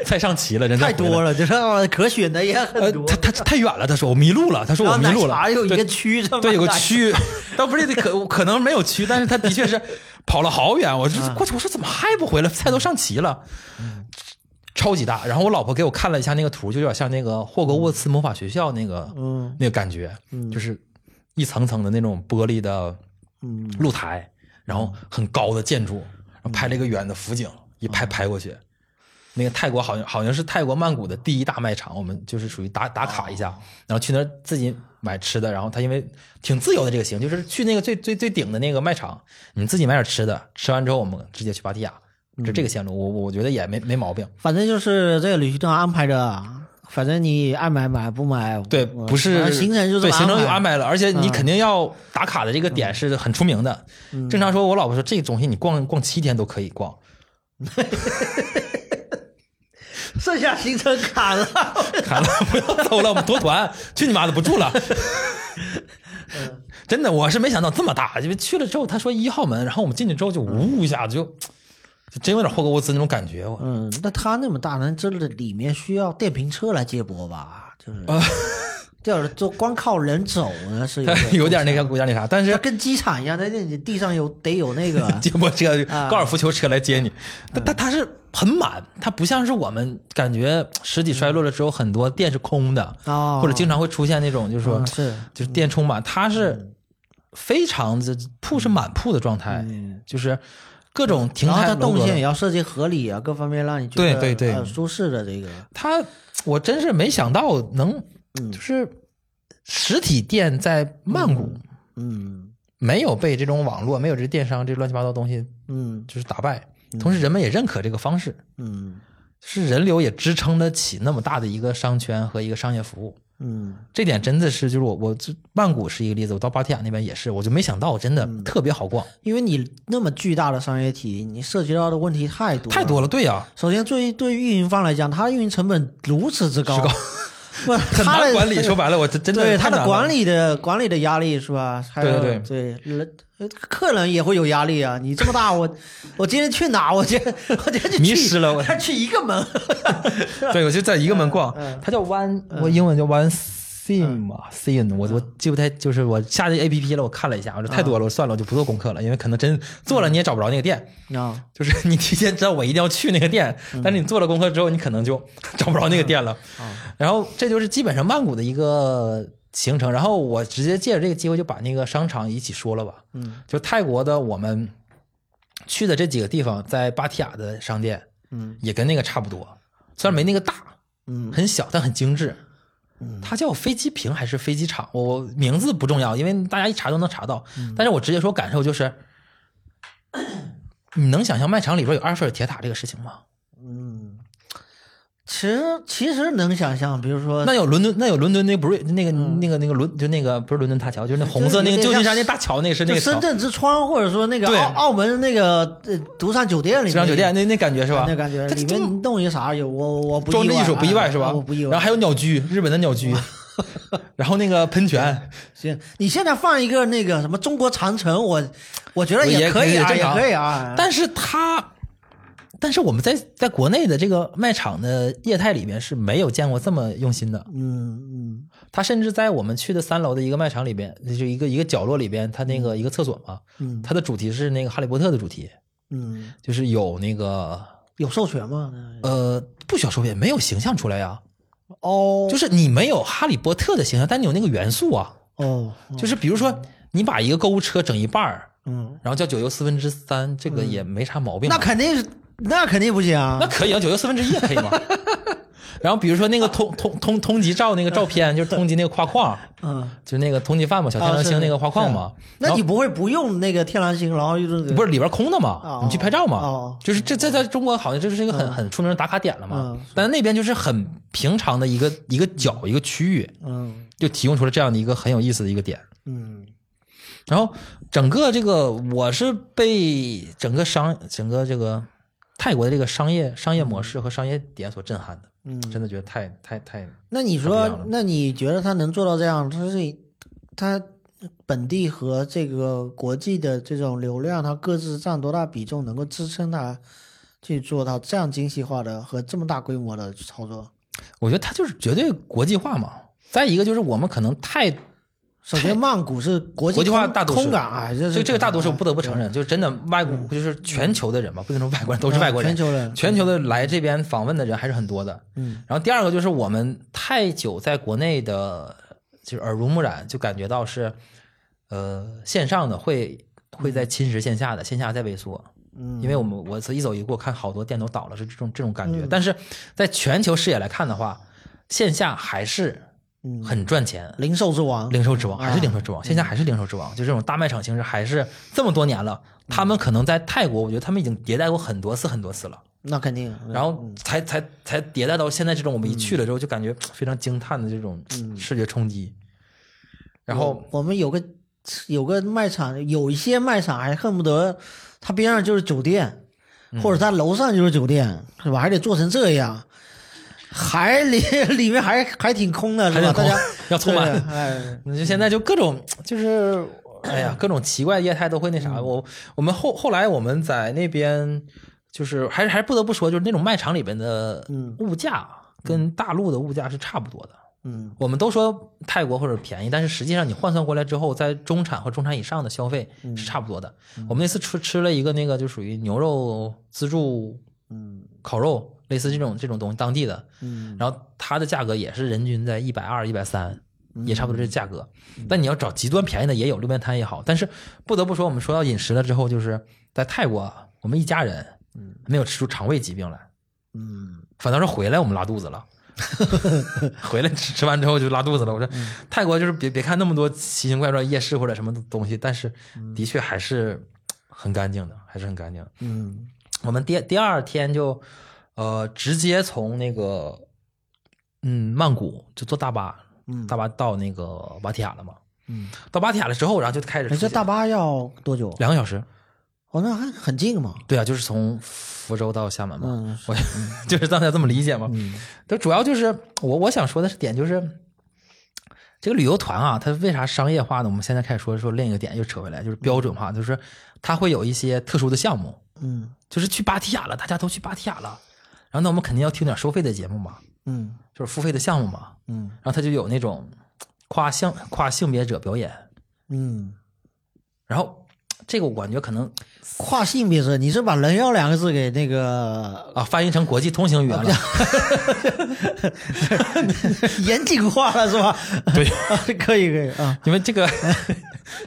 [SPEAKER 3] 才上齐了，人才
[SPEAKER 2] 太
[SPEAKER 3] 回来
[SPEAKER 2] 多。了，就是啊可选的也很
[SPEAKER 3] 呃，
[SPEAKER 2] 多。
[SPEAKER 3] 他他他太远了，他说我迷路了，他说
[SPEAKER 2] 然
[SPEAKER 3] 我
[SPEAKER 2] 后
[SPEAKER 3] 迷
[SPEAKER 2] 奶
[SPEAKER 3] 路了
[SPEAKER 2] 茶，有一个
[SPEAKER 3] 对
[SPEAKER 2] 区，这么
[SPEAKER 3] 对有个
[SPEAKER 2] 大
[SPEAKER 3] 区，但不是可可能没有区，但是他的确是跑了好远，我就
[SPEAKER 2] 啊
[SPEAKER 3] 过去我说怎么还不回来，菜都上齐了，
[SPEAKER 2] 嗯
[SPEAKER 3] 超级大。然后我老婆给我看了一下那个图，就有点像那个霍格沃茨魔法学校那个，
[SPEAKER 2] 嗯
[SPEAKER 3] 那个感觉，
[SPEAKER 2] 嗯
[SPEAKER 3] 就是一层层的那种玻璃的
[SPEAKER 2] 嗯
[SPEAKER 3] 露台，然后很高的建筑，然后拍了一个远
[SPEAKER 2] 嗯
[SPEAKER 3] 的辅景，一拍拍过去。那个泰国好像好像是泰国曼谷的第一大卖场，我们就是属于打打卡一
[SPEAKER 2] 哦
[SPEAKER 3] 下，然后去那儿自己买吃的，然后他因为挺自由的这个行，就是去那个最最最顶的那个卖场，你自己买点吃的，吃完之后我们直接去芭提雅，这
[SPEAKER 2] 嗯
[SPEAKER 3] 这个线路我我我觉得也没没毛病。
[SPEAKER 2] 反正就是这个旅行团安排的，反正你爱买买，不买
[SPEAKER 3] 对，
[SPEAKER 2] 我
[SPEAKER 3] 不
[SPEAKER 2] 反
[SPEAKER 3] 是
[SPEAKER 2] 正行程就是
[SPEAKER 3] 对行程就安
[SPEAKER 2] 排。
[SPEAKER 3] 排了，而且你
[SPEAKER 2] 嗯
[SPEAKER 3] 肯定要打卡的这个点是很出名的。正常说，我老婆说这东西你逛逛七天都可以逛，
[SPEAKER 2] 剩下行程卡了。
[SPEAKER 3] [LAUGHS] 砍了不要走了，我们夺团，去你妈的不住了。
[SPEAKER 2] 嗯
[SPEAKER 3] [LAUGHS] 真的，我是没想到这么大，因为去了之后他说一号门，然后我们进去之后就呜一下就，就真有点霍格沃兹那种感觉。我
[SPEAKER 2] 嗯，那他那么大，那这里面需要电瓶车来接驳吧？就是，
[SPEAKER 3] 啊
[SPEAKER 2] [LAUGHS] 就是就光靠人走呢是有
[SPEAKER 3] [LAUGHS] 他
[SPEAKER 2] 点
[SPEAKER 3] [LAUGHS] 有点那个有点那啥，但
[SPEAKER 2] 它
[SPEAKER 3] 是
[SPEAKER 2] 跟机场一样，那那地上有得有那
[SPEAKER 3] [LAUGHS]
[SPEAKER 2] 嗯个
[SPEAKER 3] 接驳车、
[SPEAKER 2] 啊
[SPEAKER 3] 高尔夫球车来接你。但但它是很满，它不像是我们感觉实体衰落了之后，很多店是空的，
[SPEAKER 2] 嗯哦，
[SPEAKER 3] 或者经常会出现那种就是说
[SPEAKER 2] 嗯是
[SPEAKER 3] 就是店充满，它是非常的铺是满铺的状态，
[SPEAKER 2] 嗯
[SPEAKER 3] 就是各种停
[SPEAKER 2] 然后
[SPEAKER 3] 台
[SPEAKER 2] 它
[SPEAKER 3] 楼
[SPEAKER 2] 动线也
[SPEAKER 3] 阁。
[SPEAKER 2] 要设计合理啊，各方面让你觉
[SPEAKER 3] 对
[SPEAKER 2] 得
[SPEAKER 3] 对对
[SPEAKER 2] 呃舒适的这个，
[SPEAKER 3] 它我真是没想到能
[SPEAKER 2] 嗯
[SPEAKER 3] 就是实体店在曼谷
[SPEAKER 2] 嗯
[SPEAKER 3] 没有被这种网络没有这电商这乱七八糟东西
[SPEAKER 2] 嗯
[SPEAKER 3] 就是打败，同时人们也认可这个方式。
[SPEAKER 2] 嗯
[SPEAKER 3] 是人流也支撑得起那么大的一个商圈和一个商业服务，
[SPEAKER 2] 嗯
[SPEAKER 3] 这点真的是就是我我这曼谷是一个例子，我到芭提雅那边也是，我就没想到真的
[SPEAKER 2] 嗯
[SPEAKER 3] 特别好逛，
[SPEAKER 2] 因为你那么巨大的商业体，你涉及到的问题太多
[SPEAKER 3] 太多了，对呀、啊
[SPEAKER 2] 首先，对于对于运营方来讲，它的运营成本如此之高， [LAUGHS] 不，
[SPEAKER 3] 很
[SPEAKER 2] 很
[SPEAKER 3] 难管理。说白了，我真真的
[SPEAKER 2] 对
[SPEAKER 3] 太
[SPEAKER 2] 它
[SPEAKER 3] 难
[SPEAKER 2] 的
[SPEAKER 3] 了
[SPEAKER 2] 管理的管理的压力是吧？还有
[SPEAKER 3] 对
[SPEAKER 2] 对人呃客人也会有压力啊！你这么大，我 [LAUGHS] 我今天去哪？我今天我今天就
[SPEAKER 3] 迷失了我
[SPEAKER 2] 他去一个门， [LAUGHS]
[SPEAKER 3] 对，我就在一个门逛，
[SPEAKER 2] 嗯
[SPEAKER 3] 它叫弯，我英文叫弯 sim 嘛 sim，我我记不太，就是我下这 A P P 了，我看了一下，我说太
[SPEAKER 2] 嗯
[SPEAKER 3] 多了，我算了，我就不做功课了，因为可能真做了你也找不着那个店，
[SPEAKER 2] 啊，
[SPEAKER 3] 就是你提前知道我一定要去那个店，
[SPEAKER 2] 嗯
[SPEAKER 3] 但是你做了功课之后，你可能就 [LAUGHS] 找不着那个店了。然后这就是基本上曼谷的一个行程。然后我直接借着这个机会就把那个商场一起说了吧。
[SPEAKER 2] 嗯
[SPEAKER 3] 就泰国的我们去的这几个地方，在芭提雅的商店
[SPEAKER 2] 嗯
[SPEAKER 3] 也跟那个差不多，虽然没那个大，
[SPEAKER 2] 嗯
[SPEAKER 3] 很小但很精致。它叫飞机坪还是飞机场？我我名字不重要，因为大家一查都能查到。
[SPEAKER 2] 嗯
[SPEAKER 3] 但是我直接说感受就是，你能想象卖场里边有埃菲尔铁塔这个事情吗？
[SPEAKER 2] 嗯，其实其实能想象，比如说
[SPEAKER 3] 那有伦敦，那有伦敦那不是那个那个那个伦，就那个不是伦敦大桥，就是那红色
[SPEAKER 2] 嗯就是
[SPEAKER 3] 那
[SPEAKER 2] 有
[SPEAKER 3] 个
[SPEAKER 2] 点
[SPEAKER 3] 旧金山
[SPEAKER 2] 像
[SPEAKER 3] 那大桥，那是那
[SPEAKER 2] 就
[SPEAKER 3] 个
[SPEAKER 2] 深
[SPEAKER 3] 桥，
[SPEAKER 2] 圳之窗，或者说那个
[SPEAKER 3] 对
[SPEAKER 2] 澳澳门那个呃独占酒店里面，
[SPEAKER 3] 时尚酒店那那感觉是吧？
[SPEAKER 2] 那感觉
[SPEAKER 3] 它
[SPEAKER 2] 里面你弄一啥有我我不
[SPEAKER 3] 装置
[SPEAKER 2] 意外
[SPEAKER 3] 艺术不意外
[SPEAKER 2] 啊
[SPEAKER 3] 是吧？
[SPEAKER 2] 我不意外。
[SPEAKER 3] 然后还有鸟居，日本的
[SPEAKER 2] [LAUGHS]
[SPEAKER 3] 鸟居，然后那个喷泉，
[SPEAKER 2] 行，你现在放一个那个什么中国长城，我我觉得
[SPEAKER 3] 我也
[SPEAKER 2] 可以啊，
[SPEAKER 3] 可以
[SPEAKER 2] 也
[SPEAKER 3] 正常
[SPEAKER 2] 可以啊。
[SPEAKER 3] 但是它，但是我们在在国内的这个卖场的业态里面是没有见过这么用心的。
[SPEAKER 2] 嗯嗯
[SPEAKER 3] 它甚至在我们去的三楼的一个卖场里边，就一个一个角落里边，它那个一个厕所嘛，
[SPEAKER 2] 嗯
[SPEAKER 3] 它的主题是那个哈利波特的主题，
[SPEAKER 2] 嗯，
[SPEAKER 3] 就是有那个
[SPEAKER 2] 有授权吗？
[SPEAKER 3] 呃不需要收费，没有形象出来呀、
[SPEAKER 2] 哦，
[SPEAKER 3] 就是你没有哈利波特的形象，但你有那个元素啊，
[SPEAKER 2] 哦，
[SPEAKER 3] 就是比如说你把一个购物车整一半儿，
[SPEAKER 2] 嗯，
[SPEAKER 3] 然后叫九又四分之三，这个也没啥毛病吧。啊
[SPEAKER 2] 那肯定是那肯定不行啊
[SPEAKER 3] 那。可以啊，九又四分之一也可以
[SPEAKER 2] [LAUGHS]
[SPEAKER 3] 嘛。然后比如说那个通通通通缉照那个照片，就是通缉那个画框，
[SPEAKER 2] 嗯，
[SPEAKER 3] 就是那个通缉犯嘛，小天
[SPEAKER 2] 啊
[SPEAKER 3] 狼
[SPEAKER 2] 是
[SPEAKER 3] 星那
[SPEAKER 2] 是
[SPEAKER 3] 个画框嘛。
[SPEAKER 2] 那
[SPEAKER 3] 然
[SPEAKER 2] 你
[SPEAKER 3] 后
[SPEAKER 2] 不会不用那个天狼星，然后就是
[SPEAKER 3] 不
[SPEAKER 2] 是
[SPEAKER 3] 是里边空的
[SPEAKER 2] 哦
[SPEAKER 3] 嘛？你去拍照嘛
[SPEAKER 2] 哦？
[SPEAKER 3] 就是这这在中国好像这是一个很很出名的打卡点了嘛
[SPEAKER 2] 嗯。
[SPEAKER 3] 但是那边就是很平常的一个一个角一个区域，
[SPEAKER 2] 嗯
[SPEAKER 3] 就提供出了这样的一个很有意思的一个点。
[SPEAKER 2] 嗯
[SPEAKER 3] 然后整个这个我是被整个商整个这个泰国的这个商业商业模式和商业点所震撼的，
[SPEAKER 2] 嗯，
[SPEAKER 3] 真的觉得太太太
[SPEAKER 2] 那你
[SPEAKER 3] 不一
[SPEAKER 2] 说
[SPEAKER 3] 样了，
[SPEAKER 2] 那你觉得他能做到这样？他是他本地和这个国际的这种流量，它各自占多大比重，能够支撑它去做到这样精细化的和这么大规模的操作？
[SPEAKER 3] 我觉得它就是绝对国际化嘛。再一个就是我们可能太
[SPEAKER 2] 首先，曼谷是国
[SPEAKER 3] 国际化
[SPEAKER 2] 空
[SPEAKER 3] 大都市，
[SPEAKER 2] 空港啊，这
[SPEAKER 3] 这
[SPEAKER 2] 是
[SPEAKER 3] 这个大都市，我不得不承认，就是真的外国就是全球的人嘛，不能说外国人都是外国人，
[SPEAKER 2] 嗯全球人
[SPEAKER 3] 全球的来这边访问的人还是很多的。
[SPEAKER 2] 嗯，
[SPEAKER 3] 然后第二个就是我们太久在国内的，就是耳濡目染，就感觉到是，呃，线上的会会在侵蚀线下的，线下在萎缩。
[SPEAKER 2] 嗯，
[SPEAKER 3] 因为我们我一走一过看好多店都倒了，是这种这种感觉。但是在全球视野来看的话，线下还是
[SPEAKER 2] 嗯
[SPEAKER 3] 很赚钱，
[SPEAKER 2] 零售之王，
[SPEAKER 3] 零售之王还是
[SPEAKER 2] 啊
[SPEAKER 3] 零售之王，线下还是零售之王，就这种大卖场形式还是这么多年了。他们可能在泰国，我觉得他们已经迭代过很多次很多次了，
[SPEAKER 2] 那肯定。
[SPEAKER 3] 然后才才才迭代到现在这种，我们一去了之后就感觉非常惊叹的这种视觉冲击。然后
[SPEAKER 2] 我们有个有个卖场，有一些卖场还恨不得它边上就是酒店，或
[SPEAKER 3] 嗯
[SPEAKER 2] 者它楼上就是酒店，是吧？还得做成这样，还里 [LAUGHS] 里面还还挺空的，是吧？大
[SPEAKER 3] 还得空
[SPEAKER 2] 家
[SPEAKER 3] 要充满 [LAUGHS]
[SPEAKER 2] 对哎，
[SPEAKER 3] 那就现在就各种就是，哎呀，各种奇怪业态都会那啥。我我们后后来我们在那边就是还是还是不得不说，就是那种卖场里边的
[SPEAKER 2] 嗯
[SPEAKER 3] 物价跟大陆的物价是差不多的。
[SPEAKER 2] 嗯
[SPEAKER 3] 我们都说泰国或者便宜，但是实际上你换算过来之后，在中产或中产以上的消费是差不多的。我们那次吃吃了一个那个就属于牛肉自助
[SPEAKER 2] 嗯
[SPEAKER 3] 烤肉，类似这种这种东西，当地的，
[SPEAKER 2] 嗯
[SPEAKER 3] 然后它的价格也是人均在一百二、一百三，也差不多这价格。但你要找极端便宜的，也有路边摊也好。但是不得不说，我们说到饮食了之后，就是在泰国啊，我们一家人没有吃出肠胃疾病来，
[SPEAKER 2] 嗯
[SPEAKER 3] 反倒是回来我们拉肚子了。回来吃吃完之后就拉肚子了。我说
[SPEAKER 2] 嗯
[SPEAKER 3] 泰国就是别别看那么多奇形怪状夜市或者什么东西，但是的确还是很干净的，还是很干净的。
[SPEAKER 2] 嗯
[SPEAKER 3] 我们第第二天就呃直接从那个嗯曼谷就坐大巴，
[SPEAKER 2] 嗯
[SPEAKER 3] 大巴到那个芭提雅了嘛。
[SPEAKER 2] 嗯，
[SPEAKER 3] 到芭提雅了之后，然后就开始
[SPEAKER 2] 哎，
[SPEAKER 3] 出去
[SPEAKER 2] 这大巴要多久？
[SPEAKER 3] 两个小时。
[SPEAKER 2] 哦，那还很近嘛。
[SPEAKER 3] 对啊，就是从福州到厦门嘛，
[SPEAKER 2] 嗯
[SPEAKER 3] 我 [LAUGHS] 就是当时这么理解嘛。它主要就是我我想说的是点就是，这个旅游团啊，它为啥商业化呢？我们现在开始说说另一个点，又扯回来，就是标准化，就是它会有一些特殊的项目，
[SPEAKER 2] 嗯
[SPEAKER 3] 就是去芭提雅了，大家都去芭提雅了，然后那我们肯定要听点收费的节目嘛，
[SPEAKER 2] 嗯
[SPEAKER 3] 就是付费的项目嘛，
[SPEAKER 2] 嗯
[SPEAKER 3] 然后它就有那种跨性跨性别者表演，
[SPEAKER 2] 嗯，
[SPEAKER 3] 然后这个我感觉可能
[SPEAKER 2] 跨性别者，你是把“人妖”两个字给那个 [LAUGHS]
[SPEAKER 3] 啊翻译成国际通行语
[SPEAKER 2] 啊
[SPEAKER 3] 言了，
[SPEAKER 2] 严谨化了是吧？ [LAUGHS]
[SPEAKER 3] [LAUGHS] 对，
[SPEAKER 2] 可以可以啊。
[SPEAKER 3] 因为
[SPEAKER 2] [LAUGHS]
[SPEAKER 3] 这个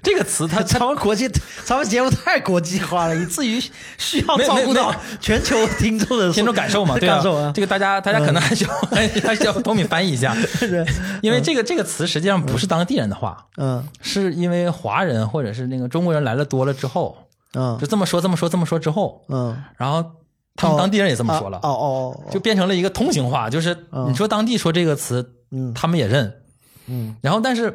[SPEAKER 3] 这个词它它
[SPEAKER 2] 咱们国际，咱们节目太国际化了，以至 [LAUGHS] 于需要
[SPEAKER 3] 没
[SPEAKER 2] 照顾
[SPEAKER 3] 没
[SPEAKER 2] 到
[SPEAKER 3] 没
[SPEAKER 2] 全球听众的
[SPEAKER 3] 听众感受嘛，对
[SPEAKER 2] [LAUGHS]
[SPEAKER 3] 啊，
[SPEAKER 2] 感受啊。嗯
[SPEAKER 3] 这个大家大家可能还需要、 [LAUGHS] 还需要东敏翻译
[SPEAKER 2] [LAUGHS]
[SPEAKER 3] 一下，因为这个这个词实际上不是当地人的话，
[SPEAKER 2] 嗯
[SPEAKER 3] 是因为华人或者是那个中国人来了多了之后，
[SPEAKER 2] 嗯
[SPEAKER 3] 就这么说这么说这么说之后，
[SPEAKER 2] 嗯
[SPEAKER 3] 然后他们
[SPEAKER 2] 哦
[SPEAKER 3] 当地人也这么说了
[SPEAKER 2] 啊，哦哦，哦
[SPEAKER 3] 就变成了一个通行话，就是
[SPEAKER 2] 嗯
[SPEAKER 3] 你说当地说这个词，
[SPEAKER 2] 嗯
[SPEAKER 3] 他们也认。
[SPEAKER 2] 嗯
[SPEAKER 3] 然后，但是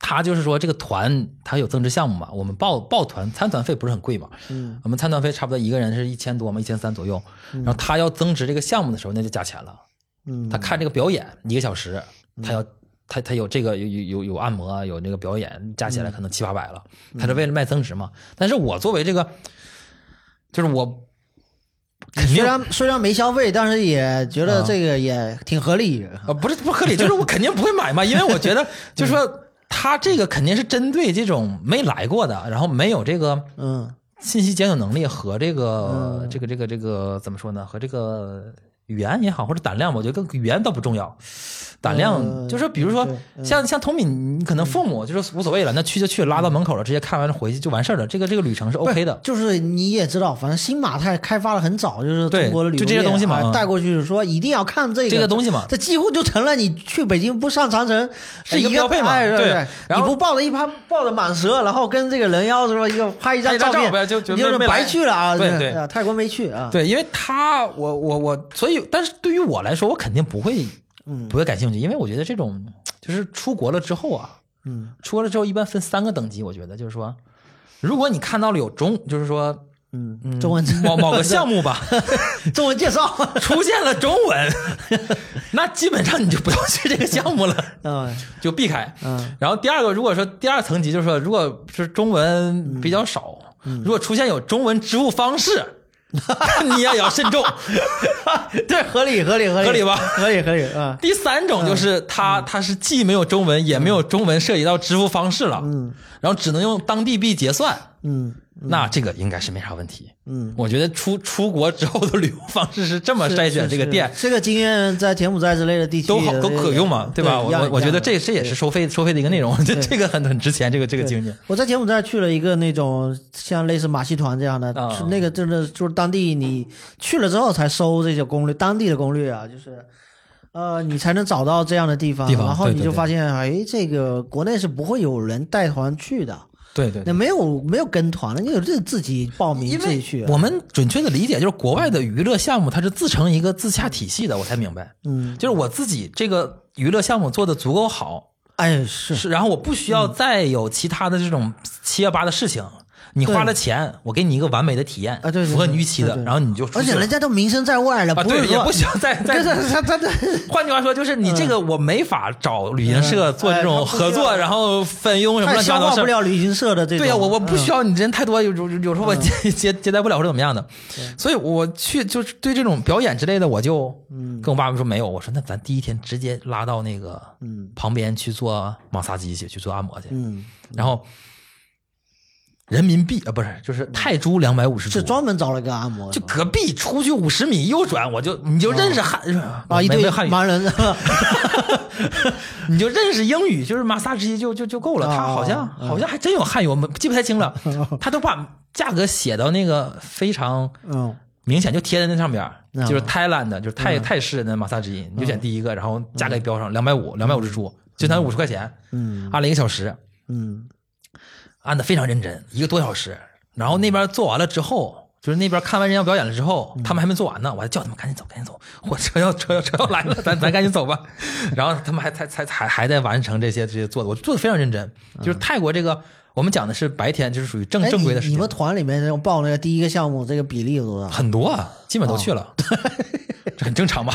[SPEAKER 3] 他就是说这个团他有增值项目嘛，我们报报团参团费不是很贵嘛，
[SPEAKER 2] 嗯
[SPEAKER 3] 我们参团费差不多一个人是一千多嘛，一千三左右。然后他要增值这个项目的时候，那就加钱了。
[SPEAKER 2] 嗯，
[SPEAKER 3] 他看这个表演一个小时，他要他他有这个有有有有按摩啊，有那个表演，加
[SPEAKER 2] 嗯
[SPEAKER 3] 起来可能七八百了。他是为了卖增值嘛。但是我作为这个，就是我肯
[SPEAKER 2] 嗯虽
[SPEAKER 3] 定
[SPEAKER 2] 然虽然没消费，但是也觉
[SPEAKER 3] 啊
[SPEAKER 2] 得这个也挺合理。
[SPEAKER 3] 呃，不是不合理，就是我肯定不会买嘛，因为我
[SPEAKER 2] [LAUGHS]
[SPEAKER 3] 觉
[SPEAKER 2] 嗯
[SPEAKER 3] 得就是说他这个肯定是针对这种没来过的，然后没有这个
[SPEAKER 2] 嗯
[SPEAKER 3] 信息检索能力和这个、这个这个这个怎么说呢？和这个语言也好，或者胆量吧，我觉得跟语言倒不重要。胆量、
[SPEAKER 2] 嗯
[SPEAKER 3] 就是，比如说
[SPEAKER 2] 对嗯
[SPEAKER 3] 像像童敏，你可能父母就是无所谓了，那去就去，拉到门口了，直接看完回去就完事儿了。这个这个旅程是 OK 的，
[SPEAKER 2] 就是你也知道，反正新马泰开发的很早，就是
[SPEAKER 3] 对
[SPEAKER 2] 中国的旅游
[SPEAKER 3] 就这些
[SPEAKER 2] 业
[SPEAKER 3] 东西嘛
[SPEAKER 2] 啊
[SPEAKER 3] 嗯
[SPEAKER 2] 带过去说一定要看这个
[SPEAKER 3] 这个东西嘛
[SPEAKER 2] 这几乎就成了你去北京不上长城是
[SPEAKER 3] 啊一个
[SPEAKER 2] 个
[SPEAKER 3] 标配嘛
[SPEAKER 2] 哎对
[SPEAKER 3] 对
[SPEAKER 2] 对
[SPEAKER 3] 然后
[SPEAKER 2] 你不抱着一拍抱着满蛇，然后跟这个人妖是吧？一个拍一
[SPEAKER 3] 拍
[SPEAKER 2] 张
[SPEAKER 3] 一张照
[SPEAKER 2] 片，
[SPEAKER 3] 片就就
[SPEAKER 2] 你就是
[SPEAKER 3] 没来
[SPEAKER 2] 白去了啊！
[SPEAKER 3] 对
[SPEAKER 2] 这
[SPEAKER 3] 对
[SPEAKER 2] 啊泰国没去啊。
[SPEAKER 3] 对，因为他，我我我，所以，但是对于我来说，我肯定不会，
[SPEAKER 2] 嗯
[SPEAKER 3] 不会感兴趣，因为我觉得这种就是出国了之后啊，
[SPEAKER 2] 嗯，
[SPEAKER 3] 出国了之后一般分三个等级，我觉得就是说，如果你看到了有中，就是说
[SPEAKER 2] 嗯，中文
[SPEAKER 3] 某某个项目吧，
[SPEAKER 2] [LAUGHS] 中文介绍， [LAUGHS]
[SPEAKER 3] 出现了中文，那基本上你就不要去这个项目了。
[SPEAKER 2] 嗯
[SPEAKER 3] 就避开。
[SPEAKER 2] 嗯，
[SPEAKER 3] 然后第二个，如果说第二层级，就是说，如果是中文比较少，如果出现有中文植入方式，你也要慎重。
[SPEAKER 2] 对，合理合理合理
[SPEAKER 3] 合理吧
[SPEAKER 2] 合理合理啊。
[SPEAKER 3] 第三种就是它，它是既没有中文，也没有中文涉及到支付方式了，嗯，然后只能用当地币结算，
[SPEAKER 2] 嗯
[SPEAKER 3] 那这个应该是没啥问题。
[SPEAKER 2] 嗯，
[SPEAKER 3] 我觉得出出国之后的旅游方式是这么筛选这个店，
[SPEAKER 2] 这个经验在柬埔寨之类的地区
[SPEAKER 3] 都好
[SPEAKER 2] 也
[SPEAKER 3] 都可用嘛，
[SPEAKER 2] 对
[SPEAKER 3] 吧？
[SPEAKER 2] 一
[SPEAKER 3] 我
[SPEAKER 2] 样
[SPEAKER 3] 我我觉得这这也。
[SPEAKER 2] 一
[SPEAKER 3] 是
[SPEAKER 2] 样
[SPEAKER 3] 收费收费的一个内容，这 [LAUGHS] 这个很很值钱，这个这个
[SPEAKER 2] 对
[SPEAKER 3] 经验。
[SPEAKER 2] 我在柬埔寨去了一个那种像类似马戏团这样的，
[SPEAKER 3] 啊
[SPEAKER 2] 是那个真的就是当地你去了之后才搜这些攻略，当地的攻略啊，就是，呃，你才能找到这样的地方，
[SPEAKER 3] 地方
[SPEAKER 2] 然后
[SPEAKER 3] 对
[SPEAKER 2] 你
[SPEAKER 3] 对
[SPEAKER 2] 就
[SPEAKER 3] 对
[SPEAKER 2] 发现，哎，这个国内是不会有人带团去的，
[SPEAKER 3] 对对
[SPEAKER 2] 那没有没有跟团的，你有自自己报名
[SPEAKER 3] 因
[SPEAKER 2] 自己
[SPEAKER 3] 为
[SPEAKER 2] 去啊，
[SPEAKER 3] 我们准确的理解就是，国外的娱乐项目它是自成一个自洽体系的，我才明白。
[SPEAKER 2] 嗯，
[SPEAKER 3] 就是我自己这个娱乐项目做的足够好，
[SPEAKER 2] 哎是
[SPEAKER 3] 是，然后我不需
[SPEAKER 2] 嗯
[SPEAKER 3] 要再有其他的这种七幺八的事情。你花了钱，我给你一个完美的体验，
[SPEAKER 2] 啊对对
[SPEAKER 3] 符合你
[SPEAKER 2] 对
[SPEAKER 3] 预期
[SPEAKER 2] 对
[SPEAKER 3] 的，
[SPEAKER 2] 对
[SPEAKER 3] 然后你就出
[SPEAKER 2] 而
[SPEAKER 3] 去
[SPEAKER 2] 且
[SPEAKER 3] 了
[SPEAKER 2] 人家都名声在外了，
[SPEAKER 3] 啊，
[SPEAKER 2] 不是
[SPEAKER 3] 对，也
[SPEAKER 2] 说 [LAUGHS]
[SPEAKER 3] 不需要再再
[SPEAKER 2] 对对，他他他，
[SPEAKER 3] 换句话说，就是你这个我没法找旅行社做这
[SPEAKER 2] 嗯哎
[SPEAKER 3] 种
[SPEAKER 2] 他不需要
[SPEAKER 3] 合作，然后分佣什么
[SPEAKER 2] 太
[SPEAKER 3] 乱七
[SPEAKER 2] 消
[SPEAKER 3] 八糟
[SPEAKER 2] 化
[SPEAKER 3] 事
[SPEAKER 2] 不
[SPEAKER 3] 儿。
[SPEAKER 2] 了旅行社的这种。嗯
[SPEAKER 3] 对呀、我我不需要你人太多，有有有时候我接接接待不了或者怎么样的，所以我去就是对这种表演之类的，我就
[SPEAKER 2] 嗯
[SPEAKER 3] 跟我爸爸说没有，我说那咱第一天直接拉到那个旁边去做马杀鸡去，去做按摩去，
[SPEAKER 2] 嗯，
[SPEAKER 3] 然后人民币啊不是就是泰铢两百五
[SPEAKER 2] 嗯
[SPEAKER 3] 十
[SPEAKER 2] 是
[SPEAKER 3] 铢。
[SPEAKER 2] 专门找了一个按摩的
[SPEAKER 3] 就隔壁出去五十米右转，我就你就认识汉
[SPEAKER 2] 嗯啊，一
[SPEAKER 3] 没
[SPEAKER 2] 堆
[SPEAKER 3] 没汉语，
[SPEAKER 2] 盲 [LAUGHS] 人，
[SPEAKER 3] [LAUGHS] 你就认识英语，就是马萨之一就就就够了。
[SPEAKER 2] 哦
[SPEAKER 3] 他好像好像还真有汉语，我们记不太清了。他都把价格写到那个非常
[SPEAKER 2] 嗯
[SPEAKER 3] 明显，就贴在那上边儿，
[SPEAKER 2] 嗯
[SPEAKER 3] 就是 Thailand 的，就是泰泰式的马萨之一，你就选第一个，然后价格也标上两百五，两百五十铢，就相当于五十块钱，
[SPEAKER 2] 嗯
[SPEAKER 3] 按了一个小时，
[SPEAKER 2] 嗯
[SPEAKER 3] 按的非常认真，一个多小时。然后那边做完了之后，就是那边看完人家表演了之后，
[SPEAKER 2] 嗯
[SPEAKER 3] 他们还没做完呢，我还叫他们赶紧走，赶紧走，火车要车要车要来了，咱咱赶紧走吧。 [LAUGHS] 然后他们还才才还还在完成这些这些做的，我做的非常认真。就是泰国这个，我们讲的是白天，就是属于正
[SPEAKER 2] 嗯哎
[SPEAKER 3] 正规的时
[SPEAKER 2] 你你
[SPEAKER 3] 间
[SPEAKER 2] 们，团里面那种报那个第一个项目，这个比例有多大？
[SPEAKER 3] 很多啊，基本都去了，
[SPEAKER 2] 哦
[SPEAKER 3] [LAUGHS] 这很正常吧，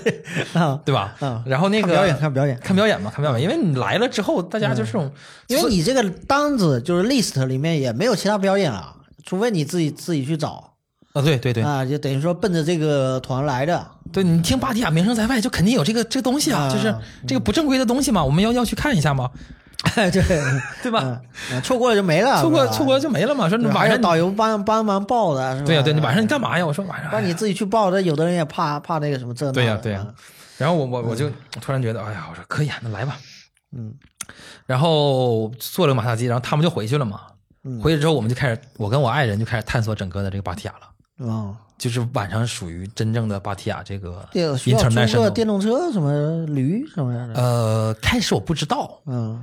[SPEAKER 2] [LAUGHS] 啊，
[SPEAKER 3] 对吧
[SPEAKER 2] 嗯？
[SPEAKER 3] 然后那
[SPEAKER 2] 看
[SPEAKER 3] 个
[SPEAKER 2] 表演，看表演。嗯
[SPEAKER 3] 看表演嘛，看表演，因为你来了之后，大家就是这种，
[SPEAKER 2] 因为你这个单子就是 list 里面也没有其他表演了，除非你自己自己去找
[SPEAKER 3] 啊，对对对，
[SPEAKER 2] 啊，就等于说奔着这个团来 [LAUGHS] 的。
[SPEAKER 3] 对你听芭提雅名声在外，就肯定有这个这个东西啊，
[SPEAKER 2] 啊
[SPEAKER 3] 就是这个不正规的东西嘛，我们要要去看一下嘛，
[SPEAKER 2] 对，
[SPEAKER 3] 对
[SPEAKER 2] 嗯
[SPEAKER 3] 吧？，
[SPEAKER 2] 嗯错过了就没了，
[SPEAKER 3] 错过
[SPEAKER 2] 是吧
[SPEAKER 3] 错过就没了嘛。说你
[SPEAKER 2] 对
[SPEAKER 3] 晚
[SPEAKER 2] 还有
[SPEAKER 3] 上
[SPEAKER 2] 导游帮帮忙报的，是吧？
[SPEAKER 3] 对呀、对你晚上你干嘛呀？我说晚上
[SPEAKER 2] 不然你嗯自己去报的，有的人也怕怕那个什么这那的
[SPEAKER 3] 对呀、对呀、然后我我我就突然觉得，哎呀，我说可以啊，那来吧。
[SPEAKER 2] 嗯，
[SPEAKER 3] 然后做了个马杀鸡，然后他们就回去了嘛。
[SPEAKER 2] 嗯
[SPEAKER 3] 回去之后，我们就开始，我跟我爱人就开始探索整个的这个芭提雅了。
[SPEAKER 2] 嗯，
[SPEAKER 3] 就是晚上属于真正的芭提雅这个
[SPEAKER 2] 电啊需要租个
[SPEAKER 3] international。
[SPEAKER 2] 电动车什么驴什么样的，
[SPEAKER 3] 呃，开始我不知道
[SPEAKER 2] 嗯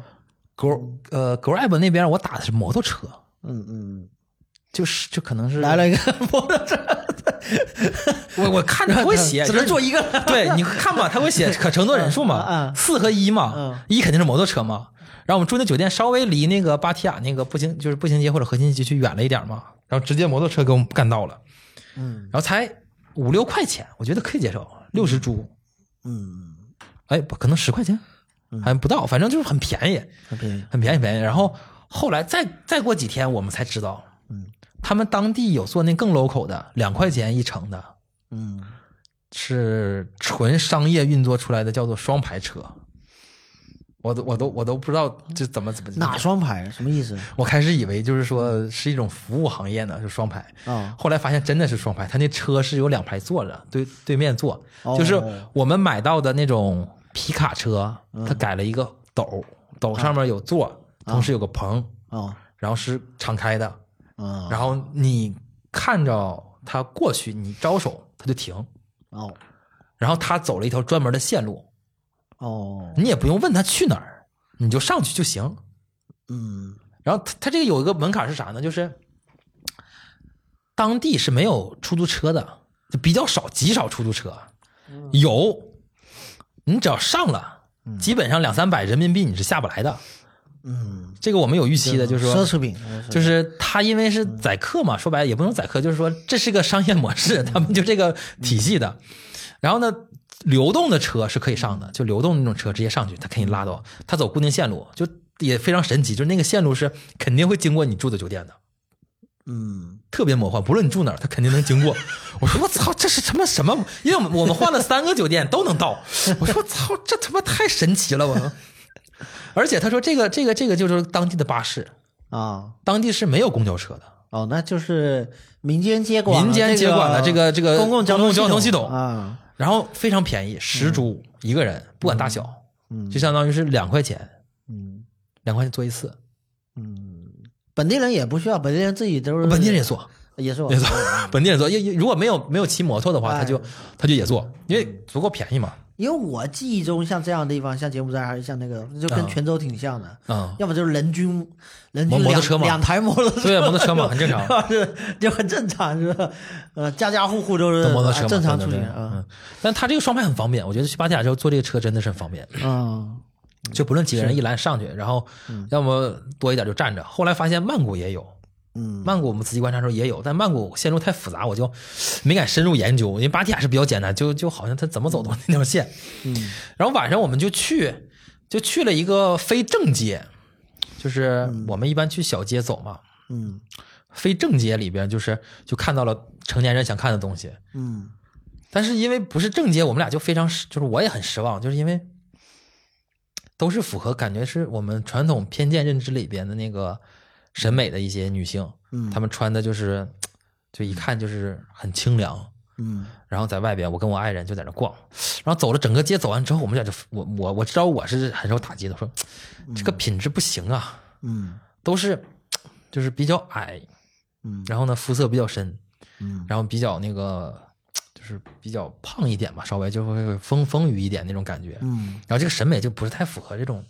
[SPEAKER 3] Gro 呃 Grab 那边我打的是摩托车，
[SPEAKER 2] 嗯嗯，
[SPEAKER 3] 就是就可能是
[SPEAKER 2] 来了一个摩托车，
[SPEAKER 3] 我我看着他会 [LAUGHS] 写，
[SPEAKER 2] 只能
[SPEAKER 3] 就是
[SPEAKER 2] 做一个。
[SPEAKER 3] [LAUGHS] 对，啊你看嘛，他会写可乘坐人数
[SPEAKER 2] 嗯
[SPEAKER 3] 嘛
[SPEAKER 2] 嗯，
[SPEAKER 3] 四和一嘛
[SPEAKER 2] 嗯，
[SPEAKER 3] 一肯定是摩托车嘛。然后我们住那酒店稍微离那个芭提雅那个步行就是步行街或者核心街区远了一点嘛，然后直接摩托车给我们干到了，
[SPEAKER 2] 嗯
[SPEAKER 3] 然后才五六块钱，我觉得可以接受，六十铢，
[SPEAKER 2] 嗯，
[SPEAKER 3] 哎，不可能十块钱，还不到，反正就是很便宜，
[SPEAKER 2] 很便宜。
[SPEAKER 3] 很便宜很便宜。然后后来再再过几天，我们才知道，
[SPEAKER 2] 嗯，
[SPEAKER 3] 他们当地有做那更 local 的，两块钱一程的，
[SPEAKER 2] 嗯，
[SPEAKER 3] 是纯商业运作出来的，叫做双排车。我都我都我都不知道这怎么怎么
[SPEAKER 2] 哪双排？什么意思？
[SPEAKER 3] 我开始以为就是说是一种服务行业呢，就双排。
[SPEAKER 2] 啊
[SPEAKER 3] 后来发现真的是双排，他那车是有两排坐着，对对面坐，
[SPEAKER 2] 哦
[SPEAKER 3] 就是我们买到的那种皮卡车，
[SPEAKER 2] 嗯
[SPEAKER 3] 它改了一个斗，斗上面有座，
[SPEAKER 2] 啊
[SPEAKER 3] 同时有个棚，
[SPEAKER 2] 哦
[SPEAKER 3] 然后是敞开的，
[SPEAKER 2] 啊
[SPEAKER 3] 然后你看着他过去，你招手他就停，
[SPEAKER 2] 哦
[SPEAKER 3] 然后他走了一条专门的线路，
[SPEAKER 2] 哦，
[SPEAKER 3] 你也不用问他去哪儿，你就上去就行。
[SPEAKER 2] 嗯
[SPEAKER 3] 然后他他这个有一个门槛是啥呢？就是当地是没有出租车的，就比较少，极少出租车。有，你只要上了，基本上两三百人民币你是下不来的。
[SPEAKER 2] 嗯，
[SPEAKER 3] 这个我们有预期的，就是说
[SPEAKER 2] 奢。侈品，是
[SPEAKER 3] 就是他，因为是宰客嘛，说白了也不能宰客，就是说这是个商业模式，他们就这个体系的。然后呢，流动的车是可以上的，就流动那种车直接上去，他可以拉到，他走固定线路，就也非常神奇，就是那个线路是肯定会经过你住的酒店的，
[SPEAKER 2] 嗯
[SPEAKER 3] 特别魔幻，不论你住哪儿，他肯定能经过。 [LAUGHS] 我说我操，这是他妈什么？因为我们我们换了三个酒店都能到。我说我操，这他妈太神奇了！我， [LAUGHS] 而且他说这个这个这个就是当地的巴士，
[SPEAKER 2] 啊
[SPEAKER 3] 当地是没有公交车的。
[SPEAKER 2] 哦，那就是民间接管了
[SPEAKER 3] 民间接管的这个这个
[SPEAKER 2] 公共交
[SPEAKER 3] 交
[SPEAKER 2] 通
[SPEAKER 3] 系统，
[SPEAKER 2] 啊，
[SPEAKER 3] 然后非常便宜，
[SPEAKER 2] 嗯
[SPEAKER 3] 十铢一个人，不管大小，就相当于是两块钱，
[SPEAKER 2] 嗯
[SPEAKER 3] 两块钱坐一次，
[SPEAKER 2] 嗯，本地人也不需要，本地人自己都是
[SPEAKER 3] 本地人也坐，
[SPEAKER 2] 也是我
[SPEAKER 3] 也坐， [LAUGHS] 本地人坐，也也如果没有没有骑摩托的
[SPEAKER 2] 嗯
[SPEAKER 3] 话，
[SPEAKER 2] 哎
[SPEAKER 3] 他就他就也坐，因为足够便宜嘛，
[SPEAKER 2] 因为我记忆中像这样的地方，像柬埔寨还是像那个，就跟
[SPEAKER 3] 啊
[SPEAKER 2] 泉州挺像的。
[SPEAKER 3] 嗯，
[SPEAKER 2] 要么就是人均人均
[SPEAKER 3] 摩
[SPEAKER 2] 两
[SPEAKER 3] 摩托车嘛
[SPEAKER 2] 两台摩托车，
[SPEAKER 3] [LAUGHS] 对啊摩托车
[SPEAKER 2] [LAUGHS]
[SPEAKER 3] 嘛很正常，
[SPEAKER 2] 是就很正常，是吧？呃，家家户户都是
[SPEAKER 3] 坐摩托车嘛，
[SPEAKER 2] 啊正常
[SPEAKER 3] 对
[SPEAKER 2] 出
[SPEAKER 3] 对
[SPEAKER 2] 行
[SPEAKER 3] 对
[SPEAKER 2] 啊，
[SPEAKER 3] 嗯，但他这个双排很方便，我觉得去芭提雅之后坐这个车真的是很方便，
[SPEAKER 2] 嗯
[SPEAKER 3] 就不论几个人一拦上去，然后要么多一点就站着，后来发现曼谷也有，
[SPEAKER 2] 嗯
[SPEAKER 3] 曼谷我们仔细观察的时候也有，但曼谷线路太复杂，我就没敢深入研究。因为芭提雅是比较简单，就就好像它怎么走都是那条线。
[SPEAKER 2] 嗯
[SPEAKER 3] 然后晚上我们就去，就去了一个非正街，就是我们一般去小街走嘛，
[SPEAKER 2] 嗯
[SPEAKER 3] 非正街里边就是就看到了成年人想看的东西。
[SPEAKER 2] 嗯
[SPEAKER 3] 但是因为不是正街，我们俩就非常失就是我也很失望，就是因为都是符合感觉是我们传统偏见认知里边的那个审美的一些女性，
[SPEAKER 2] 嗯
[SPEAKER 3] 她们穿的就是就一看就是很清凉。
[SPEAKER 2] 嗯
[SPEAKER 3] 然后在外边，我跟我爱人就在那逛，然后走了整个街，走完之后，我们俩就我我我知道我是很受打击的，说这个品质不行啊，
[SPEAKER 2] 嗯
[SPEAKER 3] 都是就是比较矮，
[SPEAKER 2] 嗯
[SPEAKER 3] 然后呢肤色比较深，
[SPEAKER 2] 嗯
[SPEAKER 3] 然后比较那个就是比较胖一点吧，稍微就会丰丰腴一点那种感觉。
[SPEAKER 2] 嗯
[SPEAKER 3] 然后这个审美就不是太符合这种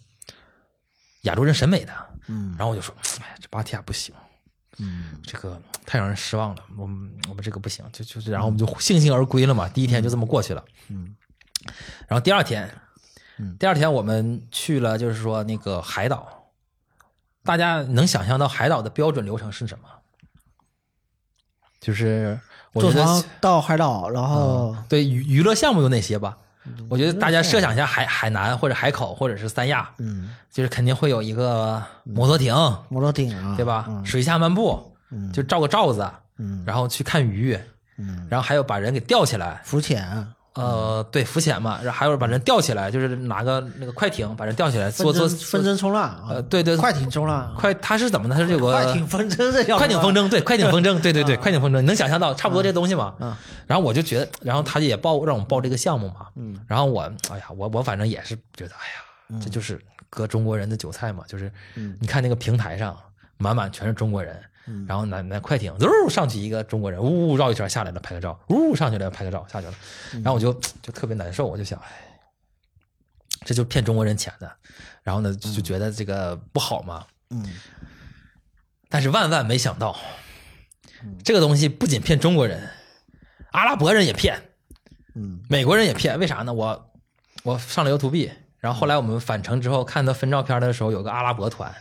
[SPEAKER 3] 亚洲人审美的。
[SPEAKER 2] 嗯
[SPEAKER 3] 然后我就说，哎呀，这芭提雅不行，
[SPEAKER 2] 嗯
[SPEAKER 3] 这个太让人失望了，我们我们这个不行，就就然后我们就悻悻而归了嘛。第一天就这么过去了，
[SPEAKER 2] 嗯，
[SPEAKER 3] 然后第二天
[SPEAKER 2] 嗯，
[SPEAKER 3] 第二天我们去了，就是说那个海岛，大家能想象到海岛的标准流程是什么？就是我觉
[SPEAKER 2] 坐
[SPEAKER 3] 得
[SPEAKER 2] 船到海岛，然后
[SPEAKER 3] 嗯对娱娱乐项目有哪些吧？
[SPEAKER 2] 嗯
[SPEAKER 3] 我觉得大家设想一下海海南或者海口或者是三亚，
[SPEAKER 2] 嗯
[SPEAKER 3] 就是肯定会有一个摩托艇，
[SPEAKER 2] 摩托艇啊，
[SPEAKER 3] 对吧？
[SPEAKER 2] 嗯
[SPEAKER 3] 水下漫步，
[SPEAKER 2] 嗯
[SPEAKER 3] 就罩个罩子，
[SPEAKER 2] 嗯
[SPEAKER 3] 然后去看鱼，
[SPEAKER 2] 嗯，
[SPEAKER 3] 然后还有把人给吊起来，
[SPEAKER 2] 浮潜
[SPEAKER 3] 呃，对，浮潜嘛，然后还有把人吊起来，就是拿个那个快艇把人吊起来，
[SPEAKER 2] 纷
[SPEAKER 3] 做做
[SPEAKER 2] 争纷
[SPEAKER 3] 做
[SPEAKER 2] 争冲浪啊
[SPEAKER 3] 呃，，对对，
[SPEAKER 2] 快艇冲浪，
[SPEAKER 3] 快，它是怎么呢？它是有个
[SPEAKER 2] 快艇纷争这叫
[SPEAKER 3] 快艇
[SPEAKER 2] 什么
[SPEAKER 3] 风筝，对，快艇风筝，对对对，快艇风筝，你能想象到差不多这东西吗？
[SPEAKER 2] 嗯
[SPEAKER 3] 然后我就觉得，然后他也报让我报这个项目嘛，嗯，然后我，哎呀，我我反正也是觉得，哎
[SPEAKER 2] 嗯
[SPEAKER 3] 呀，这就是割中国人的韭菜嘛，就是，你看那个平台上满满全是中国人，
[SPEAKER 2] 嗯
[SPEAKER 3] 然后拿拿快艇，呜上去一个中国人，呜呜绕一圈下来了，拍个照，呜上去了拍个照下去了，
[SPEAKER 2] 嗯
[SPEAKER 3] 然后我就就特别难受，我就想，哎，这就骗中国人钱的，然后呢就就觉得这个不好嘛，
[SPEAKER 2] 嗯
[SPEAKER 3] 但是万万没想到，这个东西不仅骗中国人，阿拉伯人也骗，
[SPEAKER 2] 嗯
[SPEAKER 3] 美国人也骗，为啥呢？我我上了 YouTube，然后后来我们返程之后看他分照片的时候，有个阿拉伯团，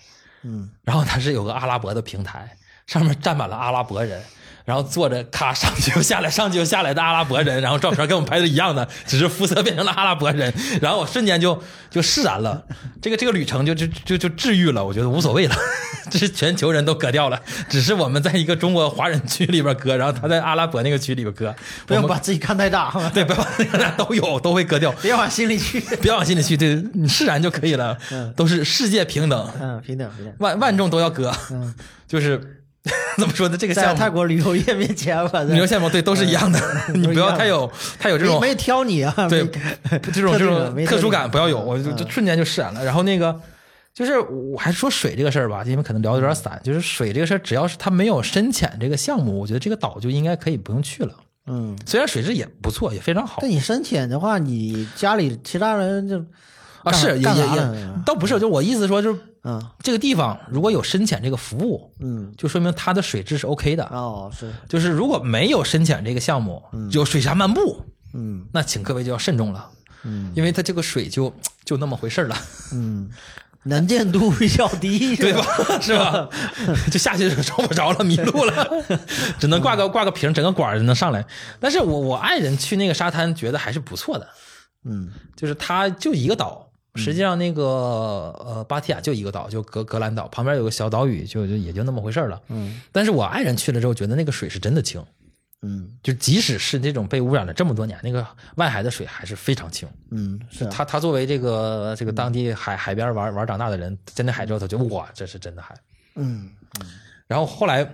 [SPEAKER 2] 嗯，
[SPEAKER 3] 然后它是有个阿拉伯的平台，上面站满了阿拉伯人，然后坐着咔上去又下来，上去又下来的阿拉伯人，然后照片跟我们拍的一样的，只是肤色变成了阿拉伯人，然后我瞬间就就释然了，这个这个旅程就就就就治愈了，我觉得无所谓了， [LAUGHS] 这是全球人都割掉了，只是我们在一个中国华人区里边割，然后他在阿拉伯那个区里边割，
[SPEAKER 2] 不要
[SPEAKER 3] 我们
[SPEAKER 2] 把自己看太大，
[SPEAKER 3] [LAUGHS] 对，不要把那个都有都会割掉，
[SPEAKER 2] 别往心里去。
[SPEAKER 3] 别往心里去，对你释然就可以了，都是世界平等，
[SPEAKER 2] 嗯，平等平等。
[SPEAKER 3] 万万众都要割，
[SPEAKER 2] 嗯
[SPEAKER 3] [LAUGHS] 就是怎么说呢？这个
[SPEAKER 2] 在
[SPEAKER 3] 项
[SPEAKER 2] 泰
[SPEAKER 3] 目，
[SPEAKER 2] 国嗯旅游业面前，反
[SPEAKER 3] 旅游
[SPEAKER 2] 正
[SPEAKER 3] 项目对都是一样的， [LAUGHS] 你不要太有太有这种
[SPEAKER 2] 没挑你啊，
[SPEAKER 3] 对
[SPEAKER 2] 没
[SPEAKER 3] 这种
[SPEAKER 2] 特
[SPEAKER 3] 这
[SPEAKER 2] 定的
[SPEAKER 3] 种
[SPEAKER 2] 没
[SPEAKER 3] 特
[SPEAKER 2] 特
[SPEAKER 3] 殊
[SPEAKER 2] 定
[SPEAKER 3] 感
[SPEAKER 2] 的
[SPEAKER 3] 不要有，我就
[SPEAKER 2] 嗯
[SPEAKER 3] 就瞬间就释然了。然后那个就是我还是说水这个事儿吧，因为可能聊的有点散，就是水这个事儿，只要是它没有深潜这个项目，我觉得这个岛就应该可以不用去了。
[SPEAKER 2] 嗯。
[SPEAKER 3] 虽然水质也不错，也非常好
[SPEAKER 2] 但你深潜的话，你家里其他人就
[SPEAKER 3] 啊，是也
[SPEAKER 2] 干
[SPEAKER 3] 也
[SPEAKER 2] 干啥
[SPEAKER 3] 也
[SPEAKER 2] 了？
[SPEAKER 3] 倒不是，就我意思说，就是
[SPEAKER 2] 嗯
[SPEAKER 3] 这个地方如果有深潜这个服务，
[SPEAKER 2] 嗯，
[SPEAKER 3] 就说明它的水质是 OK 的。
[SPEAKER 2] 哦是，
[SPEAKER 3] 就是如果没有深潜这个项目，有水下漫步，
[SPEAKER 2] 嗯
[SPEAKER 3] 那请各位就要慎重了，
[SPEAKER 2] 嗯
[SPEAKER 3] 因为它这个水就就那么
[SPEAKER 2] [LAUGHS]
[SPEAKER 3] 回事儿了，
[SPEAKER 2] 嗯，能见度比较低，
[SPEAKER 3] 对
[SPEAKER 2] 是吧？
[SPEAKER 3] 吧？是吧？ [LAUGHS] 就下去找不着了，迷路
[SPEAKER 2] [LAUGHS]
[SPEAKER 3] 了，只能挂个挂个瓶，整个管儿能上来。但是我我爱人去那个沙滩，觉得还是不错的，
[SPEAKER 2] 嗯
[SPEAKER 3] 就是它就一个岛。实际上，那个呃，芭提雅就一个岛，就格格兰岛旁边有个小岛屿，就就也就那么回事儿了。
[SPEAKER 2] 嗯
[SPEAKER 3] 但是我爱人去了之后，觉得那个水是真的清，
[SPEAKER 2] 嗯
[SPEAKER 3] 就即使是这种被污染了这么多年，那个外海的水还是非常清。
[SPEAKER 2] 嗯，是啊
[SPEAKER 3] 他他作为这个这个当地海海边玩玩长大的人，真的海之后，他觉得哇，这是真的海。
[SPEAKER 2] 嗯
[SPEAKER 3] 然后后来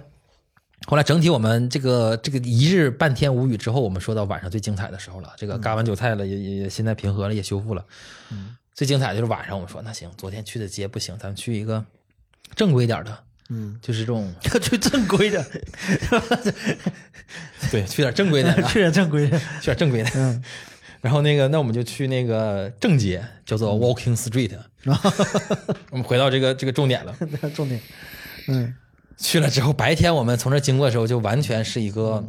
[SPEAKER 3] 后来整体我们这个这个一日半天无语之后，我们说到晚上最精彩的时候了。这
[SPEAKER 2] 嗯
[SPEAKER 3] 个割完韭菜了，也也也现在平和了，也修复了。最精彩的就是晚上，我们说那行，昨天去的街不行，咱们去一个正规点儿的，
[SPEAKER 2] 嗯，
[SPEAKER 3] 就是这种
[SPEAKER 2] 要去正规
[SPEAKER 3] [LAUGHS]
[SPEAKER 2] 的，
[SPEAKER 3] 对，去点正
[SPEAKER 2] [LAUGHS]
[SPEAKER 3] 规点的，
[SPEAKER 2] 去点正规的，
[SPEAKER 3] 去点正规的。
[SPEAKER 2] 嗯
[SPEAKER 3] [LAUGHS] 然后那个，那我们就去那个正街，叫
[SPEAKER 2] 嗯
[SPEAKER 3] 做
[SPEAKER 2] [LAUGHS]
[SPEAKER 3] Walking Street。我们回到这个这个重点了。
[SPEAKER 2] 重点，嗯
[SPEAKER 3] 去了之后，白天我们从这经过的时候，就完全是一个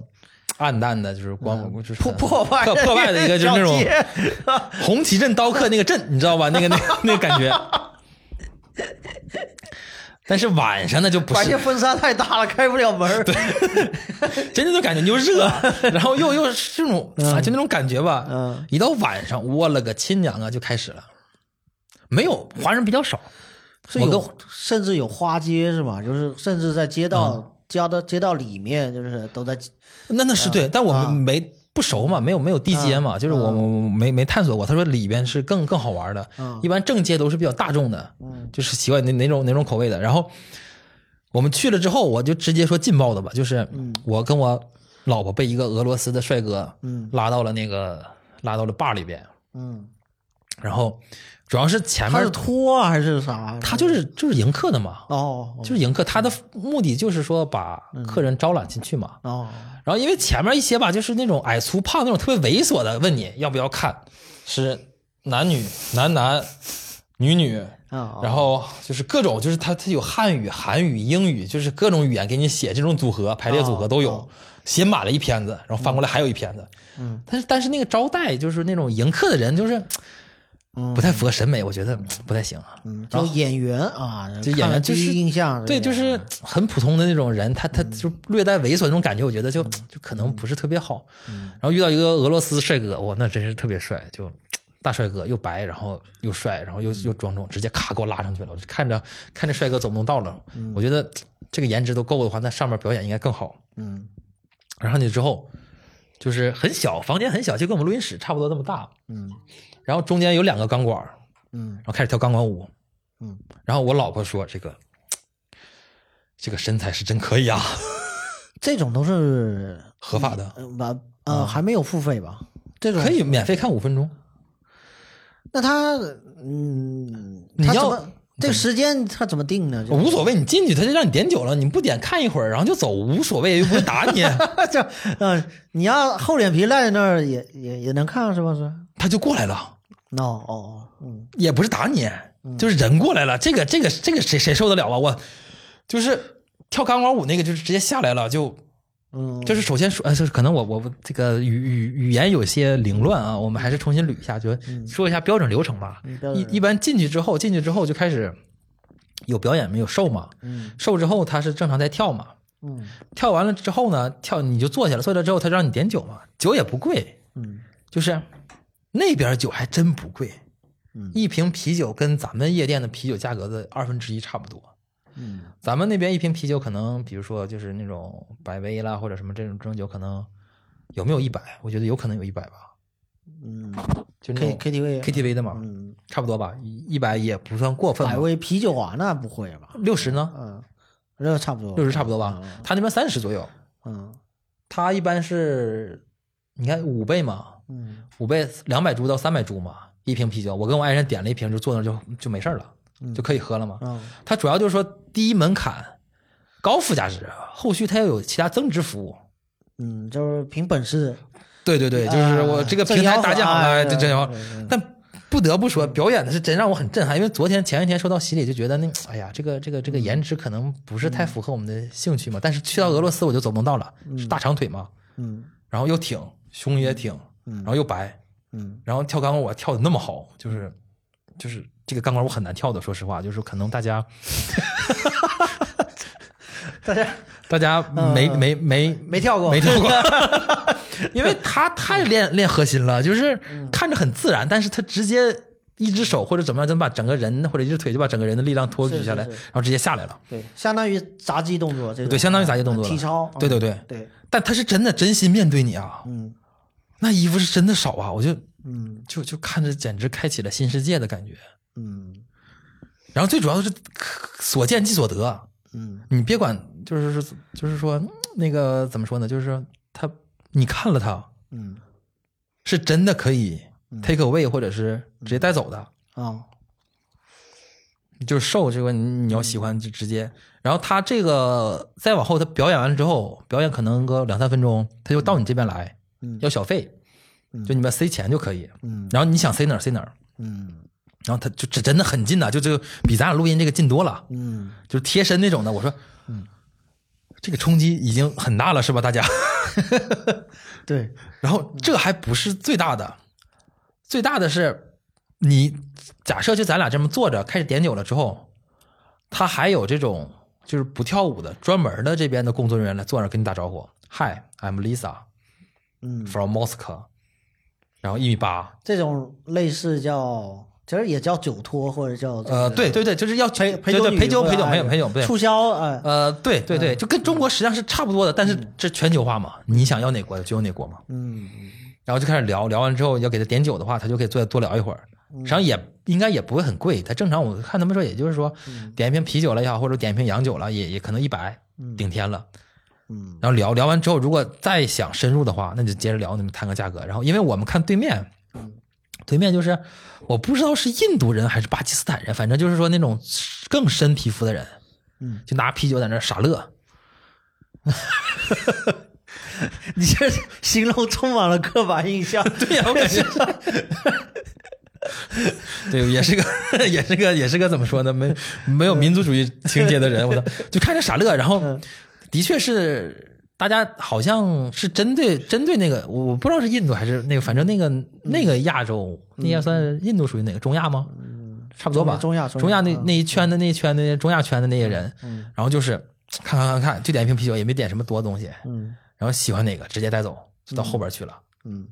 [SPEAKER 3] 暗淡的，就是光就
[SPEAKER 2] 嗯
[SPEAKER 3] 是
[SPEAKER 2] 破破坏
[SPEAKER 3] 嗯破破败的一个，就是那种
[SPEAKER 2] 人家小街啊
[SPEAKER 3] 红旗镇刀客那个阵，你知道吧？那个那个那个感觉。但是晚上呢，就不
[SPEAKER 2] 白
[SPEAKER 3] 是
[SPEAKER 2] 天风沙太大了，开不了门对，
[SPEAKER 3] 真的就感觉你又热，然后又又是这种啊，就那种感觉吧。
[SPEAKER 2] 嗯
[SPEAKER 3] 一到晚上，我了个亲娘啊，就开始了。没有华人比较少，
[SPEAKER 2] 是
[SPEAKER 3] 我跟
[SPEAKER 2] 有
[SPEAKER 3] 我
[SPEAKER 2] 甚至有花街是吧？就是甚至在街道街道街道里面，就是都在
[SPEAKER 3] 那那是对，但我
[SPEAKER 2] 啊嗯
[SPEAKER 3] 们没不熟嘛，没有没有地街嘛，就是我我我没没探索过。他说里边是更更好玩的
[SPEAKER 2] 嗯，
[SPEAKER 3] 一般正街都是比较大众的，就是喜欢哪哪种哪种口味的。然后我们去了之后，我就直接说劲爆的吧，就是我跟我老婆被一个俄罗斯的帅哥
[SPEAKER 2] 嗯
[SPEAKER 3] 拉到了那个拉到了 bar 里边，
[SPEAKER 2] 嗯，
[SPEAKER 3] 然后主要是前
[SPEAKER 2] 他是
[SPEAKER 3] 面
[SPEAKER 2] 托啊还是啥？
[SPEAKER 3] 他就是就是迎客的嘛，
[SPEAKER 2] 哦，嗯
[SPEAKER 3] 就是迎客，他的目的就是说把客人招揽进去嘛。
[SPEAKER 2] 哦，
[SPEAKER 3] 然后因为前面一些吧，就是那种矮粗胖那种特别猥琐的，问你要不要看，是男女男男女女，
[SPEAKER 2] 啊，
[SPEAKER 3] 然后就是各种就是他他有汉语、韩语、英语，就是各种语言给你写这种组合排列
[SPEAKER 2] 哦
[SPEAKER 3] 组合都有，写满了一片子，然后翻过来还有一片子。
[SPEAKER 2] 嗯，
[SPEAKER 3] 但是但是那个招待就是那种迎客的人就是
[SPEAKER 2] 嗯
[SPEAKER 3] 不太符合审美，我觉得不太行啊。
[SPEAKER 2] 嗯就演员啊，
[SPEAKER 3] 就演
[SPEAKER 2] 看了
[SPEAKER 3] 员就
[SPEAKER 2] 第
[SPEAKER 3] 是
[SPEAKER 2] 一印象，
[SPEAKER 3] 对，就是很普通的那种人，他他就略带猥琐那种感觉，我觉得就就可能不是特别好。然后遇到一个俄罗斯帅哥，哇，那真是特别帅，就大帅哥，又白，然后又帅，然后又又庄重，直接咔给我拉上去了。我就看着看着帅哥走不动道了，我觉得这个颜值都够的话，那上面表演应该更好。
[SPEAKER 2] 嗯
[SPEAKER 3] 然后你之后就是很小，房间很小，就跟我们录音室差不多那么大。
[SPEAKER 2] 嗯
[SPEAKER 3] 然后中间有两个钢管儿，
[SPEAKER 2] 嗯
[SPEAKER 3] 然后开始跳钢管舞。
[SPEAKER 2] 嗯，
[SPEAKER 3] 然后我老婆说：“这个，这个身材是真可以啊，
[SPEAKER 2] 这种都是
[SPEAKER 3] 合法的，
[SPEAKER 2] 呃完呃还没有付费吧？这种
[SPEAKER 3] 可以免费看五分钟。
[SPEAKER 2] 那他嗯，
[SPEAKER 3] 你
[SPEAKER 2] 他
[SPEAKER 3] 要
[SPEAKER 2] 怎么这个时间他怎么定呢？
[SPEAKER 3] 无所谓，你进去他就让你点酒了，你不点看一会儿，然后就走，无所谓，又不会打你。
[SPEAKER 2] 谓， [LAUGHS] 就嗯、你要厚脸皮赖在那儿也也也能看是不是？
[SPEAKER 3] 他就过来了，
[SPEAKER 2] 哦哦哦，嗯
[SPEAKER 3] 也不是打你，就是人过来了。这个这个这个谁谁受得了啊？我就是跳钢管舞那个，就是直接下来了，就
[SPEAKER 2] 嗯，
[SPEAKER 3] 就是首先说，呃，就是可能我我我这个语语语言有些凌乱啊，我们还是重新捋一下，就说一下标准流程吧。
[SPEAKER 2] 嗯嗯标准流
[SPEAKER 3] 一一般进去之后，进去之后就开始有表演没有瘦嘛，
[SPEAKER 2] 嗯
[SPEAKER 3] 瘦之后他是正常在跳嘛，
[SPEAKER 2] 嗯
[SPEAKER 3] 跳完了之后呢，跳你就坐下了，坐下之后他就让你点酒嘛，酒也不贵，
[SPEAKER 2] 嗯
[SPEAKER 3] 就是那边酒还真不贵，
[SPEAKER 2] 嗯
[SPEAKER 3] 一瓶啤酒跟咱们夜店的啤酒价格的二分之一差不多。
[SPEAKER 2] 嗯
[SPEAKER 3] 咱们那边一瓶啤酒可能，比如说就是那种百威啦，或者什么这种这种酒，可能有没有一百？我觉得有可能有一百吧，
[SPEAKER 2] 嗯
[SPEAKER 3] 就那
[SPEAKER 2] ，K
[SPEAKER 3] 种
[SPEAKER 2] K T V
[SPEAKER 3] KTV 的嘛，
[SPEAKER 2] 嗯，
[SPEAKER 3] 差不多吧，一百也啊不算过分
[SPEAKER 2] 百
[SPEAKER 3] 吧。
[SPEAKER 2] 威啤酒啊，那不会吧？
[SPEAKER 3] 六十呢？
[SPEAKER 2] 嗯，那差不多，
[SPEAKER 3] 六十差不多吧？他那边三十左右，
[SPEAKER 2] 嗯
[SPEAKER 3] 他一般是，你看五倍嘛，
[SPEAKER 2] 嗯
[SPEAKER 3] 五倍两百株到三百株嘛，一瓶啤酒，我跟我爱人点了一瓶，就坐那儿就就没事儿了，就可以喝了嘛。
[SPEAKER 2] 嗯
[SPEAKER 3] 它主要就是说低门槛、高附加值，后续它又有其他增值服务。
[SPEAKER 2] 嗯，就是凭本事，
[SPEAKER 3] 对对对，就是我这个平台搭建好
[SPEAKER 2] 啊
[SPEAKER 3] 了，
[SPEAKER 2] 这
[SPEAKER 3] 这这
[SPEAKER 2] 吆
[SPEAKER 3] 样
[SPEAKER 2] 喝哎对。嗯
[SPEAKER 3] 但不得不说，表演的是真让我很震撼，因为昨天前一天收到洗礼，就觉得那哎呀，这个这个
[SPEAKER 2] 嗯
[SPEAKER 3] 这个颜值可能不是太符合我们的兴趣嘛。但是去到俄罗斯我就走梦到了，是大长腿嘛，
[SPEAKER 2] 嗯
[SPEAKER 3] 然后又挺，胸也挺，然后又白，
[SPEAKER 2] 嗯
[SPEAKER 3] 然后跳钢管我跳的那么好，就是就是这个钢管我很难跳的，说实话，就是可能大家大家大家
[SPEAKER 2] 嗯
[SPEAKER 3] 没没没
[SPEAKER 2] 没跳过
[SPEAKER 3] 没跳
[SPEAKER 2] [LAUGHS]
[SPEAKER 3] 过，因为他太练练核心了，就是
[SPEAKER 2] 嗯
[SPEAKER 3] 看着很自然，但是他直接一只手或者怎么样，就把整个人或者一只腿就把整个人的力量托举下来，
[SPEAKER 2] 是是是
[SPEAKER 3] 然后直接下来了。
[SPEAKER 2] 对，相当于杂技动作，这种
[SPEAKER 3] 对，相当于杂技动作了。
[SPEAKER 2] 体操，
[SPEAKER 3] 对对对。
[SPEAKER 2] 对，
[SPEAKER 3] 但他是真的真心面对你啊，
[SPEAKER 2] 嗯
[SPEAKER 3] 那衣服是真的少啊，我就
[SPEAKER 2] 嗯
[SPEAKER 3] 就就看着简直开启了新世界的感觉。
[SPEAKER 2] 嗯
[SPEAKER 3] 然后最主要的是所见即所得，啊
[SPEAKER 2] 嗯
[SPEAKER 3] 你别管，就是说就是说嗯那个怎么说呢，就是说他你看了他，
[SPEAKER 2] 嗯
[SPEAKER 3] 是真的可以 take away 或者是直接带走的，
[SPEAKER 2] 啊
[SPEAKER 3] 就是瘦这个你你要喜
[SPEAKER 2] 嗯
[SPEAKER 3] 欢就直接。然后他这个再往后，他表演完了之后，表演可能个两三分钟，他就到你这边来，
[SPEAKER 2] 嗯
[SPEAKER 3] 要小费，就你把塞钱就可以。
[SPEAKER 2] 嗯
[SPEAKER 3] 然后你想塞哪儿塞哪儿，
[SPEAKER 2] 嗯
[SPEAKER 3] 然后他就这真的很近呐，就就比咱俩录音这个近多了，
[SPEAKER 2] 嗯
[SPEAKER 3] 就是贴身那种的。我说，这个冲击已经很大了，是吧，大家？
[SPEAKER 2] 对，
[SPEAKER 3] 然后这还不是最大的，最大的是你假设就咱俩这么坐着开始点酒了之后，他还有这种就是不跳舞的专门的这边的工作人员来坐那儿跟你打招呼，Hi，I'm Lisa
[SPEAKER 2] 嗯，
[SPEAKER 3] from Moscow，然后一米八，
[SPEAKER 2] 这种类似叫，其实也叫酒托或者叫
[SPEAKER 3] 呃，对对对，就是要
[SPEAKER 2] 陪陪
[SPEAKER 3] 陪对
[SPEAKER 2] 酒
[SPEAKER 3] 对
[SPEAKER 2] 女
[SPEAKER 3] 陪酒
[SPEAKER 2] 或者
[SPEAKER 3] 陪酒
[SPEAKER 2] 哎
[SPEAKER 3] 陪酒陪酒，对。
[SPEAKER 2] 促销哎
[SPEAKER 3] 呃，对对对，就跟中国实际上是差不多的，但是这全球化嘛，你想要哪国就有哪国嘛。
[SPEAKER 2] 嗯
[SPEAKER 3] 然后就开始聊，聊完之后要给他点酒的话，他就可以坐多聊一会儿。实际上也应该也不会很贵，他正常我看他们说，也就是说点一瓶啤酒了也好，或者点一瓶洋酒了，也也可能一百顶天了。 [LAUGHS]
[SPEAKER 2] 嗯
[SPEAKER 3] 然后聊聊完之后，如果再想深入的话，那就接着聊，你们谈个价格。然后因为我们看对面，对面就是我不知道是印度人还是巴基斯坦人，反正就是说那种更深皮肤的人，
[SPEAKER 2] 嗯，
[SPEAKER 3] 就拿啤酒在那儿傻乐。
[SPEAKER 2] 你这形容充满了刻板印 [LAUGHS] 象，
[SPEAKER 3] 对呀、我 [LAUGHS] 感觉是。对，也是个，也是个，也是个怎么说呢？没没有民族主义情节的人，我操，就看着傻乐。
[SPEAKER 2] 嗯
[SPEAKER 3] 然后，的确是大家好像是针对针对那个，我我不知道是印度还是那个，反正那个
[SPEAKER 2] 嗯
[SPEAKER 3] 那个亚洲，那也算印度属于哪个中亚吗？差不多吧，
[SPEAKER 2] 嗯中亚中
[SPEAKER 3] 中
[SPEAKER 2] 亚
[SPEAKER 3] 亚那
[SPEAKER 2] 嗯
[SPEAKER 3] 那一圈的那一圈的中亚圈的那些人，然后就是看看看看，就点一瓶啤酒，也没点什么多东西，
[SPEAKER 2] 嗯
[SPEAKER 3] 然后喜欢哪个直接带走，就到后边去了。
[SPEAKER 2] 嗯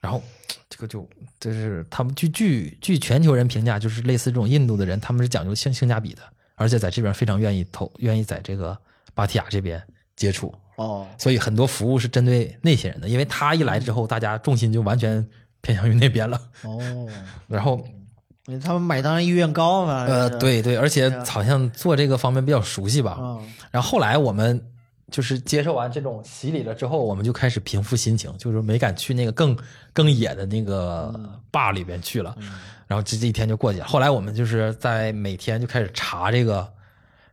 [SPEAKER 3] 然后这个就就是他们据据据全球人评价，就是类似这种印度的人，他们是讲究性性价比的，而且在这边非常愿意投，愿意在这个芭提雅这边接触，
[SPEAKER 2] 哦
[SPEAKER 3] 所以很多服务是针对那些人的，因为他一来之后，大家重心就完全偏向于那边了。
[SPEAKER 2] 哦，
[SPEAKER 3] 然后
[SPEAKER 2] 他们买单意愿高嘛，
[SPEAKER 3] 呃，
[SPEAKER 2] 是，啊
[SPEAKER 3] 对对，而且好像做这个方面比较熟悉吧。
[SPEAKER 2] 嗯
[SPEAKER 3] 然后后来我们就是接受完这种洗礼了之后，我们就开始平复心情，就是没敢去那个更更野的那个坝里边去了。然后这这一天就过去了。后来我们就是在每天就开始查这个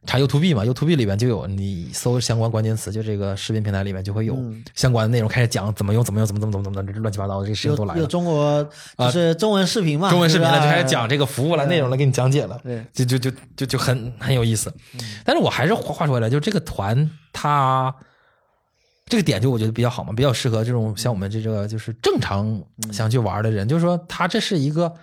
[SPEAKER 3] 查 U to B 嘛，U to B 里边就有你搜相关关键词，就这个视频平台里面就会有相关的内容，开始讲怎么用怎么用怎么怎么怎么怎么，这乱七八糟的这个事情都来
[SPEAKER 2] 有
[SPEAKER 3] 了啊
[SPEAKER 2] 有。中国就是中文视频嘛，
[SPEAKER 3] 中文视频了，
[SPEAKER 2] 啊是吧呃
[SPEAKER 3] 就开始讲这个服务了，内容了，给你讲解了，
[SPEAKER 2] 对嗯
[SPEAKER 3] 就就就就就很很有意思。但是我还是话话说回来，就这个团，它这个点就我觉得比较好嘛，比较适合这种像我们这这个就是正常
[SPEAKER 2] 嗯
[SPEAKER 3] 想去玩的人，就是说他这是一个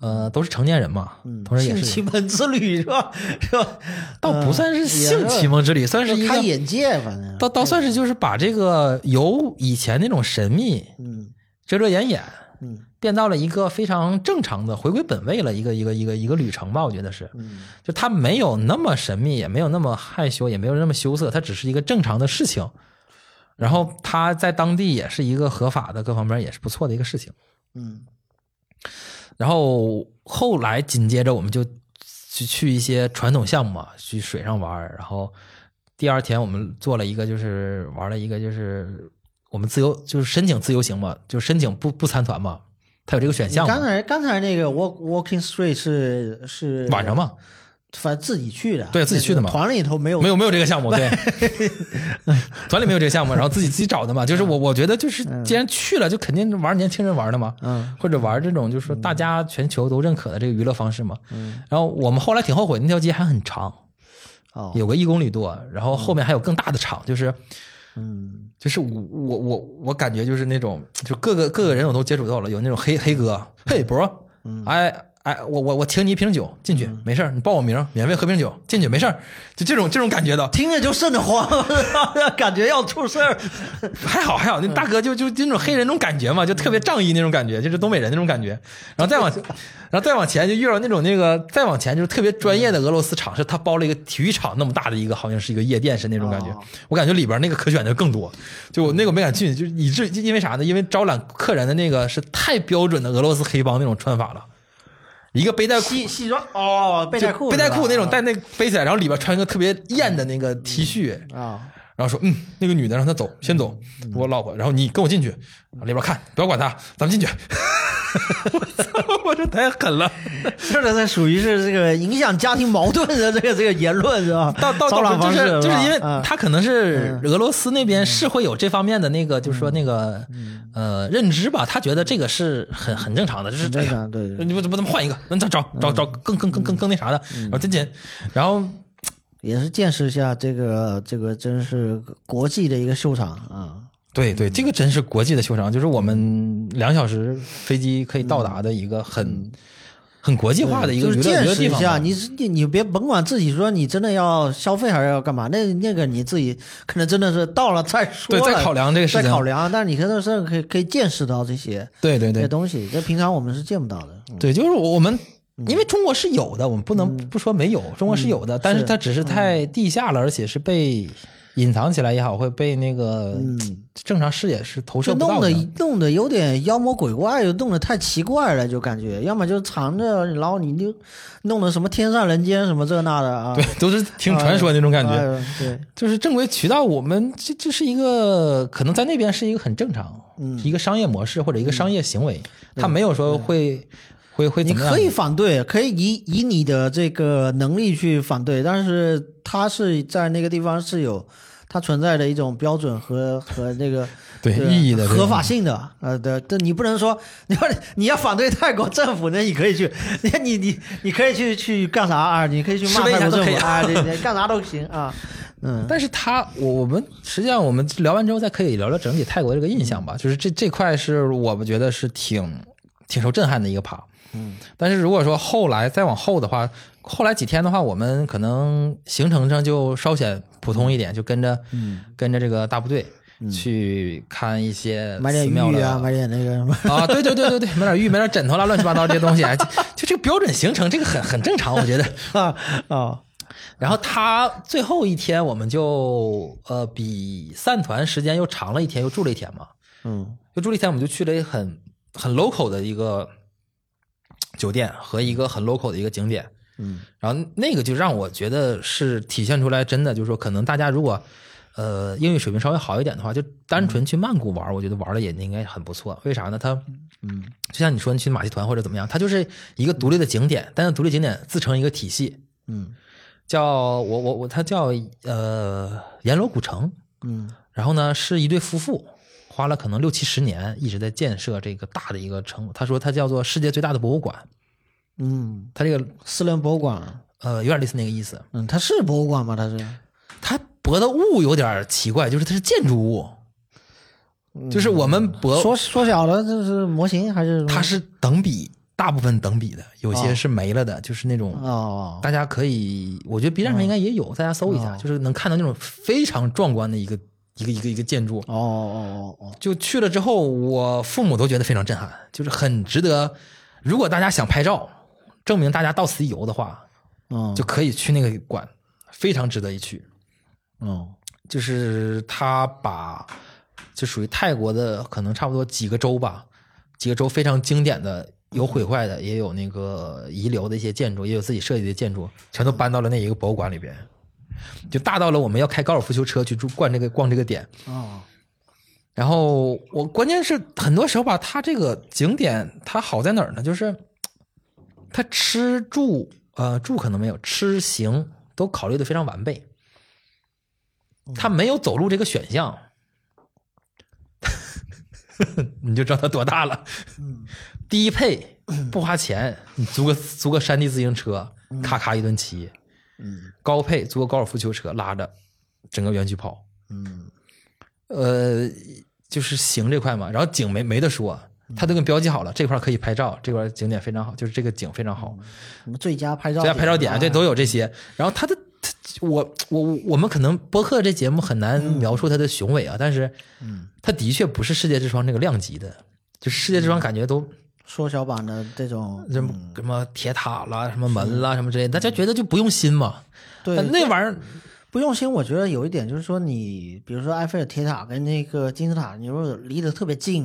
[SPEAKER 3] 呃都是成年人嘛，同时也
[SPEAKER 2] 嗯性
[SPEAKER 3] 是
[SPEAKER 2] 启蒙之旅是
[SPEAKER 3] [LAUGHS]
[SPEAKER 2] 吧？是吧？
[SPEAKER 3] 倒不算是性启蒙之旅，算
[SPEAKER 2] 呃也
[SPEAKER 3] 是一
[SPEAKER 2] 是
[SPEAKER 3] 个
[SPEAKER 2] 开眼界，反正
[SPEAKER 3] 倒倒算是就是把这个由以前那种神秘
[SPEAKER 2] 嗯
[SPEAKER 3] 遮遮掩掩，
[SPEAKER 2] 嗯
[SPEAKER 3] 变到了一个非常正常的回归本位了一个一个一个一个旅程吧，我觉得是，
[SPEAKER 2] 嗯
[SPEAKER 3] 就他没有那么神秘，也没有那么害羞，也没有那么羞涩，他只是一个正常的事情。然后他在当地也是一个合法的，各方面也是不错的一个事情。
[SPEAKER 2] 嗯
[SPEAKER 3] 然后后来紧接着我们就去去一些传统项目嘛，去水上玩儿然后第二天我们做了一个，就是玩了一个，就是我们自由就是申请自由行嘛，就申请不不参团嘛，它有这个选
[SPEAKER 2] 你
[SPEAKER 3] 项
[SPEAKER 2] 刚
[SPEAKER 3] 嘛。
[SPEAKER 2] 才刚才那个 walk walking street 是是
[SPEAKER 3] 晚上嘛，
[SPEAKER 2] 反正自己去的，
[SPEAKER 3] 对自己去的嘛
[SPEAKER 2] 团里头没有
[SPEAKER 3] 没有没有这个项
[SPEAKER 2] [LAUGHS]
[SPEAKER 3] 目，对，团里没有这个项目，然后自己自己找的嘛。就是
[SPEAKER 2] 嗯
[SPEAKER 3] 我我觉得就是，既然去了，就肯定玩年轻人玩的嘛，
[SPEAKER 2] 嗯，
[SPEAKER 3] 或者玩这种就是说大家全球都认可的这个娱乐方式嘛。
[SPEAKER 2] 嗯，
[SPEAKER 3] 然后我们后来挺后悔，那条街还很长，
[SPEAKER 2] 哦
[SPEAKER 3] 有个一公里多，然后后面还有更大的场，就是
[SPEAKER 2] 嗯
[SPEAKER 3] 就是我我我我感觉就是那种就各个各个人我都接触到了，有那种
[SPEAKER 2] 嗯
[SPEAKER 3] 黑黑哥，嘿博，哎哎，我我我请你一瓶酒进
[SPEAKER 2] 嗯
[SPEAKER 3] 去，没事儿，你报我名，免费喝瓶酒进去没事儿，就这种这种感觉的，
[SPEAKER 2] 听着就瘆得慌， [LAUGHS] 感觉要出事
[SPEAKER 3] [LAUGHS]
[SPEAKER 2] 儿。
[SPEAKER 3] 还好还好，那大哥就就就那种黑人那种感觉嘛，就特别仗义那种感觉，就是东北人那种感觉。然后再往，然后再往前就遇到那种那个再往前就是特别专业的俄罗斯场，是他包了一个体育场那么大的一个，好像是一个夜店是那种感觉
[SPEAKER 2] 哦。
[SPEAKER 3] 我感觉里边那个可选的更多，就我那个没敢去，就以致因为啥呢？因为招揽客人的那个是太标准的俄罗斯黑帮那种穿法了，一个背带裤。
[SPEAKER 2] 西西装哦，背带裤
[SPEAKER 3] 背
[SPEAKER 2] 是吧，嗯
[SPEAKER 3] 带裤那种带那个背起来，然后里边穿一个特别艳的那个 T 恤，
[SPEAKER 2] 啊，
[SPEAKER 3] 然后说，嗯，那个女的让她走，先走，
[SPEAKER 2] 嗯
[SPEAKER 3] 我老婆，然后你跟我进去，里边看，不要管她，咱们进去。我操， [LAUGHS] 我这太狠了！
[SPEAKER 2] 这这属于是这个影响家庭矛盾的 [LAUGHS] 这个这个言论是吧？
[SPEAKER 3] 到到
[SPEAKER 2] 骚扰
[SPEAKER 3] 到就
[SPEAKER 2] 方
[SPEAKER 3] 是
[SPEAKER 2] 式
[SPEAKER 3] 就是因为
[SPEAKER 2] 吧啊嗯
[SPEAKER 3] 他可能是俄罗斯那边是会有这方面的那个，就是
[SPEAKER 2] 嗯
[SPEAKER 3] 说那个呃认知吧，他觉得这个是很很正常的，就是
[SPEAKER 2] 嗯
[SPEAKER 3] 哎
[SPEAKER 2] 正
[SPEAKER 3] 呀
[SPEAKER 2] 常嗯对对
[SPEAKER 3] 你不怎么咱们换一个，咱找找找找更更更更更那啥的，
[SPEAKER 2] 嗯
[SPEAKER 3] 然后进去，然后
[SPEAKER 2] 也是见识一下这个这个真是国际的一个秀场啊，
[SPEAKER 3] 对对，这个真是国际的秀场，就是我
[SPEAKER 2] 嗯
[SPEAKER 3] 们两小时飞机可以到达的一个很、很国际化的一个
[SPEAKER 2] 就
[SPEAKER 3] 娱
[SPEAKER 2] 是
[SPEAKER 3] 乐
[SPEAKER 2] 见
[SPEAKER 3] 娱乐
[SPEAKER 2] 识
[SPEAKER 3] 地
[SPEAKER 2] 一
[SPEAKER 3] 方
[SPEAKER 2] 下。
[SPEAKER 3] 吧。
[SPEAKER 2] 你是你你别甭管自己说你真的要消费还是要干嘛，那那个你自己可能真的是到了再说
[SPEAKER 3] 对
[SPEAKER 2] 了，
[SPEAKER 3] 再考量这个事情
[SPEAKER 2] 再考量。啊但是你可能是可以可以见识到这些
[SPEAKER 3] 对对
[SPEAKER 2] 这些
[SPEAKER 3] 对
[SPEAKER 2] 东西，这平常我们是见不到的。嗯
[SPEAKER 3] 对，就是我们。因为中国是有的，我们不能不说没有，中
[SPEAKER 2] 嗯
[SPEAKER 3] 国是有的，但是它只是太地下了，而且是被隐藏起来也好，会被那个正常视野是投射
[SPEAKER 2] 嗯就
[SPEAKER 3] 不
[SPEAKER 2] 弄
[SPEAKER 3] 到
[SPEAKER 2] 得
[SPEAKER 3] 的。
[SPEAKER 2] 弄得有点妖魔鬼怪，又弄得太奇怪了，就感觉要么就藏着，然后你就弄得什么天上人间什么这那的啊，
[SPEAKER 3] 对，都是听传说那种感觉。
[SPEAKER 2] 哎对，
[SPEAKER 3] 就是正规渠道，我们这这是一个可能在那边是一个很正常，嗯、一个商业模式或者一个商业行为，他没有说会、会会
[SPEAKER 2] 你
[SPEAKER 3] 怎么样？嗯
[SPEAKER 2] 可以反对，可以以以你的这个能力去反对，但是它是在那个地方是有它存在的一种标准和 [LAUGHS] 和那个
[SPEAKER 3] [LAUGHS] 对
[SPEAKER 2] 这个
[SPEAKER 3] 意义的这
[SPEAKER 2] 合
[SPEAKER 3] 种
[SPEAKER 2] 法性的，呃，对，这你不能说你说你要反对泰国政府，那你可以去，你你你你可以去去干啥啊？你可以去
[SPEAKER 3] 示
[SPEAKER 2] 骂
[SPEAKER 3] 威一
[SPEAKER 2] 泰
[SPEAKER 3] 下
[SPEAKER 2] 国
[SPEAKER 3] 都
[SPEAKER 2] 政
[SPEAKER 3] 可
[SPEAKER 2] 府
[SPEAKER 3] 以
[SPEAKER 2] 啊，你你干啥都行啊，嗯。
[SPEAKER 3] 但是他，我我们实际上我们聊完之后，再可以聊聊整体泰国这个印象吧。就是这这块是我们觉得是挺挺受震撼的一个趴。嗯，但是如果说后来再往后的话，后来几天的话，我们可能行程上就稍显普通一点，就跟着、跟着这个大部队去看一些
[SPEAKER 2] 买点
[SPEAKER 3] [LAUGHS] 寺庙
[SPEAKER 2] 玉
[SPEAKER 3] 了
[SPEAKER 2] 啊，买点那个什么， [LAUGHS]
[SPEAKER 3] 啊，对对对对对，买点玉，买点枕头啦，乱七八糟这些东西，哎就就这个标准行程，这个很很正常，我觉得。
[SPEAKER 2] 啊哦，
[SPEAKER 3] 然后他最后一天，我们就呃比散团时间又长了一天，又住了一天嘛，
[SPEAKER 2] 嗯
[SPEAKER 3] 又住了一天，我们就去了一个很很 local 的一个酒店和一个很 local 的一个景点，
[SPEAKER 2] 嗯
[SPEAKER 3] 然后那个就让我觉得是体现出来，真的就是说，可能大家如果呃英语水平稍微好一点的话，就单纯去曼谷玩，我觉得玩的也应该很不错。为啥呢？它
[SPEAKER 2] 嗯，
[SPEAKER 3] 就像你说你去马戏团或者怎么样，它就是一个独立的景点，但是独立景点自成一个体系，
[SPEAKER 2] 嗯
[SPEAKER 3] 叫我我我，它叫呃阎罗古城。
[SPEAKER 2] 嗯
[SPEAKER 3] 然后呢，是一对夫妇花了可能六七十年一直在建设这个大的一个城。他说它叫做世界最大的博物馆，
[SPEAKER 2] 嗯，
[SPEAKER 3] 它这个
[SPEAKER 2] 私人博物馆，
[SPEAKER 3] 呃有点类似那个意思。
[SPEAKER 2] 嗯，它是博物馆吗？它是，
[SPEAKER 3] 它博的物有点奇怪，就是它是建筑物，就是我们博
[SPEAKER 2] 缩缩小了，这是模型还是什么
[SPEAKER 3] 它是等比，大部分等比的，有些
[SPEAKER 2] 哦
[SPEAKER 3] 是没了的，就是那种
[SPEAKER 2] 哦
[SPEAKER 3] 大家可以，我觉得 B 站上应该也有，大家搜一下，
[SPEAKER 2] 哦
[SPEAKER 3] 就是能看到那种非常壮观的一个一个一个一个建筑。
[SPEAKER 2] 哦哦哦哦，
[SPEAKER 3] 就去了之后，我父母都觉得非常震撼，就是很值得。如果大家想拍照，证明大家到此一游的话，
[SPEAKER 2] 嗯
[SPEAKER 3] 就可以去那个馆，非常值得一去。
[SPEAKER 2] 嗯
[SPEAKER 3] 就是他把就属于泰国的，可能差不多几个州吧，几个州非常经典的，有毁坏的，也有那个遗留的一些建筑，也有自己设计的建筑，全都搬到了那一个博物馆里边，就大到了我们要开高尔夫球车去住逛这个逛这个点。
[SPEAKER 2] 哦
[SPEAKER 3] 然后我关键是很多时候吧，它这个景点它好在哪儿呢？就是它吃住呃住可能没有，吃行都考虑的非常完备，它没有走路这个选项， [LAUGHS] 你就知道它多大了。低配不花钱，你租个租个山地自行车，咔咔一顿骑；高配租个高尔夫球车拉着整个园区跑。
[SPEAKER 2] 嗯
[SPEAKER 3] 呃，就是行这块嘛，然后景没没得说，
[SPEAKER 2] 嗯
[SPEAKER 3] 它都给你标记好了，这块可以拍照，这块景点非常好，就是这个景非常好，
[SPEAKER 2] 什么最佳拍嗯照
[SPEAKER 3] 最佳拍照
[SPEAKER 2] 啊
[SPEAKER 3] 点对都有这些。然后它的它，我我我们可能播客这节目很难
[SPEAKER 2] 嗯
[SPEAKER 3] 描述它的雄伟啊，但是，它的确不是世界之窗这个量级的，就是世界之窗感觉都
[SPEAKER 2] 缩小版的这种
[SPEAKER 3] 什么什么铁塔啦、什么门啦、什么之类的，大家觉得就不用心嘛。
[SPEAKER 2] 嗯对
[SPEAKER 3] 但那玩意儿
[SPEAKER 2] 不用心，我觉得有一点就是说你，比如说埃菲尔铁塔跟那个金字塔，你说离得特别近，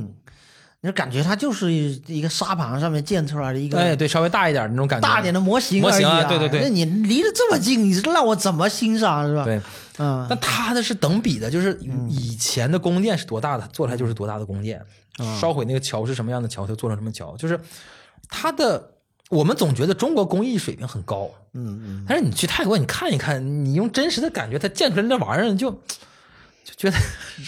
[SPEAKER 2] 你就感觉它就是一个沙盘上面建出来的一
[SPEAKER 3] 哎，
[SPEAKER 2] 个
[SPEAKER 3] 对，稍微大一点那种感觉，
[SPEAKER 2] 大点的模型
[SPEAKER 3] 模
[SPEAKER 2] 而已
[SPEAKER 3] 型啊
[SPEAKER 2] 啊
[SPEAKER 3] 对对对
[SPEAKER 2] 那你离得这么近，你让我怎么欣赏是吧？，
[SPEAKER 3] 对。
[SPEAKER 2] 嗯
[SPEAKER 3] 但它的是等比的，就是以前的宫殿是多大的，它做出来就是多大的宫殿。
[SPEAKER 2] 嗯
[SPEAKER 3] 烧毁那个桥是什么样的桥，就做成什么桥。就是它的，我们总觉得中国工艺水平很高，
[SPEAKER 2] 嗯嗯，
[SPEAKER 3] 但是你去泰国，你看一看，你用真实的感觉，它建出来那玩意儿你就就觉得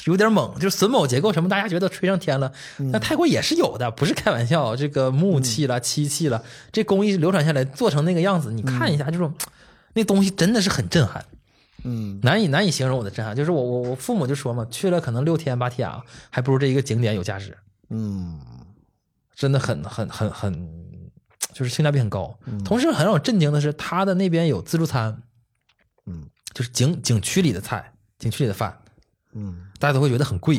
[SPEAKER 3] 有点猛，就是榫卯结构什么，大家觉得吹上天了。
[SPEAKER 2] 嗯
[SPEAKER 3] 那泰国也是有的，不是开玩笑。这个木器啦、漆器啦，这工艺流传下来做成那个样子，你看一下，这种那东西真的是很震撼。
[SPEAKER 2] 嗯，
[SPEAKER 3] 难以难以形容我的震撼，就是我我我父母就说嘛，去了可能六天八天啊，还不如这一个景点有价值，
[SPEAKER 2] 嗯
[SPEAKER 3] 真的很很很很，就是性价比很高。同时很让我震惊的是，他的那边有自助餐，
[SPEAKER 2] 嗯，
[SPEAKER 3] 就是景景区里的菜，景区里的饭，
[SPEAKER 2] 嗯，
[SPEAKER 3] 大家都会觉得很贵，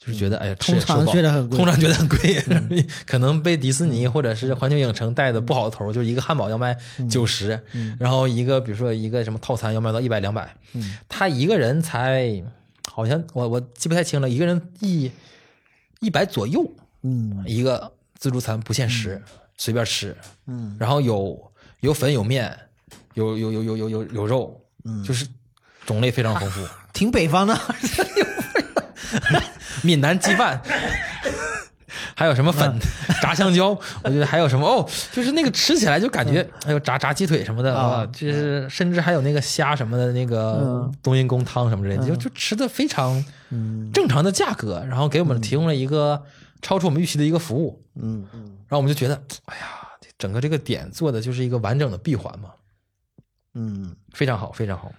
[SPEAKER 3] 就是觉得哎呀，吃也
[SPEAKER 2] 通常
[SPEAKER 3] 吃不饱
[SPEAKER 2] 觉得很贵嗯
[SPEAKER 3] 通常觉得很贵， [LAUGHS] 可能被迪士尼或者是环球影城带的不好的头儿，就是一个汉堡要卖
[SPEAKER 2] 嗯
[SPEAKER 3] 九十、然后一个比如说一个什么套餐要卖到一百两百，
[SPEAKER 2] 嗯
[SPEAKER 3] 他一个人才好像我我记不太清了，一个人一一百左右，
[SPEAKER 2] 嗯
[SPEAKER 3] 一个自助餐不限时，随便吃，
[SPEAKER 2] 嗯，
[SPEAKER 3] 然后有有粉有面，有有有有有有有肉，嗯，就是种类非常丰富。
[SPEAKER 2] 挺北方的，
[SPEAKER 3] 闽南鸡饭， [LAUGHS] 还有什么粉、
[SPEAKER 2] 嗯
[SPEAKER 3] 炸香蕉，我觉得还有什么哦，就是那个吃起来就感觉，还有炸炸鸡腿什么的
[SPEAKER 2] 嗯啊
[SPEAKER 3] 啊，就是甚至还有那个虾什么的，那个
[SPEAKER 2] 嗯
[SPEAKER 3] 冬阴功汤什么之类的，就就吃的非常正常的价格，然后给我们提供了一个超出我们预期的一个服务，
[SPEAKER 2] 嗯嗯
[SPEAKER 3] 然后我们就觉得，哎呀，整个这个点做的就是一个完整的闭环嘛，
[SPEAKER 2] 嗯
[SPEAKER 3] 非常好，非常好，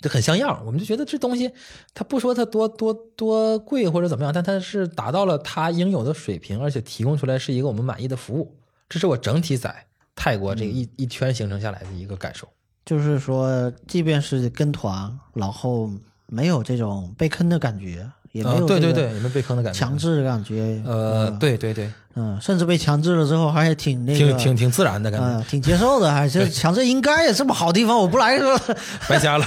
[SPEAKER 3] 就很像样儿。我们就觉得这东西，它不说它多多多贵或者怎么样，但它是达到了它应有的水平，而且提供出来是一个我们满意的服务。这是我整体在泰国这一、
[SPEAKER 2] 嗯
[SPEAKER 3] 一圈行程下来的一个感受。
[SPEAKER 2] 就是说，即便是跟团，然后没有这种被坑的感觉，也没
[SPEAKER 3] 啊
[SPEAKER 2] 有
[SPEAKER 3] 对
[SPEAKER 2] 这
[SPEAKER 3] 对
[SPEAKER 2] 个
[SPEAKER 3] 对，你们被坑的感觉。
[SPEAKER 2] 强制的感觉，
[SPEAKER 3] 呃，
[SPEAKER 2] 嗯
[SPEAKER 3] 对对对，
[SPEAKER 2] 嗯，甚至被强制了之后，还挺那
[SPEAKER 3] 挺
[SPEAKER 2] 个，
[SPEAKER 3] 挺挺自然的感觉，
[SPEAKER 2] 嗯，挺接受的，还是强制应该呀，这么好地方我不来 [LAUGHS] 是吧
[SPEAKER 3] 白瞎了。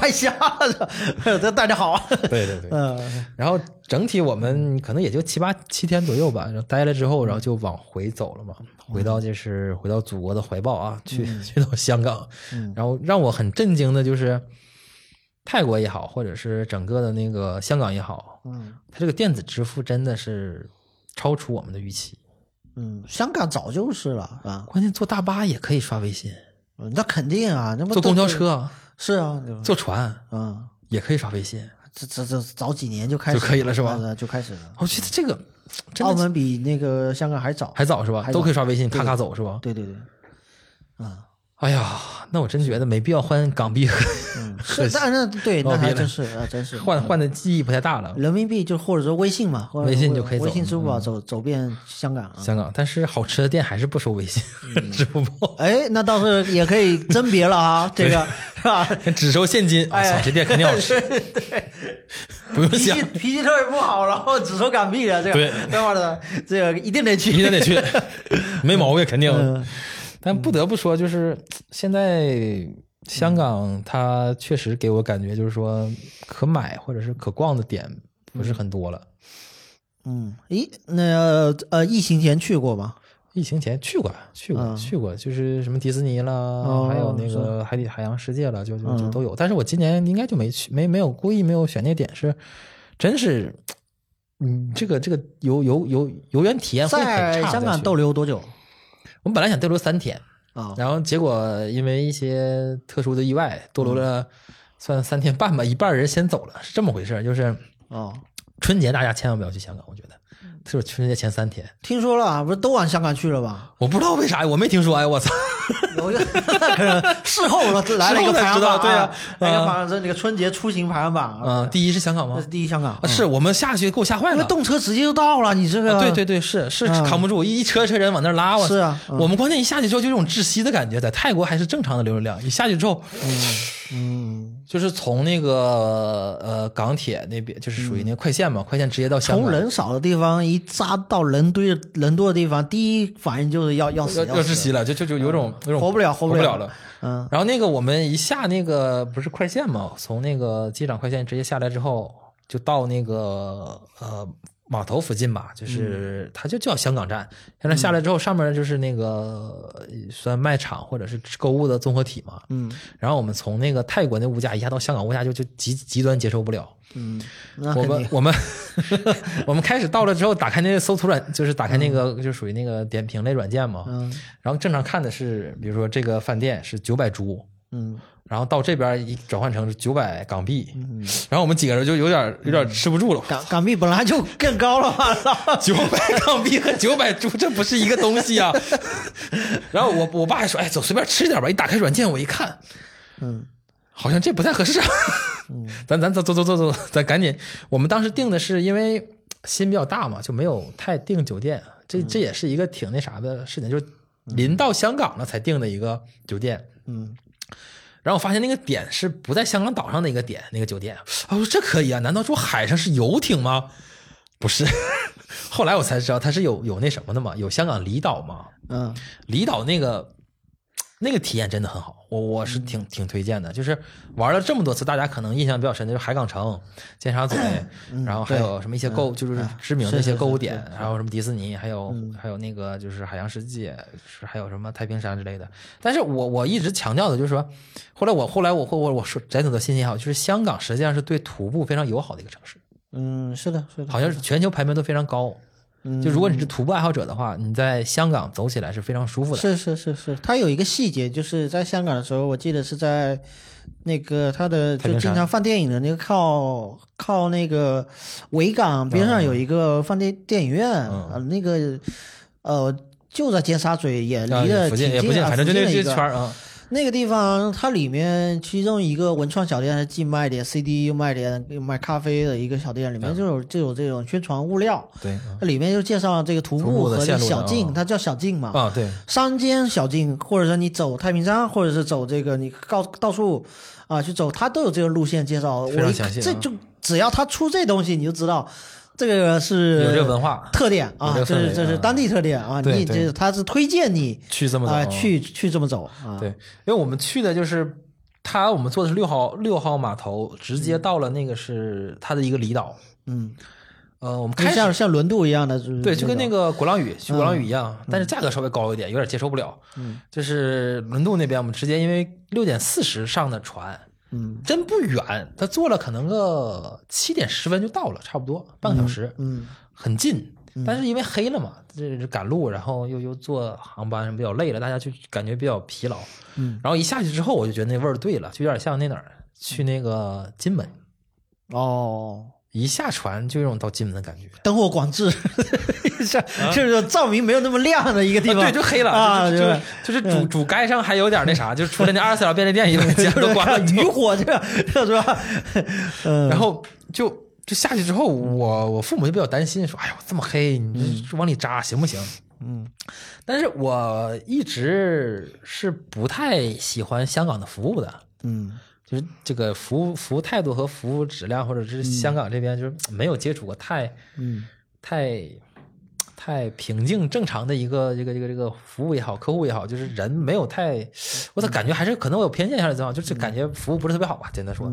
[SPEAKER 2] 白瞎了， [LAUGHS] 这大家好，
[SPEAKER 3] 对对对。
[SPEAKER 2] 嗯
[SPEAKER 3] 然后整体我们可能也就七八七天左右吧，然后待了之后，然后就往回走了嘛，
[SPEAKER 2] 嗯
[SPEAKER 3] 回到就是回到祖国的怀抱啊，去、 [LAUGHS] 去到香港，
[SPEAKER 2] 嗯
[SPEAKER 3] 然后让我很震惊的就是泰国也好，或者是整个的那个香港也好，
[SPEAKER 2] 嗯
[SPEAKER 3] 它这个电子支付真的是超出我们的预期，
[SPEAKER 2] 嗯，香港早就是了啊，
[SPEAKER 3] 关键坐大巴也可以刷微信，
[SPEAKER 2] 嗯那肯定啊，那不
[SPEAKER 3] 坐
[SPEAKER 2] 都
[SPEAKER 3] 公交车、
[SPEAKER 2] 是啊，对吧
[SPEAKER 3] 坐船
[SPEAKER 2] 嗯，
[SPEAKER 3] 也可以刷微信，
[SPEAKER 2] 这这这早几年就开始
[SPEAKER 3] 就可以了是吧
[SPEAKER 2] 嗯就开始了，
[SPEAKER 3] 我觉得这个真
[SPEAKER 2] 澳
[SPEAKER 3] 的
[SPEAKER 2] 门比那个香港还早，
[SPEAKER 3] 还早是吧？
[SPEAKER 2] 还早
[SPEAKER 3] [LAUGHS] 都可以刷微信，咔咔走是吧？
[SPEAKER 2] 对对对，
[SPEAKER 3] 哎呀，那我真觉得没必要换港币 [LAUGHS] 和，
[SPEAKER 2] 嗯是，但是对，
[SPEAKER 3] 哦
[SPEAKER 2] 那还
[SPEAKER 3] 别了
[SPEAKER 2] 真是啊，真是
[SPEAKER 3] [LAUGHS] 换换的意义不太大了。
[SPEAKER 2] 人民币就或者说微信嘛，或者
[SPEAKER 3] 微信就可以走嗯
[SPEAKER 2] 微信、支付宝走走遍香港啊。
[SPEAKER 3] 香港，但是好吃的店还是不收微信、
[SPEAKER 2] 嗯
[SPEAKER 3] [LAUGHS] 支付宝，
[SPEAKER 2] 哎，那倒是也可以甄别了
[SPEAKER 3] [LAUGHS]
[SPEAKER 2] 啊，这个是吧？
[SPEAKER 3] 只收
[SPEAKER 2] [LAUGHS]
[SPEAKER 3] 现金。
[SPEAKER 2] 哎
[SPEAKER 3] 我操，这店肯定好吃，不用
[SPEAKER 2] 脾
[SPEAKER 3] 想
[SPEAKER 2] 气，脾气特别不好，然后只收港币啊的这个，
[SPEAKER 3] 对
[SPEAKER 2] 他妈的，这个一定得去，
[SPEAKER 3] 一定得去，没毛病，肯定。
[SPEAKER 2] [LAUGHS] 嗯
[SPEAKER 3] 但不得不说，就是现在香
[SPEAKER 2] 嗯
[SPEAKER 3] 港，它确实给我感觉就是说，可买或者是可逛的点不是很多了。
[SPEAKER 2] 嗯，咦，那呃，疫情前去过吗？
[SPEAKER 3] 疫情前去过，去过，
[SPEAKER 2] 嗯
[SPEAKER 3] 去过，就是什么迪士尼啦，
[SPEAKER 2] 哦嗯
[SPEAKER 3] 还有那个海底海洋世界了，就就就都有。但是我今年应该就没去，没没有故意没有选那点是，真是，嗯，这个这个游游游游园体验哎会很差
[SPEAKER 2] 在
[SPEAKER 3] 的。
[SPEAKER 2] 香港
[SPEAKER 3] 去
[SPEAKER 2] 逗留多久
[SPEAKER 3] 我们本来想逗留三天，
[SPEAKER 2] 啊？
[SPEAKER 3] 然后结果因为一些特殊的意外，多留
[SPEAKER 2] 嗯
[SPEAKER 3] 了算三天半吧，一半人先走了，是这么回事儿。就是
[SPEAKER 2] 哦，
[SPEAKER 3] 春节大家千万不要去香港，我觉得，
[SPEAKER 2] 嗯
[SPEAKER 3] 就是春节前三天，
[SPEAKER 2] 听说了啊，不是都往香港去了吗？
[SPEAKER 3] 我不知道为啥，我没听说，哎，我操，
[SPEAKER 2] [LAUGHS] 有一个 [LAUGHS] 可能事后了来了一个排行
[SPEAKER 3] 事后才知道
[SPEAKER 2] 榜，
[SPEAKER 3] 对啊
[SPEAKER 2] 啊，来一个排行这那个春节出行排行榜啊，
[SPEAKER 3] 嗯、第一是香港
[SPEAKER 2] 这
[SPEAKER 3] 吗
[SPEAKER 2] 是？第一香港
[SPEAKER 3] 啊，，是我们下去给我吓坏
[SPEAKER 2] 因为
[SPEAKER 3] 了。
[SPEAKER 2] 嗯动车直接就到了，你这个
[SPEAKER 3] 啊对对对，是是
[SPEAKER 2] 嗯
[SPEAKER 3] 扛不住，一一车车人往那儿拉我。
[SPEAKER 2] 是啊嗯
[SPEAKER 3] 我们关键一下去之后就有种窒息的感觉，在泰国还是正常的流量，一下去之后，
[SPEAKER 2] 嗯，
[SPEAKER 3] 就是从那个呃港铁那边，就是属于那个快线嘛，快线直接到香港。
[SPEAKER 2] 嗯从人少的地方一扎到人堆人多的地方，第一反应就是要要
[SPEAKER 3] 要
[SPEAKER 2] 死
[SPEAKER 3] 要窒息
[SPEAKER 2] 了，
[SPEAKER 3] 了，就就就有种有种
[SPEAKER 2] 活不了
[SPEAKER 3] 活
[SPEAKER 2] 活
[SPEAKER 3] 不
[SPEAKER 2] 不
[SPEAKER 3] 了
[SPEAKER 2] 了
[SPEAKER 3] 了。
[SPEAKER 2] 嗯
[SPEAKER 3] 然后那个我们一下那个不是快线嘛，从那个机场快线直接下来之后，就到那个呃码头附近吧，
[SPEAKER 2] 嗯
[SPEAKER 3] 就是它就叫香港站。香港下来之后，上面就是那个呃算卖场或者是购物的综合体嘛。
[SPEAKER 2] 嗯
[SPEAKER 3] 然后我们从那个泰国那物价一下到香港物价就就极极端接受不了，
[SPEAKER 2] 嗯，那
[SPEAKER 3] 我
[SPEAKER 2] 肯
[SPEAKER 3] 们
[SPEAKER 2] 定
[SPEAKER 3] 我们我们开始到了之后，打开那个搜图软，就是打开那个、就属于那个点评类软件嘛。
[SPEAKER 2] 嗯
[SPEAKER 3] 然后正常看的是，比如说这个饭店是九百铢，
[SPEAKER 2] 嗯
[SPEAKER 3] 然后到这边一转换成九百港币，然后我们几个人就有点有点吃不住了。
[SPEAKER 2] 港港币本来就更高了嘛，
[SPEAKER 3] [LAUGHS] 九百港币和九百铢，这不是一个东西啊！ [LAUGHS] 然后我我爸还说：“哎，走，随便吃一点吧。”一打开软件，我一看，
[SPEAKER 2] 嗯
[SPEAKER 3] 好像这不太合适啊。咱咱走走走走走，咱赶紧。我们当时定的是因为心比较大嘛，就没有太订酒店。这这也是一个挺那啥的事情，就是临到香港了才定的一个酒店。
[SPEAKER 2] 嗯，
[SPEAKER 3] 然后我发现那个点是不在香港岛上的一个点，那个酒店。啊，我说这可以啊？难道说海上是游艇吗？不是。 [LAUGHS] 后来我才知道它是有有那什么的嘛，有香港离岛嘛。
[SPEAKER 2] 嗯
[SPEAKER 3] 离岛那个那个体验真的很好，我我是挺挺推荐的。就是玩了这么多次，大家可能印象比较深的就是海港城、尖沙咀，然后还有什么一些购，嗯就是嗯知名的一些购物点，还有什么迪士尼，还有还有那个就是海洋世界，是还有什么太平山之类的。但是我我一直强调的就是说，后来我后来我会我我说辗转的信息也好，就是香港实际上是对徒步非常友好的一个城市，
[SPEAKER 2] 嗯，是的，是的，
[SPEAKER 3] 好像是全球排名都非常高。就如果你是徒步爱好者的话，你在香港走起来是非常舒服的。
[SPEAKER 2] 是是是是，它有一个细节，就是在香港的时候，我记得是在那个它的
[SPEAKER 3] 太
[SPEAKER 2] 就
[SPEAKER 3] 平
[SPEAKER 2] 经
[SPEAKER 3] 山
[SPEAKER 2] 常放电影的那个靠靠那个维港边
[SPEAKER 3] 嗯
[SPEAKER 2] 上有一个放电电影院，呃那个呃就在尖沙咀，也
[SPEAKER 3] 啊
[SPEAKER 2] 离得
[SPEAKER 3] 附
[SPEAKER 2] 挺
[SPEAKER 3] 近也不近，
[SPEAKER 2] 啊
[SPEAKER 3] 反正就
[SPEAKER 2] 附
[SPEAKER 3] 那
[SPEAKER 2] 近的
[SPEAKER 3] 这
[SPEAKER 2] 一个
[SPEAKER 3] 圈儿啊，
[SPEAKER 2] 那个地方，它里面其中一个文创小店，它既卖点 CD 又卖点又卖咖啡的一个小店，里
[SPEAKER 3] 嗯
[SPEAKER 2] 面就有就有这种宣传物料，
[SPEAKER 3] 对
[SPEAKER 2] 它里面就介绍了这个徒
[SPEAKER 3] 徒步
[SPEAKER 2] 步
[SPEAKER 3] 嗯的
[SPEAKER 2] 和这
[SPEAKER 3] 线
[SPEAKER 2] 个
[SPEAKER 3] 路的
[SPEAKER 2] 小
[SPEAKER 3] 啊
[SPEAKER 2] 径，它叫小径嘛，
[SPEAKER 3] 啊对，
[SPEAKER 2] 山间小径，或者说你走太平山，或者是走这个你到到处啊、去走，它都有这个路线介绍。我
[SPEAKER 3] 非常
[SPEAKER 2] 一
[SPEAKER 3] 详细啊
[SPEAKER 2] 这就只要它出这东西，你就知道这个是
[SPEAKER 3] 有这个文化
[SPEAKER 2] 特点啊，
[SPEAKER 3] 有
[SPEAKER 2] 这
[SPEAKER 3] 这个氛围
[SPEAKER 2] 是这是
[SPEAKER 3] 嗯
[SPEAKER 2] 当地特点啊。
[SPEAKER 3] 对
[SPEAKER 2] 你
[SPEAKER 3] 对
[SPEAKER 2] 这它是推荐你
[SPEAKER 3] 去这么走
[SPEAKER 2] 啊、
[SPEAKER 3] 啊
[SPEAKER 2] 去去这么走啊。
[SPEAKER 3] 对，因为我们去的就是他，我们坐的是六号六号码头，直接到了那个是他的一个离岛。
[SPEAKER 2] 嗯，
[SPEAKER 3] 呃，我们
[SPEAKER 2] 就
[SPEAKER 3] 开始
[SPEAKER 2] 像像轮渡一样的，
[SPEAKER 3] 对，就跟那
[SPEAKER 2] 种
[SPEAKER 3] 个鼓浪屿去鼓浪屿一样，但是价格稍微高一点，有点接受不了。
[SPEAKER 2] 嗯，
[SPEAKER 3] 就是轮渡那边，我们直接因为六点四十上的船，
[SPEAKER 2] 嗯
[SPEAKER 3] 真不远，他坐了可能个七点十分就到了，差不多半个小时。
[SPEAKER 2] 嗯
[SPEAKER 3] 很近，但是因为黑了嘛，这这赶路，然后又又坐航班什么比较累了，大家就感觉比较疲劳。
[SPEAKER 2] 嗯，
[SPEAKER 3] 然后一下去之后，我就觉得那味儿对了，就有点像那哪儿去那个金门，
[SPEAKER 2] 哦，
[SPEAKER 3] 一下船就有种到金门的感觉。
[SPEAKER 2] 灯火广 [LAUGHS] 智，是是不是照明没有那么亮的一个地方？
[SPEAKER 3] 啊对，就黑了
[SPEAKER 2] 啊，
[SPEAKER 3] 就
[SPEAKER 2] 对
[SPEAKER 3] 是
[SPEAKER 2] 吧
[SPEAKER 3] 就是就是主主街上还有点那啥，就是除了那二十四小时便利店以外，其他都关了
[SPEAKER 2] 渔火这个 [LAUGHS] 是
[SPEAKER 3] [LAUGHS]
[SPEAKER 2] 吧？嗯，
[SPEAKER 3] 然后就就下去之后，我我父母就比较担心，说：“哎呦，这么黑，你这往里扎行不行？”
[SPEAKER 2] 嗯，
[SPEAKER 3] 但是我一直是不太喜欢香港的服务的，
[SPEAKER 2] 嗯
[SPEAKER 3] 就是这个服务服务态度和服务质量，或者是香港这边就是没有接触过太
[SPEAKER 2] 嗯
[SPEAKER 3] 太太平静正常的一个这个这个这个服务也好，客户也好，就是人没有太，我的感觉还是可能我有偏见还是怎么样，就是感觉服务不是特别好吧，简单说。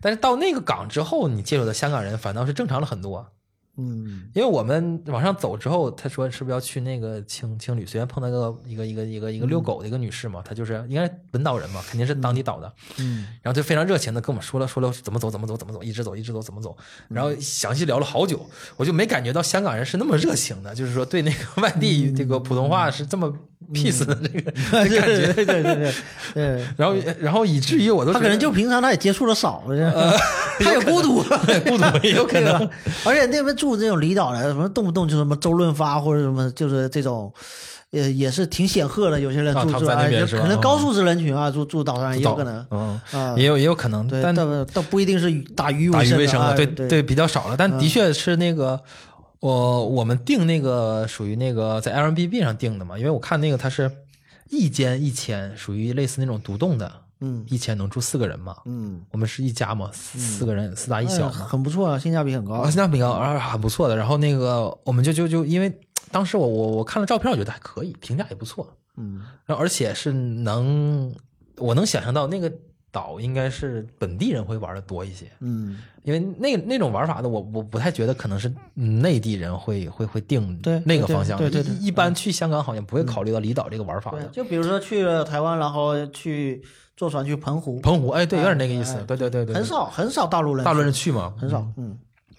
[SPEAKER 3] 但是到那个港之后，你接触的香港人反倒是正常了很多。
[SPEAKER 2] 嗯
[SPEAKER 3] 因为我们往上走之后，他说是不是要去那个青青旅？虽然碰到一个一个一个一个一个遛狗的一个女士嘛，她就是应该是本岛人嘛，肯定是当地岛的。
[SPEAKER 2] 嗯
[SPEAKER 3] 然后就非常热情的跟我们说了说了怎么走怎么走怎么走，一直走一直走怎么走，
[SPEAKER 2] 嗯
[SPEAKER 3] 然后详细聊了好久，我就没感觉到香港人是那么热情的，就是说对那个外地这个普通话是这么 peace 的这
[SPEAKER 2] [LAUGHS]
[SPEAKER 3] 个、
[SPEAKER 2] 嗯，
[SPEAKER 3] 这
[SPEAKER 2] 对
[SPEAKER 3] 感觉，
[SPEAKER 2] 对对对对对，
[SPEAKER 3] [LAUGHS] 然后然后以至于我都
[SPEAKER 2] 他
[SPEAKER 3] 觉
[SPEAKER 2] 可
[SPEAKER 3] 得呃
[SPEAKER 2] 能就平常他也接触的
[SPEAKER 3] [LAUGHS]
[SPEAKER 2] 少，是吧 [LAUGHS] 他也孤独，[LAUGHS]
[SPEAKER 3] 孤独也有可
[SPEAKER 2] 对吧
[SPEAKER 3] 能，？
[SPEAKER 2] 而且那边住这种离岛的，什么动不动就什么周润发或者什么，就是这种，呃，也是挺显赫的。有些人
[SPEAKER 3] 啊
[SPEAKER 2] 住
[SPEAKER 3] 他们
[SPEAKER 2] 住
[SPEAKER 3] 在那
[SPEAKER 2] 哎
[SPEAKER 3] 边
[SPEAKER 2] 就是
[SPEAKER 3] 吧
[SPEAKER 2] 可能
[SPEAKER 3] 嗯
[SPEAKER 2] 高素质人群啊，住住岛上也有
[SPEAKER 3] 岛
[SPEAKER 2] 可能
[SPEAKER 3] 嗯，
[SPEAKER 2] 啊
[SPEAKER 3] 也。有也有可能，
[SPEAKER 2] 对，
[SPEAKER 3] 但
[SPEAKER 2] 倒倒不一定是打鱼
[SPEAKER 3] 打鱼
[SPEAKER 2] 为
[SPEAKER 3] 为生
[SPEAKER 2] 的，
[SPEAKER 3] 的，
[SPEAKER 2] 啊
[SPEAKER 3] 对
[SPEAKER 2] 对嗯
[SPEAKER 3] 比较少了。但的确是那个，我我们订那个属于那个在 Airbnb 上订的嘛，因为我看那个它是一间一千，属于类似那种独栋的，
[SPEAKER 2] 嗯
[SPEAKER 3] 一千能住四个人嘛。
[SPEAKER 2] 嗯，
[SPEAKER 3] 我们是一家嘛，四四个人，四大一
[SPEAKER 2] 哎
[SPEAKER 3] 小嘛，
[SPEAKER 2] 很不错啊，性价比很高
[SPEAKER 3] 啊，。性价比高，啊，很不错的。然后那个我们就就就因为当时我我我看了照片，我觉得还可以，评价也不错。
[SPEAKER 2] 嗯
[SPEAKER 3] 然后而且是能，我能想象到那个岛应该是本地人会玩的多一些。
[SPEAKER 2] 嗯，
[SPEAKER 3] 因为那那种玩法的我，我不太觉得可能是嗯内地人会会会定
[SPEAKER 2] 对
[SPEAKER 3] 那个方向的。
[SPEAKER 2] 对对嗯对对
[SPEAKER 3] 一一般去香港好像不会考虑到离岛这个玩法
[SPEAKER 2] 对，
[SPEAKER 3] 的。
[SPEAKER 2] 就比如说去了台湾，然后去坐船去澎湖，
[SPEAKER 3] 澎湖，哎，对，有点
[SPEAKER 2] 哎
[SPEAKER 3] 那个意思
[SPEAKER 2] 哎。
[SPEAKER 3] 对对对对，
[SPEAKER 2] 很少很少大陆人，
[SPEAKER 3] 大陆人去嘛，
[SPEAKER 2] 很少。嗯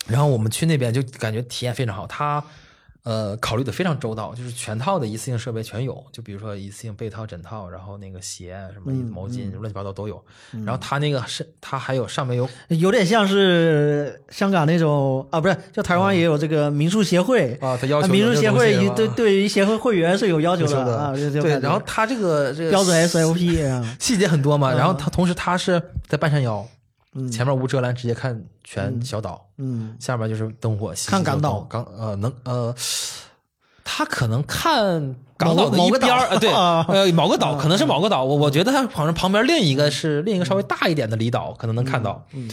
[SPEAKER 3] 然后我们去那边就感觉体验非常好，他呃考虑的非常周到，就是全套的一次性设备全有，就比如说一次性被套、枕套，然后那个鞋、啊什么毛
[SPEAKER 2] 嗯
[SPEAKER 3] 巾、乱七八糟都有。然后他那个是，他还有上面有
[SPEAKER 2] 嗯有点像是香港那种啊，不是，就台湾也有这个民宿协会
[SPEAKER 3] 啊他要求
[SPEAKER 2] 民
[SPEAKER 3] 有
[SPEAKER 2] 宿
[SPEAKER 3] 这
[SPEAKER 2] 协
[SPEAKER 3] 东
[SPEAKER 2] 会
[SPEAKER 3] 西
[SPEAKER 2] 一
[SPEAKER 3] 啊
[SPEAKER 2] 对对于协会会员是有要求
[SPEAKER 3] 特殊
[SPEAKER 2] 的啊，就就
[SPEAKER 3] 对，
[SPEAKER 2] 感觉
[SPEAKER 3] 然后他这个这个
[SPEAKER 2] 标准 SOP 啊，
[SPEAKER 3] 细节很多嘛。然后他同时他是在半山腰，
[SPEAKER 2] 嗯
[SPEAKER 3] 前面无遮拦，直接看全小岛，
[SPEAKER 2] 嗯
[SPEAKER 3] 下面就是灯火。稀稀
[SPEAKER 2] 看港
[SPEAKER 3] 落
[SPEAKER 2] 岛
[SPEAKER 3] 落港呃能呃，他可能看港岛的
[SPEAKER 2] 某
[SPEAKER 3] 一
[SPEAKER 2] 个
[SPEAKER 3] 边
[SPEAKER 2] 某个岛
[SPEAKER 3] 儿，呃对，
[SPEAKER 2] 啊嗯
[SPEAKER 3] 呃某个岛可能是某个岛，我我觉得他好像旁边另一个是另一个稍微大一点的离岛，可能能看到。
[SPEAKER 2] 嗯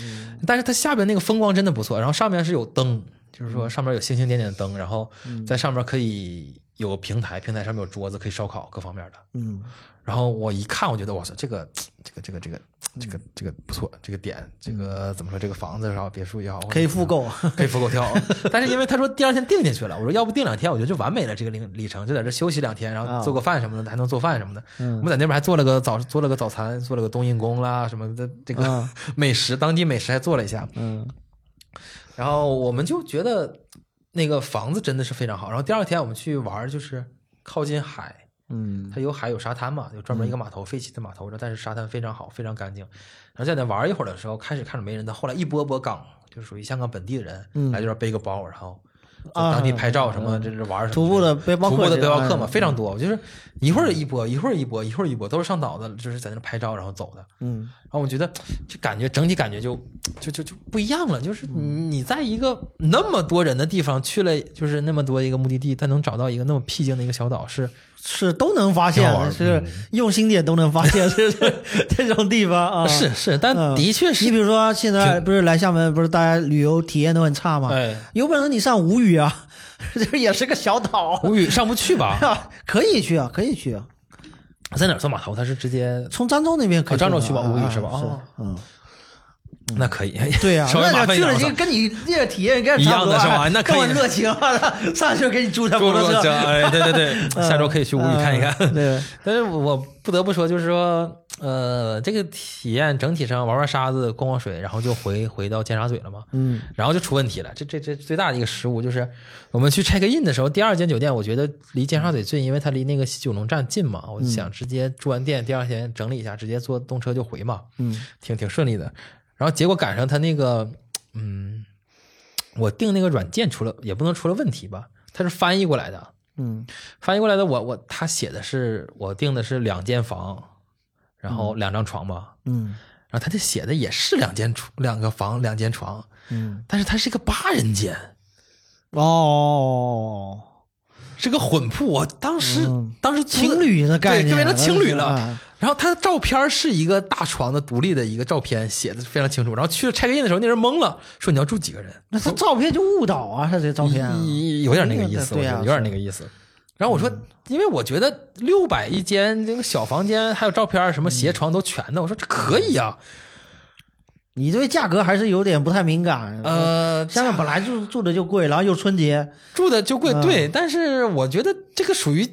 [SPEAKER 3] 但是它下边那个风光真的不错，然后上面是有灯，就
[SPEAKER 2] 嗯
[SPEAKER 3] 是说上面有星星点点的灯，然后在上面可以有个平台，平台上面有桌子可以烧烤各方面的。
[SPEAKER 2] 嗯
[SPEAKER 3] 然后我一看，我觉得哇塞，这个这个这个这个这个这个不错，这个点，这个怎么说，这个房子也好，别墅也好，
[SPEAKER 2] 嗯可以复购，
[SPEAKER 3] [LAUGHS] 可以复购跳。但是因为他说第二天定进去了，我说要不定两天，我觉得就完美了这个里里程，就在这休息两天，然
[SPEAKER 2] 啊
[SPEAKER 3] 后做个饭什么的，还能做饭什么的。
[SPEAKER 2] 嗯
[SPEAKER 3] 我们在那边还做了个早做了个早餐，做了个冬阴功啦什么的，这个、
[SPEAKER 2] 啊
[SPEAKER 3] [LAUGHS] 美食当地美食还做了一下。
[SPEAKER 2] [LAUGHS] 嗯
[SPEAKER 3] 然后我们就觉得那个房子真的是非常好。然后第二天我们去玩儿，就是靠近海，
[SPEAKER 2] 嗯
[SPEAKER 3] 它有海有沙滩嘛，有专门一个码头，废弃的码头着，但是沙滩非常好，非常干净。然后在那玩一会儿的时候，开始看着没人的，后来一波波港就属于香港本地的人、
[SPEAKER 2] 嗯
[SPEAKER 3] 来这边背个包，然后在
[SPEAKER 2] 啊
[SPEAKER 3] 当地拍照什么，这这玩什么
[SPEAKER 2] 徒步的背包客
[SPEAKER 3] 徒步
[SPEAKER 2] 这
[SPEAKER 3] 的背
[SPEAKER 2] 个
[SPEAKER 3] 包客嘛，
[SPEAKER 2] 哎
[SPEAKER 3] 非常多。我就是一会儿一波，一会儿一波，一会儿一波，都是上岛的，就是在那拍照然后走的。
[SPEAKER 2] 嗯
[SPEAKER 3] 然后我觉得这感觉整体感觉就就就就不一样了，就是你
[SPEAKER 2] 嗯
[SPEAKER 3] 你在一个那么多人的地方去了，就是那么多一个目的地，但能找到一个那么僻静的一个小岛是。
[SPEAKER 2] 是都能发现
[SPEAKER 3] 挺好，玩嗯
[SPEAKER 2] 是用心点都能发现， [LAUGHS] 是是这种地方啊
[SPEAKER 3] 是是，但
[SPEAKER 2] 嗯
[SPEAKER 3] 的确是
[SPEAKER 2] 你比如说，现在不是来厦门，不是大家旅游体验都很差吗？
[SPEAKER 3] 哎
[SPEAKER 2] 有本事你上吴语啊， [LAUGHS] 这也是个小岛，
[SPEAKER 3] 无语上不去
[SPEAKER 2] [LAUGHS]
[SPEAKER 3] 吧？
[SPEAKER 2] 可以去啊，可以去啊，
[SPEAKER 3] 在哪儿坐码头？他是直接
[SPEAKER 2] 从漳州那边可以
[SPEAKER 3] 哦漳州去吧
[SPEAKER 2] 啊
[SPEAKER 3] 吴语是吧
[SPEAKER 2] 啊
[SPEAKER 3] 哦
[SPEAKER 2] 嗯，
[SPEAKER 3] 那可以，
[SPEAKER 2] 对呀、
[SPEAKER 3] 稍微
[SPEAKER 2] 那
[SPEAKER 3] 麻
[SPEAKER 2] 那
[SPEAKER 3] 烦
[SPEAKER 2] 去
[SPEAKER 3] 点
[SPEAKER 2] 了
[SPEAKER 3] 儿
[SPEAKER 2] 就
[SPEAKER 3] 吧
[SPEAKER 2] [LAUGHS] 跟你这个体验应该差不多啊
[SPEAKER 3] 一样的是吧那可以
[SPEAKER 2] 更为热情啊，上去就给你租台摩托车，嗯
[SPEAKER 3] 哎，对对对，
[SPEAKER 2] [LAUGHS]
[SPEAKER 3] 下周可以去无语看一看。
[SPEAKER 2] 对，
[SPEAKER 3] [LAUGHS] 但是我不得不说，就是说，呃，这个体验整体上玩玩沙子、逛逛水，然后就回回到尖沙咀了嘛。
[SPEAKER 2] 嗯
[SPEAKER 3] 然后就出问题了，这这这最大的一个失误就是，我们去 check in 的时候，第二间酒店我觉得离尖沙咀近，因为它离那个西九龙站近嘛，我
[SPEAKER 2] 嗯
[SPEAKER 3] 就想直接住完店，第二天整理一下，直接坐动车就回嘛。
[SPEAKER 2] 嗯
[SPEAKER 3] 挺挺顺利的。然后结果赶上他那个，嗯，我订那个软件出了也不能出了问题吧？它是翻译过来的，
[SPEAKER 2] 嗯
[SPEAKER 3] 翻译过来的我我他写的是我订的是两间房，然后两张床嘛，
[SPEAKER 2] 嗯
[SPEAKER 3] 然后他这写的也是两间床两个房两间床，
[SPEAKER 2] 嗯，
[SPEAKER 3] 但是它是一个八人间，
[SPEAKER 2] 哦，
[SPEAKER 3] 是个混铺。我当时、
[SPEAKER 2] 嗯
[SPEAKER 3] 当时租的
[SPEAKER 2] 情侣的概念
[SPEAKER 3] 对，就变成情侣了。
[SPEAKER 2] 那是啊
[SPEAKER 3] 然后他的照片是一个大床的独立的一个照片，写的非常清楚。然后去了 check in 的时候，那人懵了，说你要住几个人？
[SPEAKER 2] 那他照片就误导啊，他这照片啊
[SPEAKER 3] 有有点那个意思，
[SPEAKER 2] 对啊嗯呀
[SPEAKER 3] 我觉得有点那个意思。然后我说，因为我觉得六百一间这个小房间，还有照片什么斜床都全的，我说这可以啊。
[SPEAKER 2] 你对价格还是有点不太敏感。
[SPEAKER 3] 呃，
[SPEAKER 2] 香港本来住住的就贵，然后又春节，
[SPEAKER 3] 住的就贵，
[SPEAKER 2] 嗯
[SPEAKER 3] 对，但是我觉得这个属于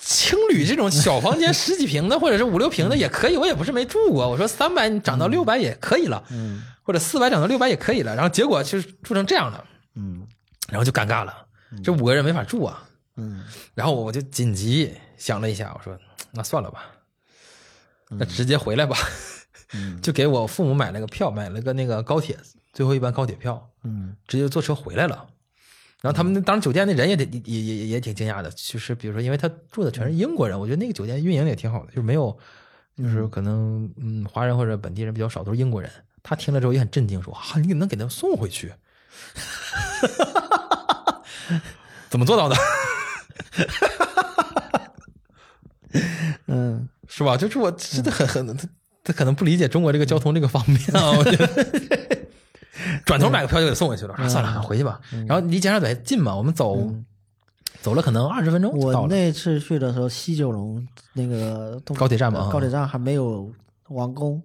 [SPEAKER 3] 青旅这种小房
[SPEAKER 2] [LAUGHS]
[SPEAKER 3] 间十几平的，或者是五六平的
[SPEAKER 2] 嗯
[SPEAKER 3] 也可以，我也不是没住过。我说三百涨到六百也可以了，嗯，或者四百涨到六百也可以了。然后结果就是住成这样了，
[SPEAKER 2] 嗯
[SPEAKER 3] 然后就尴尬了，这五个人没法住啊。
[SPEAKER 2] 嗯
[SPEAKER 3] 然后我就紧急想了一下，我说那算了吧，那直接回来吧， [LAUGHS] 就给我父母买了个票，买了个那个高铁最后一班高铁票，
[SPEAKER 2] 嗯
[SPEAKER 3] 直接坐车回来了。然后他们那当时酒店那人也得也也也也挺惊讶的，就是比如说，因为他住的全是英国人，我觉得那个酒店运营也挺好的，就是没有，就是可能嗯华人或者本地人比较少，都是英国人。他听了之后也很震惊，说啊，你能给他们送回去？ [LAUGHS] 怎么做到的？
[SPEAKER 2] 嗯，
[SPEAKER 3] 是吧？就是我真的很很他他可能不理解中国这个交通这个方面啊，我觉得。 [LAUGHS] 转头买个票就给送回去了，啊算了，回去吧。然后离尖沙咀还近嘛，我们走、走了可能二十分钟就到
[SPEAKER 2] 我
[SPEAKER 3] 了。
[SPEAKER 2] 那次去的时候，西九龙那个东
[SPEAKER 3] 高铁站嘛
[SPEAKER 2] 高铁站还没有完工，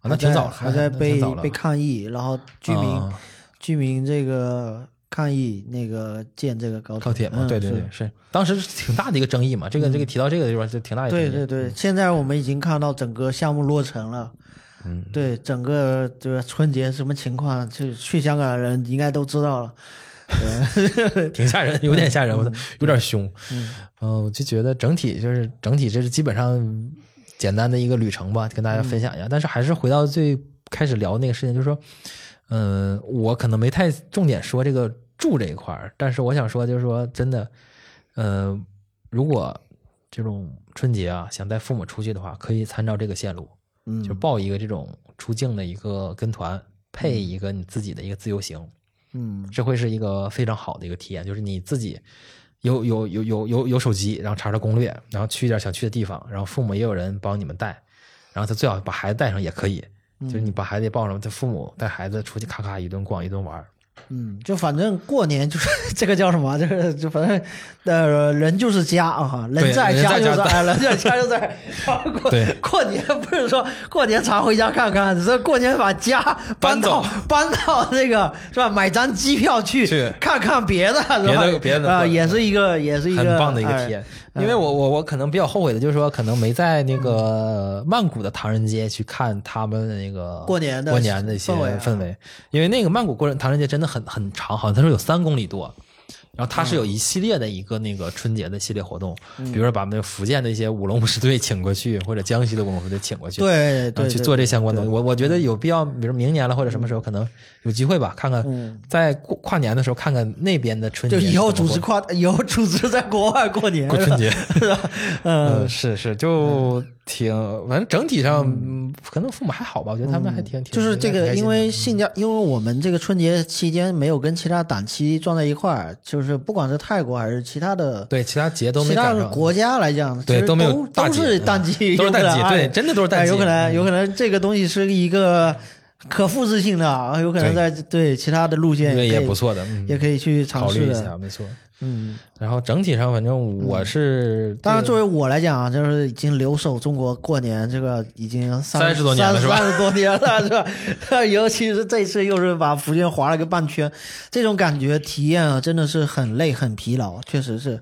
[SPEAKER 3] 啊那挺早了
[SPEAKER 2] 还在还在
[SPEAKER 3] 那
[SPEAKER 2] 被
[SPEAKER 3] 挺早了
[SPEAKER 2] 被抗议，然后居民、
[SPEAKER 3] 啊
[SPEAKER 2] 居民这个抗议那个建这个高
[SPEAKER 3] 高铁嘛，
[SPEAKER 2] 嗯
[SPEAKER 3] 对对对，
[SPEAKER 2] 是嗯
[SPEAKER 3] 是当时挺大的一个争议嘛。这个这个提到这个地方就挺大一个争
[SPEAKER 2] 对
[SPEAKER 3] 议。
[SPEAKER 2] 对对，现在我们已经看到整个项目落成了。嗯，对，整个这个春节什么情况，就去香港的人应该都知道了。
[SPEAKER 3] 挺吓人，有点吓人，我操，有点凶。嗯，我就觉得整体就是整体，这是基本上简单的一个旅程吧，跟大家分享一下。但是还是回到最开始聊那个事情，就是说，嗯，我可能没太重点说这个住这一块儿，但是我想说，就是说真的，呃，如果这种春节啊想带父母出去的话，可以参照这个线路，
[SPEAKER 2] 嗯，
[SPEAKER 3] 就报一个这种出境的一个跟团，配一个你自己的一个自由行。
[SPEAKER 2] 嗯
[SPEAKER 3] 这会是一个非常好的一个体验，就是你自己有有有有有有手机，然后查查攻略，然后去一点想去的地方，然后父母也有人帮你们带，然后他最好把孩子带上也可以，就是你把孩子也抱上，他父母带孩子出去咔咔一顿逛一顿玩儿，
[SPEAKER 2] 嗯，就反正过年就是 [LAUGHS] 这个叫什么？就是就反正呃，人就是家啊，人
[SPEAKER 3] 对
[SPEAKER 2] 在
[SPEAKER 3] 人
[SPEAKER 2] 家
[SPEAKER 3] 在
[SPEAKER 2] 就
[SPEAKER 3] 家
[SPEAKER 2] 在，
[SPEAKER 3] 待
[SPEAKER 2] 哎人在家
[SPEAKER 3] [LAUGHS]
[SPEAKER 2] 就在。过
[SPEAKER 3] 对
[SPEAKER 2] 过年不是说过年常回家看看，只是过年把家搬
[SPEAKER 3] 搬
[SPEAKER 2] 到
[SPEAKER 3] 走
[SPEAKER 2] 搬到那个是吧？买张机票去
[SPEAKER 3] 去
[SPEAKER 2] 看看别的，是吧
[SPEAKER 3] 别的别的
[SPEAKER 2] 啊，
[SPEAKER 3] 对
[SPEAKER 2] 也是一个也是一个
[SPEAKER 3] 很棒的一个
[SPEAKER 2] 哎
[SPEAKER 3] 体验。因为我我我可能比较后悔的就是说，可能没在那个曼谷的唐人街去看他们的那个
[SPEAKER 2] 嗯过年的
[SPEAKER 3] 过年的一些
[SPEAKER 2] 氛围啊
[SPEAKER 3] 氛围，因为那个曼谷过唐人街真的很很长，好像他说有三公里多。然后它
[SPEAKER 2] 嗯
[SPEAKER 3] 是有一系列的一个那个春节的系列活动，比如说把那个福建的一些舞龙舞狮队请过去，或者江西的舞龙舞狮队请过去，
[SPEAKER 2] 对
[SPEAKER 3] 然
[SPEAKER 2] 对嗯
[SPEAKER 3] 后啊去做
[SPEAKER 2] 这
[SPEAKER 3] 这相关的。我我觉得有必要，比如明年了或者什么时候，可能有机会吧，看看
[SPEAKER 2] 嗯
[SPEAKER 3] 在过跨年的时候看看那边的春
[SPEAKER 2] 就
[SPEAKER 3] 节是怎么过的。
[SPEAKER 2] 以后组织跨，以后组织在国外过年，过春节，是吧？嗯 [LAUGHS]
[SPEAKER 3] 嗯，是是，就挺，反正整体上，嗯可能父母还好吧，我觉得他们还挺，挺
[SPEAKER 2] 嗯就是这
[SPEAKER 3] 挺
[SPEAKER 2] 个，
[SPEAKER 3] 开心
[SPEAKER 2] 因
[SPEAKER 3] 的
[SPEAKER 2] 为性价，因为我们这个春节期间没有跟其他档期撞在一块儿，就是不管是泰国还是其他的
[SPEAKER 3] 对其他节都
[SPEAKER 2] 其
[SPEAKER 3] 没
[SPEAKER 2] 他
[SPEAKER 3] 赶
[SPEAKER 2] 的
[SPEAKER 3] 上，
[SPEAKER 2] 国家来讲，
[SPEAKER 3] 对
[SPEAKER 2] 其实
[SPEAKER 3] 都
[SPEAKER 2] 都
[SPEAKER 3] 没有大
[SPEAKER 2] 都
[SPEAKER 3] 节
[SPEAKER 2] 是
[SPEAKER 3] 嗯
[SPEAKER 2] 淡季，
[SPEAKER 3] [LAUGHS] 都是
[SPEAKER 2] 有可
[SPEAKER 3] 淡季
[SPEAKER 2] 能
[SPEAKER 3] 对
[SPEAKER 2] 哎
[SPEAKER 3] 真的都是淡
[SPEAKER 2] 哎有
[SPEAKER 3] 季嗯
[SPEAKER 2] 可能，有可能这个东西是一个可复制性的，啊，有可能
[SPEAKER 3] 对
[SPEAKER 2] 在对其他的路线
[SPEAKER 3] 因为也
[SPEAKER 2] 可以
[SPEAKER 3] 不，错的，嗯
[SPEAKER 2] 也可以去尝
[SPEAKER 3] 考
[SPEAKER 2] 试
[SPEAKER 3] 虑一
[SPEAKER 2] 的
[SPEAKER 3] 下，。没错。
[SPEAKER 2] 嗯，
[SPEAKER 3] [LAUGHS] 然后整体上，反正我是，
[SPEAKER 2] 当然，
[SPEAKER 3] 对
[SPEAKER 2] 作为我来讲啊，就是已经留守中国过年，这个已经三
[SPEAKER 3] 30多年了是吧
[SPEAKER 2] 三十多年了，是吧？ [LAUGHS] 尤其是这次又是把福建划了个半圈，这种感觉体验啊，真的是很累很疲劳，确实是，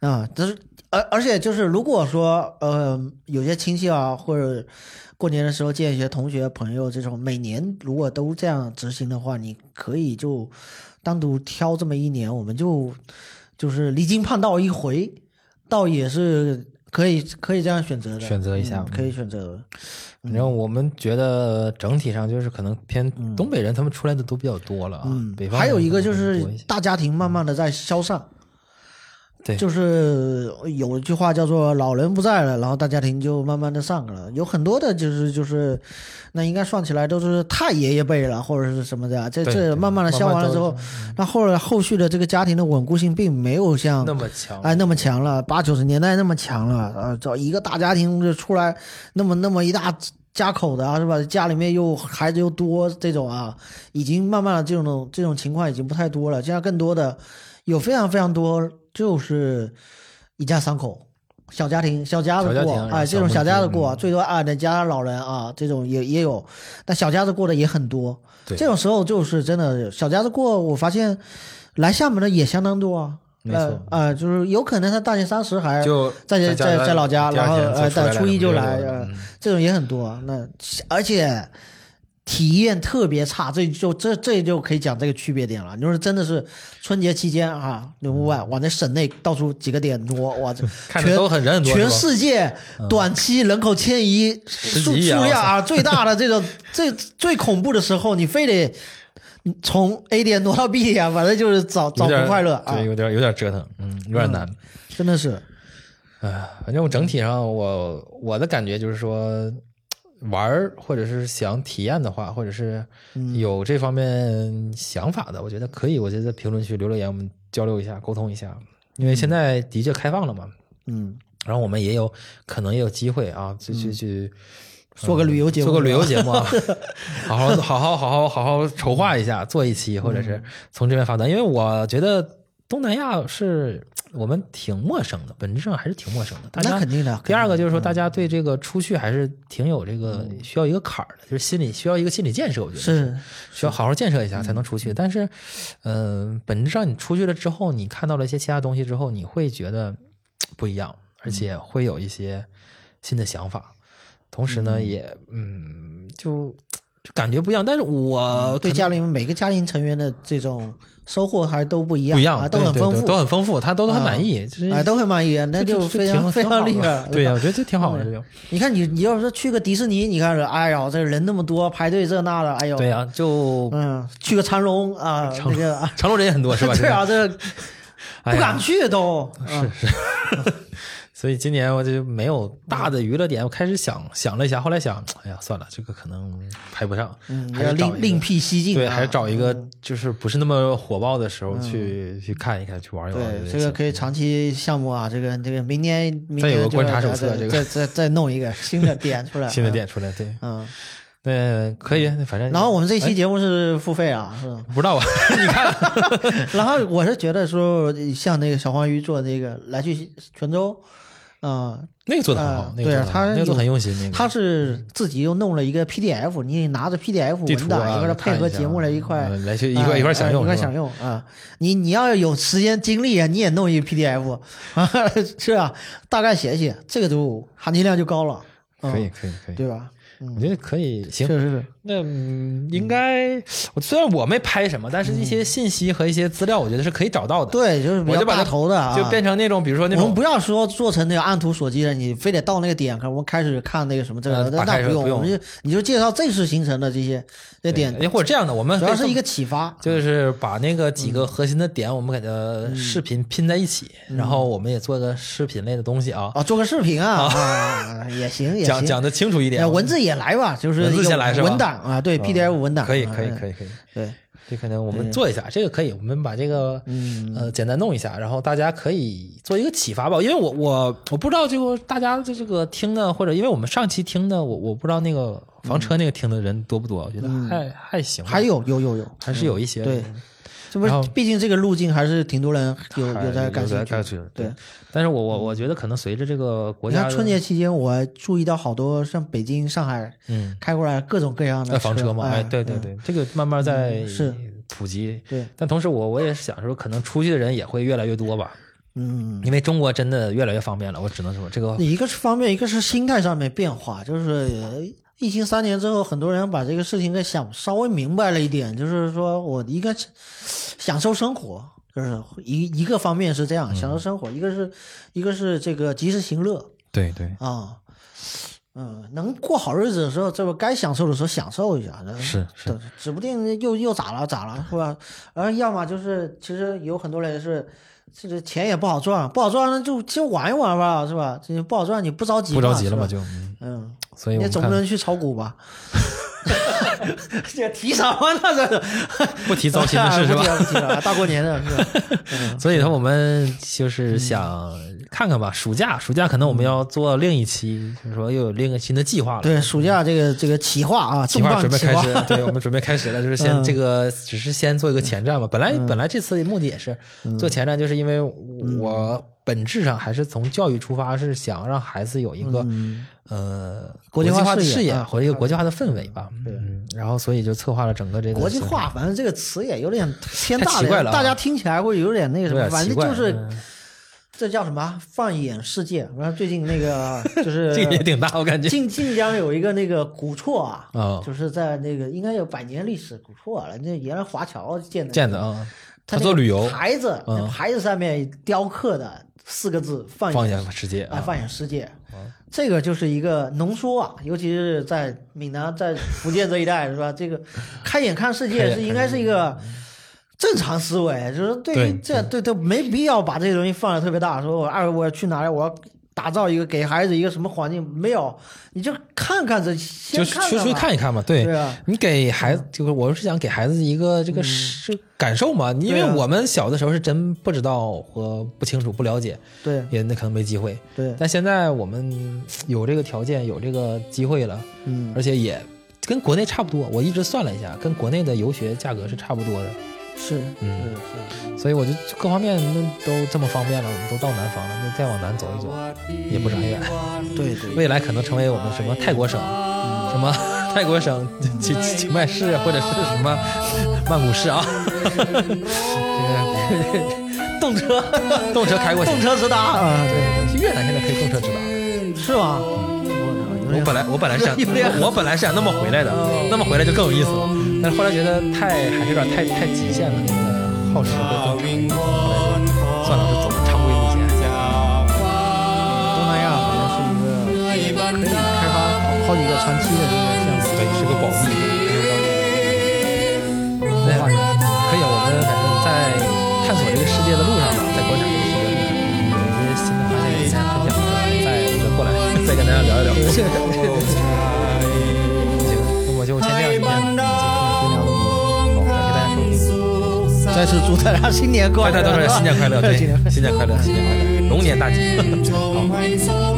[SPEAKER 2] 啊、但是而而且就是如果说呃有些亲戚啊，或者过年的时候见一些同学朋友这种，每年如果都这样执行的话，你可以就单独挑这么一年，我们就就是离经叛道一回。倒也是可以可以这样选择的，
[SPEAKER 4] 选择一下
[SPEAKER 2] 嗯可以选择的。
[SPEAKER 4] 反正我们觉得整体上就是可能偏东北人他们出来的都比较多了啊，
[SPEAKER 2] 嗯
[SPEAKER 4] 北，方
[SPEAKER 2] 还有
[SPEAKER 4] 人
[SPEAKER 2] 一个
[SPEAKER 4] 可
[SPEAKER 2] 就
[SPEAKER 4] 能更
[SPEAKER 2] 是
[SPEAKER 4] 多一些嗯
[SPEAKER 2] 大家庭慢慢的在消散，
[SPEAKER 4] 对
[SPEAKER 2] 就是有一句话叫做“老人不在了”，然后大家庭就慢慢的散了。有很多的，就是就是，那应该算起来都是太爷爷辈了，或者是什么的。啊这
[SPEAKER 4] 对对
[SPEAKER 2] 这慢慢的消完了之后
[SPEAKER 4] 慢，
[SPEAKER 2] 那后来后续的这个家庭的稳固性并没有像
[SPEAKER 3] 那么强，
[SPEAKER 2] 哎，那么强了，八九十年代那么强了啊！找一个大家庭就出来，那么那么一大家口的啊，是吧？家里面又孩子又多，这种啊，已经慢慢的这种这种情况已经不太多了。现在更多的有非常非常多就是一家三口。小家庭、小家
[SPEAKER 4] 小
[SPEAKER 2] 子
[SPEAKER 4] 家
[SPEAKER 2] 过
[SPEAKER 4] 庭，小
[SPEAKER 2] 哎，
[SPEAKER 4] 嗯
[SPEAKER 2] 这种
[SPEAKER 4] 夫
[SPEAKER 2] 小家
[SPEAKER 4] 妻
[SPEAKER 2] 子过，最多啊，那家老人啊，这种也也有，但小家子过的也很多。
[SPEAKER 4] 对
[SPEAKER 2] 这种时候就是真的小家子过，我发现来厦门的也相当多啊。
[SPEAKER 4] 没错
[SPEAKER 2] 呃呃，就是有可能他大年三十还
[SPEAKER 3] 就
[SPEAKER 2] 在家在在老家，
[SPEAKER 3] 第二
[SPEAKER 2] 然后
[SPEAKER 3] 天
[SPEAKER 2] 呃，
[SPEAKER 3] 就出
[SPEAKER 2] 在
[SPEAKER 3] 来了
[SPEAKER 2] 初一就
[SPEAKER 3] 没有
[SPEAKER 2] 来，
[SPEAKER 3] 了
[SPEAKER 2] 呃
[SPEAKER 3] 嗯，
[SPEAKER 2] 这种也很多啊。那而且体验特别差，这就这这就可以讲这个区别点了。你说真的是春节期间啊，里屋外往那省内到处几个点多，哇，这
[SPEAKER 3] 嗯 [LAUGHS] 看着
[SPEAKER 2] 全
[SPEAKER 3] 都很人很多，
[SPEAKER 2] 全
[SPEAKER 3] 是吧嗯
[SPEAKER 2] 世界短期人口迁移
[SPEAKER 3] 十
[SPEAKER 2] 数
[SPEAKER 3] 几亿啊
[SPEAKER 2] 数
[SPEAKER 3] 我
[SPEAKER 2] 量
[SPEAKER 3] 操
[SPEAKER 2] 啊最大的这
[SPEAKER 3] [LAUGHS]
[SPEAKER 2] 种最最恐怖的时候，你非得从 A 点挪到 B 点，反正就是找找
[SPEAKER 3] 有点
[SPEAKER 2] 不快乐啊
[SPEAKER 3] 对，，有点有点折腾，嗯，有点难。
[SPEAKER 2] 真的是，
[SPEAKER 3] 哎，反正我整体上我我的感觉就是说，玩儿或者是想体验的话，或者是
[SPEAKER 2] 嗯
[SPEAKER 3] 有这方面想法的，我觉得可以，我觉得评论区留留言，我们交流一下，沟通一下，因为现在的确开放了嘛，
[SPEAKER 2] 嗯，
[SPEAKER 3] 然后我们也有可能也有机会啊，去去去。
[SPEAKER 2] 嗯做个旅游节目，
[SPEAKER 3] 做个旅游节
[SPEAKER 2] [LAUGHS]
[SPEAKER 3] 目啊，好好好好好好好好筹划一下，做一期，
[SPEAKER 2] 嗯
[SPEAKER 3] 或者是从这边发展，因为我觉得东南亚是我们挺陌生的，本质上还是挺陌生的。大
[SPEAKER 2] 那
[SPEAKER 3] 家
[SPEAKER 2] 肯定嗯的。
[SPEAKER 3] 第二个就是说，大家对这个出去还是挺有这个需要一个坎儿的，就是心理需要一个心理建设，我觉得
[SPEAKER 2] 嗯是
[SPEAKER 3] 需要好好建设一下才能出去。但是，嗯、本质上你出去了之后，你看到了一些其他东西之后，你会觉得嘖不一样，
[SPEAKER 2] 嗯
[SPEAKER 3] 而且会有一些新的想法。同时呢，也嗯，就就感觉不一样。但是我
[SPEAKER 2] 对
[SPEAKER 3] 可
[SPEAKER 2] 家
[SPEAKER 3] 能
[SPEAKER 2] 庭每个家庭成员的这种收获还都不一样，
[SPEAKER 3] 不一样，
[SPEAKER 2] 啊，都
[SPEAKER 3] 对
[SPEAKER 2] 很
[SPEAKER 3] 对
[SPEAKER 2] 丰
[SPEAKER 3] 对都
[SPEAKER 2] 富，
[SPEAKER 3] 很丰富，他都很满意，就是
[SPEAKER 2] 哎，都很满意，那
[SPEAKER 3] 就
[SPEAKER 2] 就非常
[SPEAKER 3] 挺
[SPEAKER 2] 非常厉
[SPEAKER 3] 挺好的
[SPEAKER 2] 害。
[SPEAKER 3] [LAUGHS] 对呀、啊我觉得这挺好的，
[SPEAKER 2] [LAUGHS] 嗯
[SPEAKER 3] 这就
[SPEAKER 2] 你看你你要说去个迪士尼，你看着，哎呀，这人那么多，排队这那的，哎呦，
[SPEAKER 3] 对呀、就
[SPEAKER 2] 嗯，去个长隆啊，那个啊，
[SPEAKER 3] 长隆人也很多是吧？
[SPEAKER 2] [LAUGHS] 对啊，这
[SPEAKER 3] 哎呀
[SPEAKER 2] 不敢去都，是
[SPEAKER 3] 所以今年我就没
[SPEAKER 2] 嗯
[SPEAKER 3] 有大的娱乐点，我开始想想了一下，后来想，哎呀，算了，这个可能排不上，
[SPEAKER 2] 嗯，
[SPEAKER 3] 还
[SPEAKER 2] 要
[SPEAKER 3] 是找一
[SPEAKER 2] 另
[SPEAKER 3] 个
[SPEAKER 2] 另辟蹊径，
[SPEAKER 3] 对，
[SPEAKER 2] 啊
[SPEAKER 3] 还是找一个就是不是那么火爆的时候去、去看一看，去玩一玩。
[SPEAKER 2] 嗯对，
[SPEAKER 3] 我觉
[SPEAKER 2] 这
[SPEAKER 3] 得
[SPEAKER 2] 个
[SPEAKER 3] 行
[SPEAKER 2] 可以长期项目啊，这个这个明年明
[SPEAKER 3] 再有
[SPEAKER 2] 年
[SPEAKER 3] 个
[SPEAKER 2] 就
[SPEAKER 3] 观
[SPEAKER 2] 要
[SPEAKER 3] 察手
[SPEAKER 2] 再
[SPEAKER 3] 册
[SPEAKER 2] 再
[SPEAKER 3] 这个
[SPEAKER 2] 再再再弄一个新的点出来，
[SPEAKER 3] [LAUGHS] 新的点出来，对，
[SPEAKER 2] 嗯，
[SPEAKER 3] 对，可以，反正
[SPEAKER 2] 嗯，然后我们这
[SPEAKER 3] 哎
[SPEAKER 2] 期节目是付费啊，是吧。 [LAUGHS]
[SPEAKER 3] 不知道啊，你看，
[SPEAKER 2] 然后我是觉得说，像那个小黄鱼做那个来去泉州，啊、
[SPEAKER 3] 那个做的很好
[SPEAKER 2] 啊，
[SPEAKER 3] 那个做
[SPEAKER 2] 对
[SPEAKER 3] 得
[SPEAKER 2] 啊
[SPEAKER 3] 很好
[SPEAKER 2] 他
[SPEAKER 3] 那个做得很用心，那个
[SPEAKER 2] 他是自己又弄了一个 PDF，你拿着 PDF
[SPEAKER 3] 地
[SPEAKER 2] 文
[SPEAKER 3] 图
[SPEAKER 2] 档，
[SPEAKER 3] 啊
[SPEAKER 2] 然后它
[SPEAKER 3] 看
[SPEAKER 2] 配
[SPEAKER 3] 一
[SPEAKER 2] 合
[SPEAKER 3] 下
[SPEAKER 2] 节目来一块
[SPEAKER 3] 呃。来去一块一块享
[SPEAKER 2] 啊
[SPEAKER 3] 用，
[SPEAKER 2] 一块
[SPEAKER 3] 是吧
[SPEAKER 2] 享用啊！你你要有时间精力啊，你也弄一 PDF 啊， [LAUGHS] 是啊，大概写写，这个就含金量就高了，嗯
[SPEAKER 3] 可以，可以，可以，
[SPEAKER 2] 对吧？嗯
[SPEAKER 3] 我觉得可以，行
[SPEAKER 2] 确，实是，
[SPEAKER 3] 那嗯应该，我虽然我没拍什么，但是一些信息和一些资料，我觉得是可以找到
[SPEAKER 2] 嗯
[SPEAKER 3] 的。
[SPEAKER 2] 对，就是比
[SPEAKER 3] 我
[SPEAKER 2] 较
[SPEAKER 3] 就把
[SPEAKER 2] 大
[SPEAKER 3] 它
[SPEAKER 2] 头的啊，
[SPEAKER 3] 就变成那种，比如说那
[SPEAKER 2] 我们
[SPEAKER 3] 种
[SPEAKER 2] 不要说做成那个按图索骥的，你非得到那个点，可能我们开始看那个什么这个，
[SPEAKER 3] 呃
[SPEAKER 2] 那
[SPEAKER 3] 打开
[SPEAKER 2] 那
[SPEAKER 3] 始
[SPEAKER 2] 用，
[SPEAKER 3] 不用
[SPEAKER 2] 我们就你就介绍正式形成的这些这点，
[SPEAKER 3] 哎或者这样的，我们
[SPEAKER 2] 主要是一
[SPEAKER 3] 个
[SPEAKER 2] 个嗯启发。
[SPEAKER 3] 就是把那个几个核心的点，我们给
[SPEAKER 2] 嗯
[SPEAKER 3] 它视频拼在一起，然后我们也做个视频类的东西啊，
[SPEAKER 2] 啊，做个视频啊，啊也
[SPEAKER 3] [LAUGHS]
[SPEAKER 2] 行也
[SPEAKER 3] 讲
[SPEAKER 2] 行，
[SPEAKER 3] 讲的清楚一
[SPEAKER 2] 哎
[SPEAKER 3] 点。啊
[SPEAKER 2] 文字也来吧，就是
[SPEAKER 3] 文字
[SPEAKER 2] 一个
[SPEAKER 3] 先来是吧
[SPEAKER 2] 文档啊，对 PDF 文档，
[SPEAKER 3] 可以，可以，可
[SPEAKER 2] 以，
[SPEAKER 3] 以，可以。
[SPEAKER 2] 啊哎对，嗯
[SPEAKER 3] 这可能我们做一下，这个可以，我们把这个呃简单弄一下，然后大家可以做一个启发吧。因为我我我不知道这个大家的这个听的，或者因为我们上期听的，我我不知道那个房车那个听的人多不多，我觉得还还行
[SPEAKER 2] 嗯
[SPEAKER 3] 吧，
[SPEAKER 2] 还有有有有，
[SPEAKER 3] 还是有一些
[SPEAKER 2] 对，这不
[SPEAKER 3] 然后
[SPEAKER 2] 是，毕竟这个路径还是挺多人有
[SPEAKER 3] 还
[SPEAKER 2] 有在感兴
[SPEAKER 3] 感
[SPEAKER 2] 趣
[SPEAKER 3] 兴
[SPEAKER 2] 的
[SPEAKER 3] 趣，
[SPEAKER 2] 对。
[SPEAKER 3] 但是我我我觉得可能随着这个国
[SPEAKER 2] 你
[SPEAKER 3] 家
[SPEAKER 2] 看
[SPEAKER 3] 的
[SPEAKER 2] 春节期间，我还注意到好多像北京、上海，
[SPEAKER 3] 嗯，
[SPEAKER 2] 开过来各种各样的
[SPEAKER 3] 那房车嘛，哎，
[SPEAKER 2] 哎，
[SPEAKER 3] 对对
[SPEAKER 2] 嗯
[SPEAKER 3] 对，这个慢慢在
[SPEAKER 2] 是
[SPEAKER 3] 普及。
[SPEAKER 2] 对，
[SPEAKER 3] 但同时我我也是想说，可能出去的人也会越来越多吧，
[SPEAKER 2] 嗯，
[SPEAKER 3] 因为中国真的越来越方便了。我只能说这个
[SPEAKER 2] 一个是方面，一个是心态上面变化，就是呃疫情三年之后，很多人把这个事情给想稍微明白了一点，就是说我应该享受生活，就是一一个方面是这样，享受生活；一个是一个是这个及时行乐，
[SPEAKER 5] 对对，
[SPEAKER 2] 啊，嗯，能过好日子的时候，这不该享受的时候享受一下，
[SPEAKER 5] 是是
[SPEAKER 2] 对，指不定又又咋了咋了，是吧？然后要么就是，其实有很多人是，这个钱也不好赚，不好赚那就就玩一玩吧，是吧？这不好赚你不着急，
[SPEAKER 5] 不着急了
[SPEAKER 2] 嘛
[SPEAKER 5] 嘛
[SPEAKER 2] 是吧，
[SPEAKER 5] 就，嗯
[SPEAKER 2] 嗯，
[SPEAKER 5] 所以我
[SPEAKER 2] 你
[SPEAKER 5] 们
[SPEAKER 2] 总不
[SPEAKER 5] 看
[SPEAKER 2] 能去炒股吧？ [LAUGHS] 这提什么呢？这是
[SPEAKER 5] 不 [LAUGHS] 提糟心
[SPEAKER 2] [LAUGHS]
[SPEAKER 5] 的事是
[SPEAKER 2] 不提
[SPEAKER 5] 吧？
[SPEAKER 2] 了
[SPEAKER 3] [LAUGHS]
[SPEAKER 2] 不提了，大过年的是吧？ [LAUGHS] 嗯
[SPEAKER 5] 所以
[SPEAKER 3] 那
[SPEAKER 5] 他
[SPEAKER 3] 我
[SPEAKER 5] 我们
[SPEAKER 3] 们就是想看看吧，暑假暑假可能我们要做另一期，就是说又有另一个新的计划了。
[SPEAKER 2] 嗯对，暑假这个这个企划啊，
[SPEAKER 3] 计
[SPEAKER 2] 重
[SPEAKER 3] 划
[SPEAKER 2] 磅
[SPEAKER 3] 准备
[SPEAKER 2] 企
[SPEAKER 3] 开
[SPEAKER 2] 划
[SPEAKER 3] 始，对我们准备开始了，就是先
[SPEAKER 2] 嗯
[SPEAKER 3] 这个只是先做一个前站吧。本来本来这次的目的也是
[SPEAKER 2] 嗯
[SPEAKER 3] 做前站，就是因为我本质上还是从教育出发，是想让孩子有一个呃
[SPEAKER 2] 嗯国
[SPEAKER 3] 际
[SPEAKER 2] 际化
[SPEAKER 3] 化的
[SPEAKER 2] 视野
[SPEAKER 3] 视野
[SPEAKER 2] 啊
[SPEAKER 3] 和一个国际化的氛围吧。嗯，然后所以就策划了整个这个
[SPEAKER 2] 国际
[SPEAKER 3] 行
[SPEAKER 2] 化，反正这个词也有点偏
[SPEAKER 3] 太
[SPEAKER 2] 大
[SPEAKER 3] 奇怪了啊
[SPEAKER 2] 大家听起来会有点那个什
[SPEAKER 3] 有
[SPEAKER 2] 么，
[SPEAKER 3] 点
[SPEAKER 2] 反
[SPEAKER 3] 奇
[SPEAKER 2] 正
[SPEAKER 3] 怪
[SPEAKER 2] 就是、
[SPEAKER 3] 嗯
[SPEAKER 2] 这叫什么放眼世界。然后最近那
[SPEAKER 3] [LAUGHS]
[SPEAKER 2] 个就是
[SPEAKER 3] 这个也挺大，我感觉。
[SPEAKER 2] 晋晋江有一个那个古厝啊，
[SPEAKER 3] 啊
[SPEAKER 2] [LAUGHS] 就是在那个应该有百年历史古厝了，那原来华侨建的
[SPEAKER 3] 这样子，啊，
[SPEAKER 2] 嗯他
[SPEAKER 3] 做旅游嗯
[SPEAKER 2] 牌子，那牌子上面雕刻的四个字“放
[SPEAKER 3] 放
[SPEAKER 2] 眼
[SPEAKER 3] 眼世界
[SPEAKER 2] 啊，
[SPEAKER 3] 啊，
[SPEAKER 2] 放眼世界，这个就是一个浓缩啊，尤其是在闽南、在福建这一带，是吧？这个开眼看世界是应该是一个正常思维，就是对于
[SPEAKER 5] 对
[SPEAKER 2] 这对对没必要把这些东西放的特别大，说我二我要去哪儿，我要打造一个给孩子一个什么环境，没有，你就看看这，
[SPEAKER 3] 就
[SPEAKER 2] 先
[SPEAKER 3] 是
[SPEAKER 2] 看
[SPEAKER 3] 出去
[SPEAKER 2] 吧，
[SPEAKER 3] 看一看嘛，对
[SPEAKER 2] 对啊
[SPEAKER 3] 你给孩子，就是我是想给孩子一个这个是感受嘛，因
[SPEAKER 2] 对
[SPEAKER 3] 为
[SPEAKER 2] 啊
[SPEAKER 3] 我们小的时候是真不知道和不清楚、不了解，
[SPEAKER 2] 对
[SPEAKER 3] 也那可能没机会。
[SPEAKER 2] 对，
[SPEAKER 3] 但现在我们有这个条件，有这个机会了，
[SPEAKER 2] 嗯，
[SPEAKER 3] 而且也跟国内差不多。我一直算了一下，跟国内的游学价格是差不多的，
[SPEAKER 2] 是，
[SPEAKER 3] 嗯
[SPEAKER 2] 是是。
[SPEAKER 3] 所以我就各方面都这么方便了，我们都到南方了，那再往南走一走也不是很远。 [LAUGHS]
[SPEAKER 2] 对对
[SPEAKER 3] 未来可能成为我们什么泰国省，什么
[SPEAKER 2] 哦
[SPEAKER 3] 泰国省清清清迈市啊或者是什么曼谷市啊， [LAUGHS] 这个动车动车开过去，
[SPEAKER 2] 动车直达啊，
[SPEAKER 3] 对对对，越南现在可以动车直达。
[SPEAKER 2] 是吗？我操有
[SPEAKER 3] 我
[SPEAKER 2] 点
[SPEAKER 3] 本来我本来是想
[SPEAKER 2] 有点哦
[SPEAKER 3] 我本来是想那么回来的，那么回来就更有意思了，但是后来觉得太还是有点太太极限了，那个耗时
[SPEAKER 2] 哦
[SPEAKER 3] 会更长，后来就算了，是走常规路线。
[SPEAKER 2] 东南亚好像是一个可以开发好几个长期的这个项目。
[SPEAKER 3] 对，是个宝地。对，可以啊，我们反正在探索这个世界的路上吧，在观察这个世界的路上，有一些新的发现可以分享，再我们过来 [LAUGHS] 再跟大家聊一聊。 [LAUGHS] 行，那么就先这样，今天今天分享这么多，感谢大家收 [LAUGHS] 听，
[SPEAKER 2] 再次祝大家新年快
[SPEAKER 3] 大
[SPEAKER 2] 乐！ [LAUGHS]
[SPEAKER 3] [LAUGHS] 家都是新年快乐，对，新年快乐，新年快乐，龙年大吉。
[SPEAKER 6] 好。